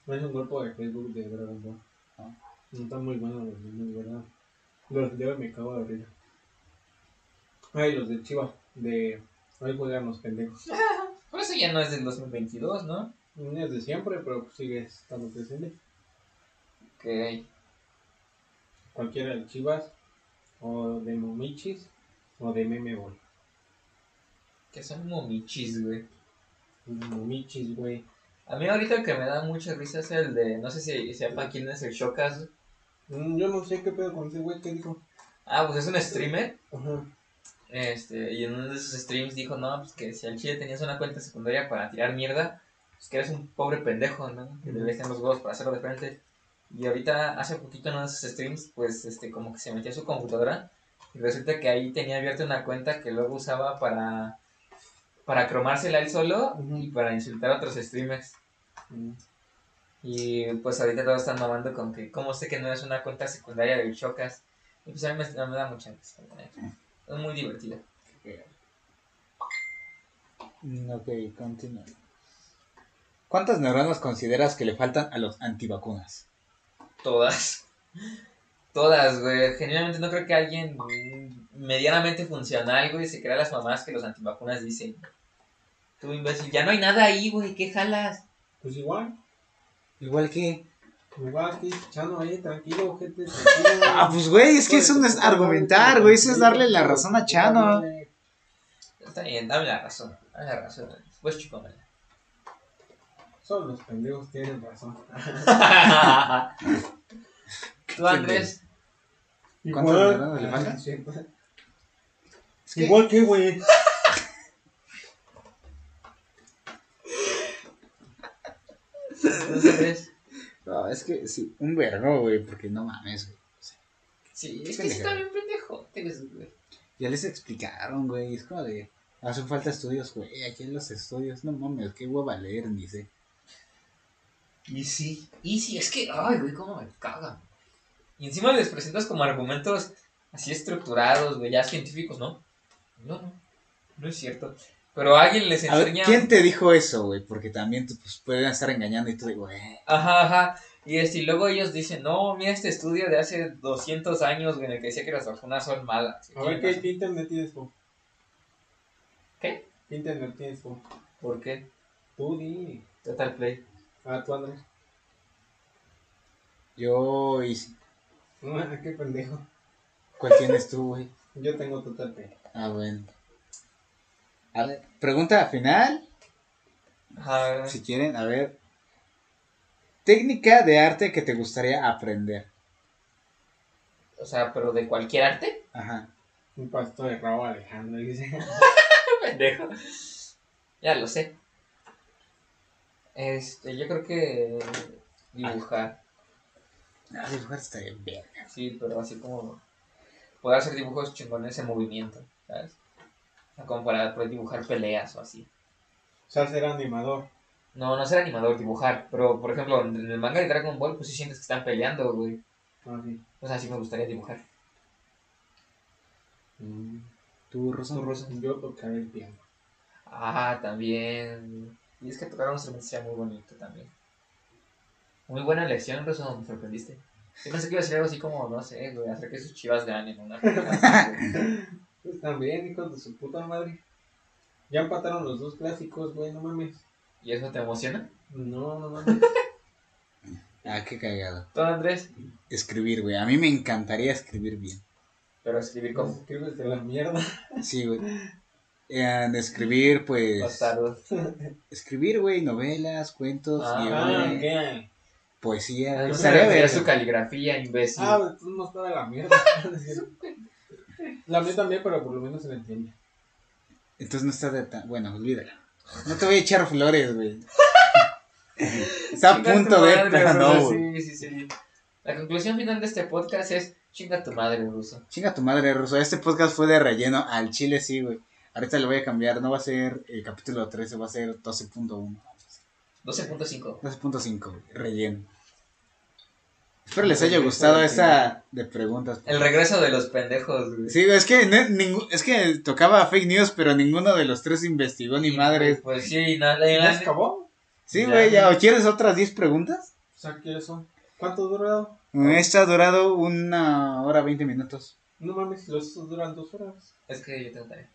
[SPEAKER 2] Es un grupo de Facebook de Dragon Ball.
[SPEAKER 1] Ah.
[SPEAKER 2] No están muy buenos los memes, ¿verdad? Los de hoy me acabo de abrir. Ay, los de Chivas. De hoy juegan los pendejos.
[SPEAKER 3] Pero eso ya no es del 2022, ¿no?
[SPEAKER 2] Es de siempre, pero pues sigue estando presente.
[SPEAKER 3] Que
[SPEAKER 2] Cualquiera de Chivas. o de momichis, o de meme boy.
[SPEAKER 3] Que son momichis, güey.
[SPEAKER 2] Momichis, güey.
[SPEAKER 3] A mí ahorita el que me da mucha risa es el de, no sé si sepa quién es el Shokas.
[SPEAKER 2] Mm, Yo no sé qué pedo con ese güey que dijo.
[SPEAKER 3] Ah, pues es un streamer.
[SPEAKER 2] Ajá.
[SPEAKER 3] Este, y en uno de sus streams dijo, no, pues que si al chile tenías una cuenta secundaria para tirar mierda, pues que eres un pobre pendejo, ¿no? Que debes tener los huevos para hacerlo de frente. Y ahorita, hace poquito en uno de sus streams, pues este, como que se metió a su computadora y resulta que ahí tenía abierta una cuenta que luego usaba para, para cromársela él solo
[SPEAKER 2] Ujú.
[SPEAKER 3] y para insultar a otros streamers.
[SPEAKER 2] Mm.
[SPEAKER 3] Y pues ahorita todos están mamando con que, ¿cómo sé que no es una cuenta secundaria del Chocas? Y pues a mí me, me da mucha risa. la neta. Es muy divertida.
[SPEAKER 1] Mm, Ok, continúa. ¿Cuántas neuronas consideras que le faltan a los antivacunas?
[SPEAKER 3] Todas. *laughs* Todas, güey. Generalmente no creo que alguien mm, medianamente funcional, güey, se crea las mamás que los antivacunas dicen. Tú, imbécil, ya no hay nada ahí, güey, ¿qué jalas?
[SPEAKER 2] Pues igual,
[SPEAKER 1] Igual que.
[SPEAKER 2] igual aquí, chano, eh,
[SPEAKER 1] *laughs*
[SPEAKER 2] tranquilo, gente, tranquilo.
[SPEAKER 1] Ah, pues güey, es que eso no es argumentar, güey. Eso es darle la razón a *laughs* Chano.
[SPEAKER 3] Está bien, dame la razón, dame la razón. güey. Pues chupámela.
[SPEAKER 2] Son los pendejos
[SPEAKER 1] *laughs*
[SPEAKER 2] tienen razón.
[SPEAKER 3] Tú, Andrés,
[SPEAKER 1] ¿Cuántas neuronas le
[SPEAKER 2] *laughs*
[SPEAKER 1] faltan?
[SPEAKER 2] faltan?
[SPEAKER 1] Es que-
[SPEAKER 2] pues. Igual que, güey.
[SPEAKER 3] ¿tú, Andrés?
[SPEAKER 1] No, es que sí, un vergo, güey, porque no mames, güey.
[SPEAKER 3] Sí, es que sí está bien pendejo. güey.
[SPEAKER 1] Ya les explicaron, güey. Es como de. Hacen falta estudios, güey. Aquí en los estudios, no mames, qué hueva leer, ni sé.
[SPEAKER 3] Y sí, y sí, es que, ay, güey, cómo me cagan. Y encima les presentas como argumentos así estructurados, güey, ya científicos, ¿no? No, no, no es cierto. Pero alguien les
[SPEAKER 1] A ver,
[SPEAKER 3] enseña.
[SPEAKER 1] ¿quién te dijo eso, güey? Porque también te pues, pueden estar engañando y tú, "Eh, güey.
[SPEAKER 3] Ajá, ajá. Y, este, y luego ellos dicen, no, mira este estudio de hace 200 años, güey, en el que decía que las vacunas son malas.
[SPEAKER 2] A ver, ¿qué, qué internet tienes tú?
[SPEAKER 3] ¿Qué?
[SPEAKER 2] ¿Qué internet tienes tú?
[SPEAKER 3] ¿Por qué?
[SPEAKER 2] Tú di.
[SPEAKER 3] Total Play.
[SPEAKER 2] Ah, tú, Andrés.
[SPEAKER 1] Yo hice.
[SPEAKER 2] Ah, *laughs* qué pendejo.
[SPEAKER 1] ¿Cuál tienes tú, güey?
[SPEAKER 2] Yo tengo total P.
[SPEAKER 1] Ah, bueno. A ver, pregunta final,
[SPEAKER 3] Ajá.
[SPEAKER 1] si quieren, a ver. Técnica de arte que te gustaría aprender.
[SPEAKER 3] O sea, pero de cualquier arte.
[SPEAKER 1] Ajá.
[SPEAKER 2] Un pasto de rabo Alejandro, dice. *laughs*
[SPEAKER 3] pendejo. Ya lo sé. Este, yo creo que dibujar.
[SPEAKER 1] Ah, dibujar estaría bien.
[SPEAKER 3] Sí, pero así como poder hacer dibujos chingones en movimiento, ¿sabes? O sea, Como para poder dibujar peleas o así.
[SPEAKER 2] O sea, ser animador.
[SPEAKER 3] No, no ser animador, dibujar. Pero, por ejemplo, en el manga de Dragon Ball, pues sí sientes que están peleando, güey.
[SPEAKER 2] Ah, sí.
[SPEAKER 3] O sea, sí me gustaría dibujar.
[SPEAKER 1] Mm, ¿Tú, Rosa?
[SPEAKER 2] Yo tocar el piano.
[SPEAKER 3] Ah, también. Y es que tocar un instrumento sería muy bonito también. Muy buena elección, Rosso, me sorprendiste. Yo pensé que iba a ser algo así como, no sé, güey, hacer que sus chivas ganen una cosa así, güey.
[SPEAKER 2] Pues también, hijos de su puta madre. Ya empataron los dos clásicos, güey, no mames.
[SPEAKER 3] *laughs* ¿Y eso te emociona?
[SPEAKER 2] No, no mames.
[SPEAKER 1] Ah, qué cagado.
[SPEAKER 3] Todo, Andrés.
[SPEAKER 1] Escribir, güey. A mí me encantaría escribir bien.
[SPEAKER 3] Pero escribir
[SPEAKER 1] *laughs*
[SPEAKER 2] Los
[SPEAKER 3] como
[SPEAKER 2] escribes de la mierda.
[SPEAKER 1] Sí, güey. En escribir, pues.
[SPEAKER 3] bastardo.
[SPEAKER 1] Escribir, güey, novelas, cuentos,
[SPEAKER 3] Ah,
[SPEAKER 1] guiones,
[SPEAKER 2] ¿qué?
[SPEAKER 1] poesía.
[SPEAKER 3] Yo
[SPEAKER 1] Estaría
[SPEAKER 3] prefiero
[SPEAKER 1] verga.
[SPEAKER 3] su caligrafía, imbécil.
[SPEAKER 2] Ah, pues, tú no está de la mierda. *laughs* la mía también, pero por lo menos se la entiende.
[SPEAKER 1] Entonces no está de tan... Bueno, olvídala. No te voy a echar flores,
[SPEAKER 3] *laughs*
[SPEAKER 1] güey. está a
[SPEAKER 3] Chinga tu
[SPEAKER 1] punto de...
[SPEAKER 3] madre,
[SPEAKER 1] Pero
[SPEAKER 3] Rosso,
[SPEAKER 1] no, güey.
[SPEAKER 3] Sí, sí, sí. La conclusión final de este podcast es: chinga tu madre, ruso.
[SPEAKER 1] Chinga tu madre, Ruso. Este podcast fue de relleno. Al chile sí, güey. Ahorita le voy a cambiar. No va a ser el capítulo 13, va a ser 12.1.
[SPEAKER 3] 12.5.
[SPEAKER 1] 12.5, güey. Relleno. Espero les haya gustado esta de preguntas.
[SPEAKER 3] El regreso de los pendejos, güey.
[SPEAKER 1] Sí, güey, es que, no- ningú- es que tocaba fake news, pero ninguno de los tres investigó ni madres.
[SPEAKER 3] Pues sí, nada,
[SPEAKER 2] ¿Ya
[SPEAKER 3] nada.
[SPEAKER 2] se acabó?
[SPEAKER 1] Sí, güey, ya. ¿O quieres otras 10 preguntas?
[SPEAKER 2] O sea, ¿qué son? ¿Cuánto dura?
[SPEAKER 1] Esta ha durado una hora 20 minutos.
[SPEAKER 2] No mames, los esos duran dos horas.
[SPEAKER 3] Es que yo tengo tarea.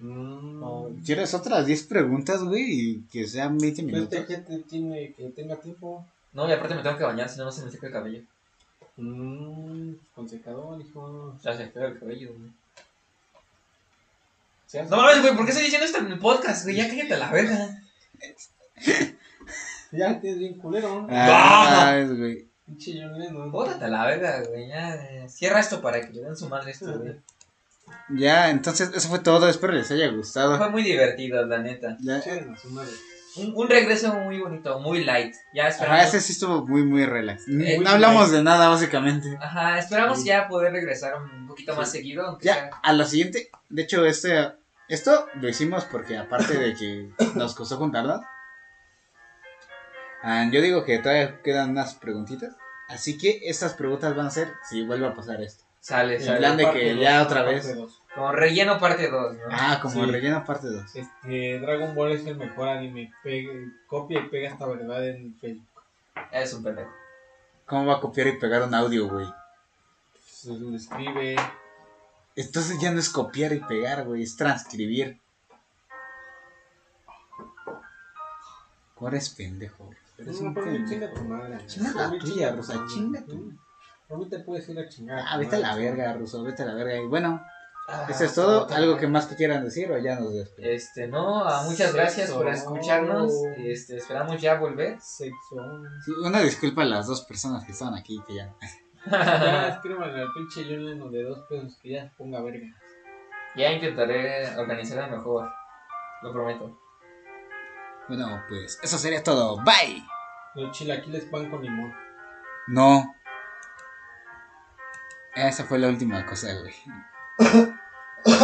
[SPEAKER 2] Mm.
[SPEAKER 1] ¿Quieres otras 10 preguntas, güey? Y que sean 20
[SPEAKER 2] Pues
[SPEAKER 1] minutos.
[SPEAKER 2] esta gente tiene que tenga tiempo.
[SPEAKER 3] No, y aparte me tengo que bañar, si no, no se me seca el cabello.
[SPEAKER 2] Mmm, con secador, hijo.
[SPEAKER 3] Tras el pelo del cabello, güey.
[SPEAKER 2] Se hace-
[SPEAKER 3] No mames, güey, ¿por qué estoy diciendo esto en el podcast, güey? Ya cállate a la verga.
[SPEAKER 2] Ya tienes bien culero, ¿no?
[SPEAKER 3] Ah.
[SPEAKER 1] Ah, es, güey.
[SPEAKER 2] Pinche John Lennon.
[SPEAKER 3] Bótate a la verga, güey. Ya, eh, cierra esto para que le den su madre esto, güey.
[SPEAKER 1] Ya, entonces eso fue todo. Espero les haya gustado.
[SPEAKER 3] Fue muy divertido, la neta.
[SPEAKER 1] Ya.
[SPEAKER 2] Chinga a su madre.
[SPEAKER 3] Un, un regreso muy bonito, muy light. Ya esperamos.
[SPEAKER 1] Ajá, Ah, ese sí estuvo muy, muy relax.
[SPEAKER 3] Eh,
[SPEAKER 1] no hablamos de nada, básicamente.
[SPEAKER 3] Ajá, esperamos
[SPEAKER 1] Sí.
[SPEAKER 3] ya poder regresar un poquito más seguido, aunque
[SPEAKER 1] Ya,
[SPEAKER 3] sea.
[SPEAKER 1] a lo siguiente. De hecho, este, esto lo hicimos porque, aparte de que nos costó juntarnos, ah, yo digo que todavía quedan unas preguntitas. Así que estas preguntas van a ser si vuelve a pasar esto.
[SPEAKER 3] Sale,
[SPEAKER 1] En
[SPEAKER 3] sale.
[SPEAKER 1] plan de
[SPEAKER 2] Parte
[SPEAKER 1] que
[SPEAKER 2] dos,
[SPEAKER 1] ya otra
[SPEAKER 2] parte
[SPEAKER 1] vez.
[SPEAKER 2] dos.
[SPEAKER 3] Como relleno parte 2, ¿no?
[SPEAKER 1] Ah, como
[SPEAKER 2] Sí.
[SPEAKER 1] relleno parte 2.
[SPEAKER 2] Este, Dragon Ball es el mejor anime. Pegue- copia y pega esta verdad en Facebook.
[SPEAKER 3] Eres un pendejo.
[SPEAKER 1] ¿Cómo va a copiar y pegar un audio, güey?
[SPEAKER 2] Se lo describe.
[SPEAKER 1] Entonces ya no es copiar y pegar, güey, es transcribir. ¿Cómo eres pendejo? güey? Eres
[SPEAKER 2] No,
[SPEAKER 1] un
[SPEAKER 2] pero
[SPEAKER 1] pendejo.
[SPEAKER 2] chinga tu madre. amigo.
[SPEAKER 1] Chinga la
[SPEAKER 2] Por mí
[SPEAKER 1] tuya,
[SPEAKER 2] tu
[SPEAKER 1] Rosa,
[SPEAKER 2] madre.
[SPEAKER 1] chinga tu-
[SPEAKER 2] Por mí te puedes ir a chingar.
[SPEAKER 1] Ah,
[SPEAKER 2] tu
[SPEAKER 1] vete a la
[SPEAKER 2] madre.
[SPEAKER 1] verga, Ruso, vete a la verga. Y bueno,
[SPEAKER 3] Ah,
[SPEAKER 1] eso es todo.
[SPEAKER 3] puta
[SPEAKER 1] ¿Algo
[SPEAKER 3] madre.
[SPEAKER 1] que más que quieran decir o ya nos despedimos?
[SPEAKER 3] Este, no, ah, muchas
[SPEAKER 2] Sexo.
[SPEAKER 3] gracias por escucharnos. Este, esperamos ya
[SPEAKER 1] *laughs*
[SPEAKER 3] volver.
[SPEAKER 2] Sexo.
[SPEAKER 1] Sí, una disculpa a las dos personas que estaban aquí. Que ya.
[SPEAKER 2] Ya, escríbanle al pinche John Lennon de dos pesos que ya se ponga verga.
[SPEAKER 3] ya intentaré organizarla mejor. Lo prometo.
[SPEAKER 1] Bueno, pues eso sería todo. Bye.
[SPEAKER 2] Los chilaquiles pan con limón.
[SPEAKER 1] No. Esa fue la última cosa, güey.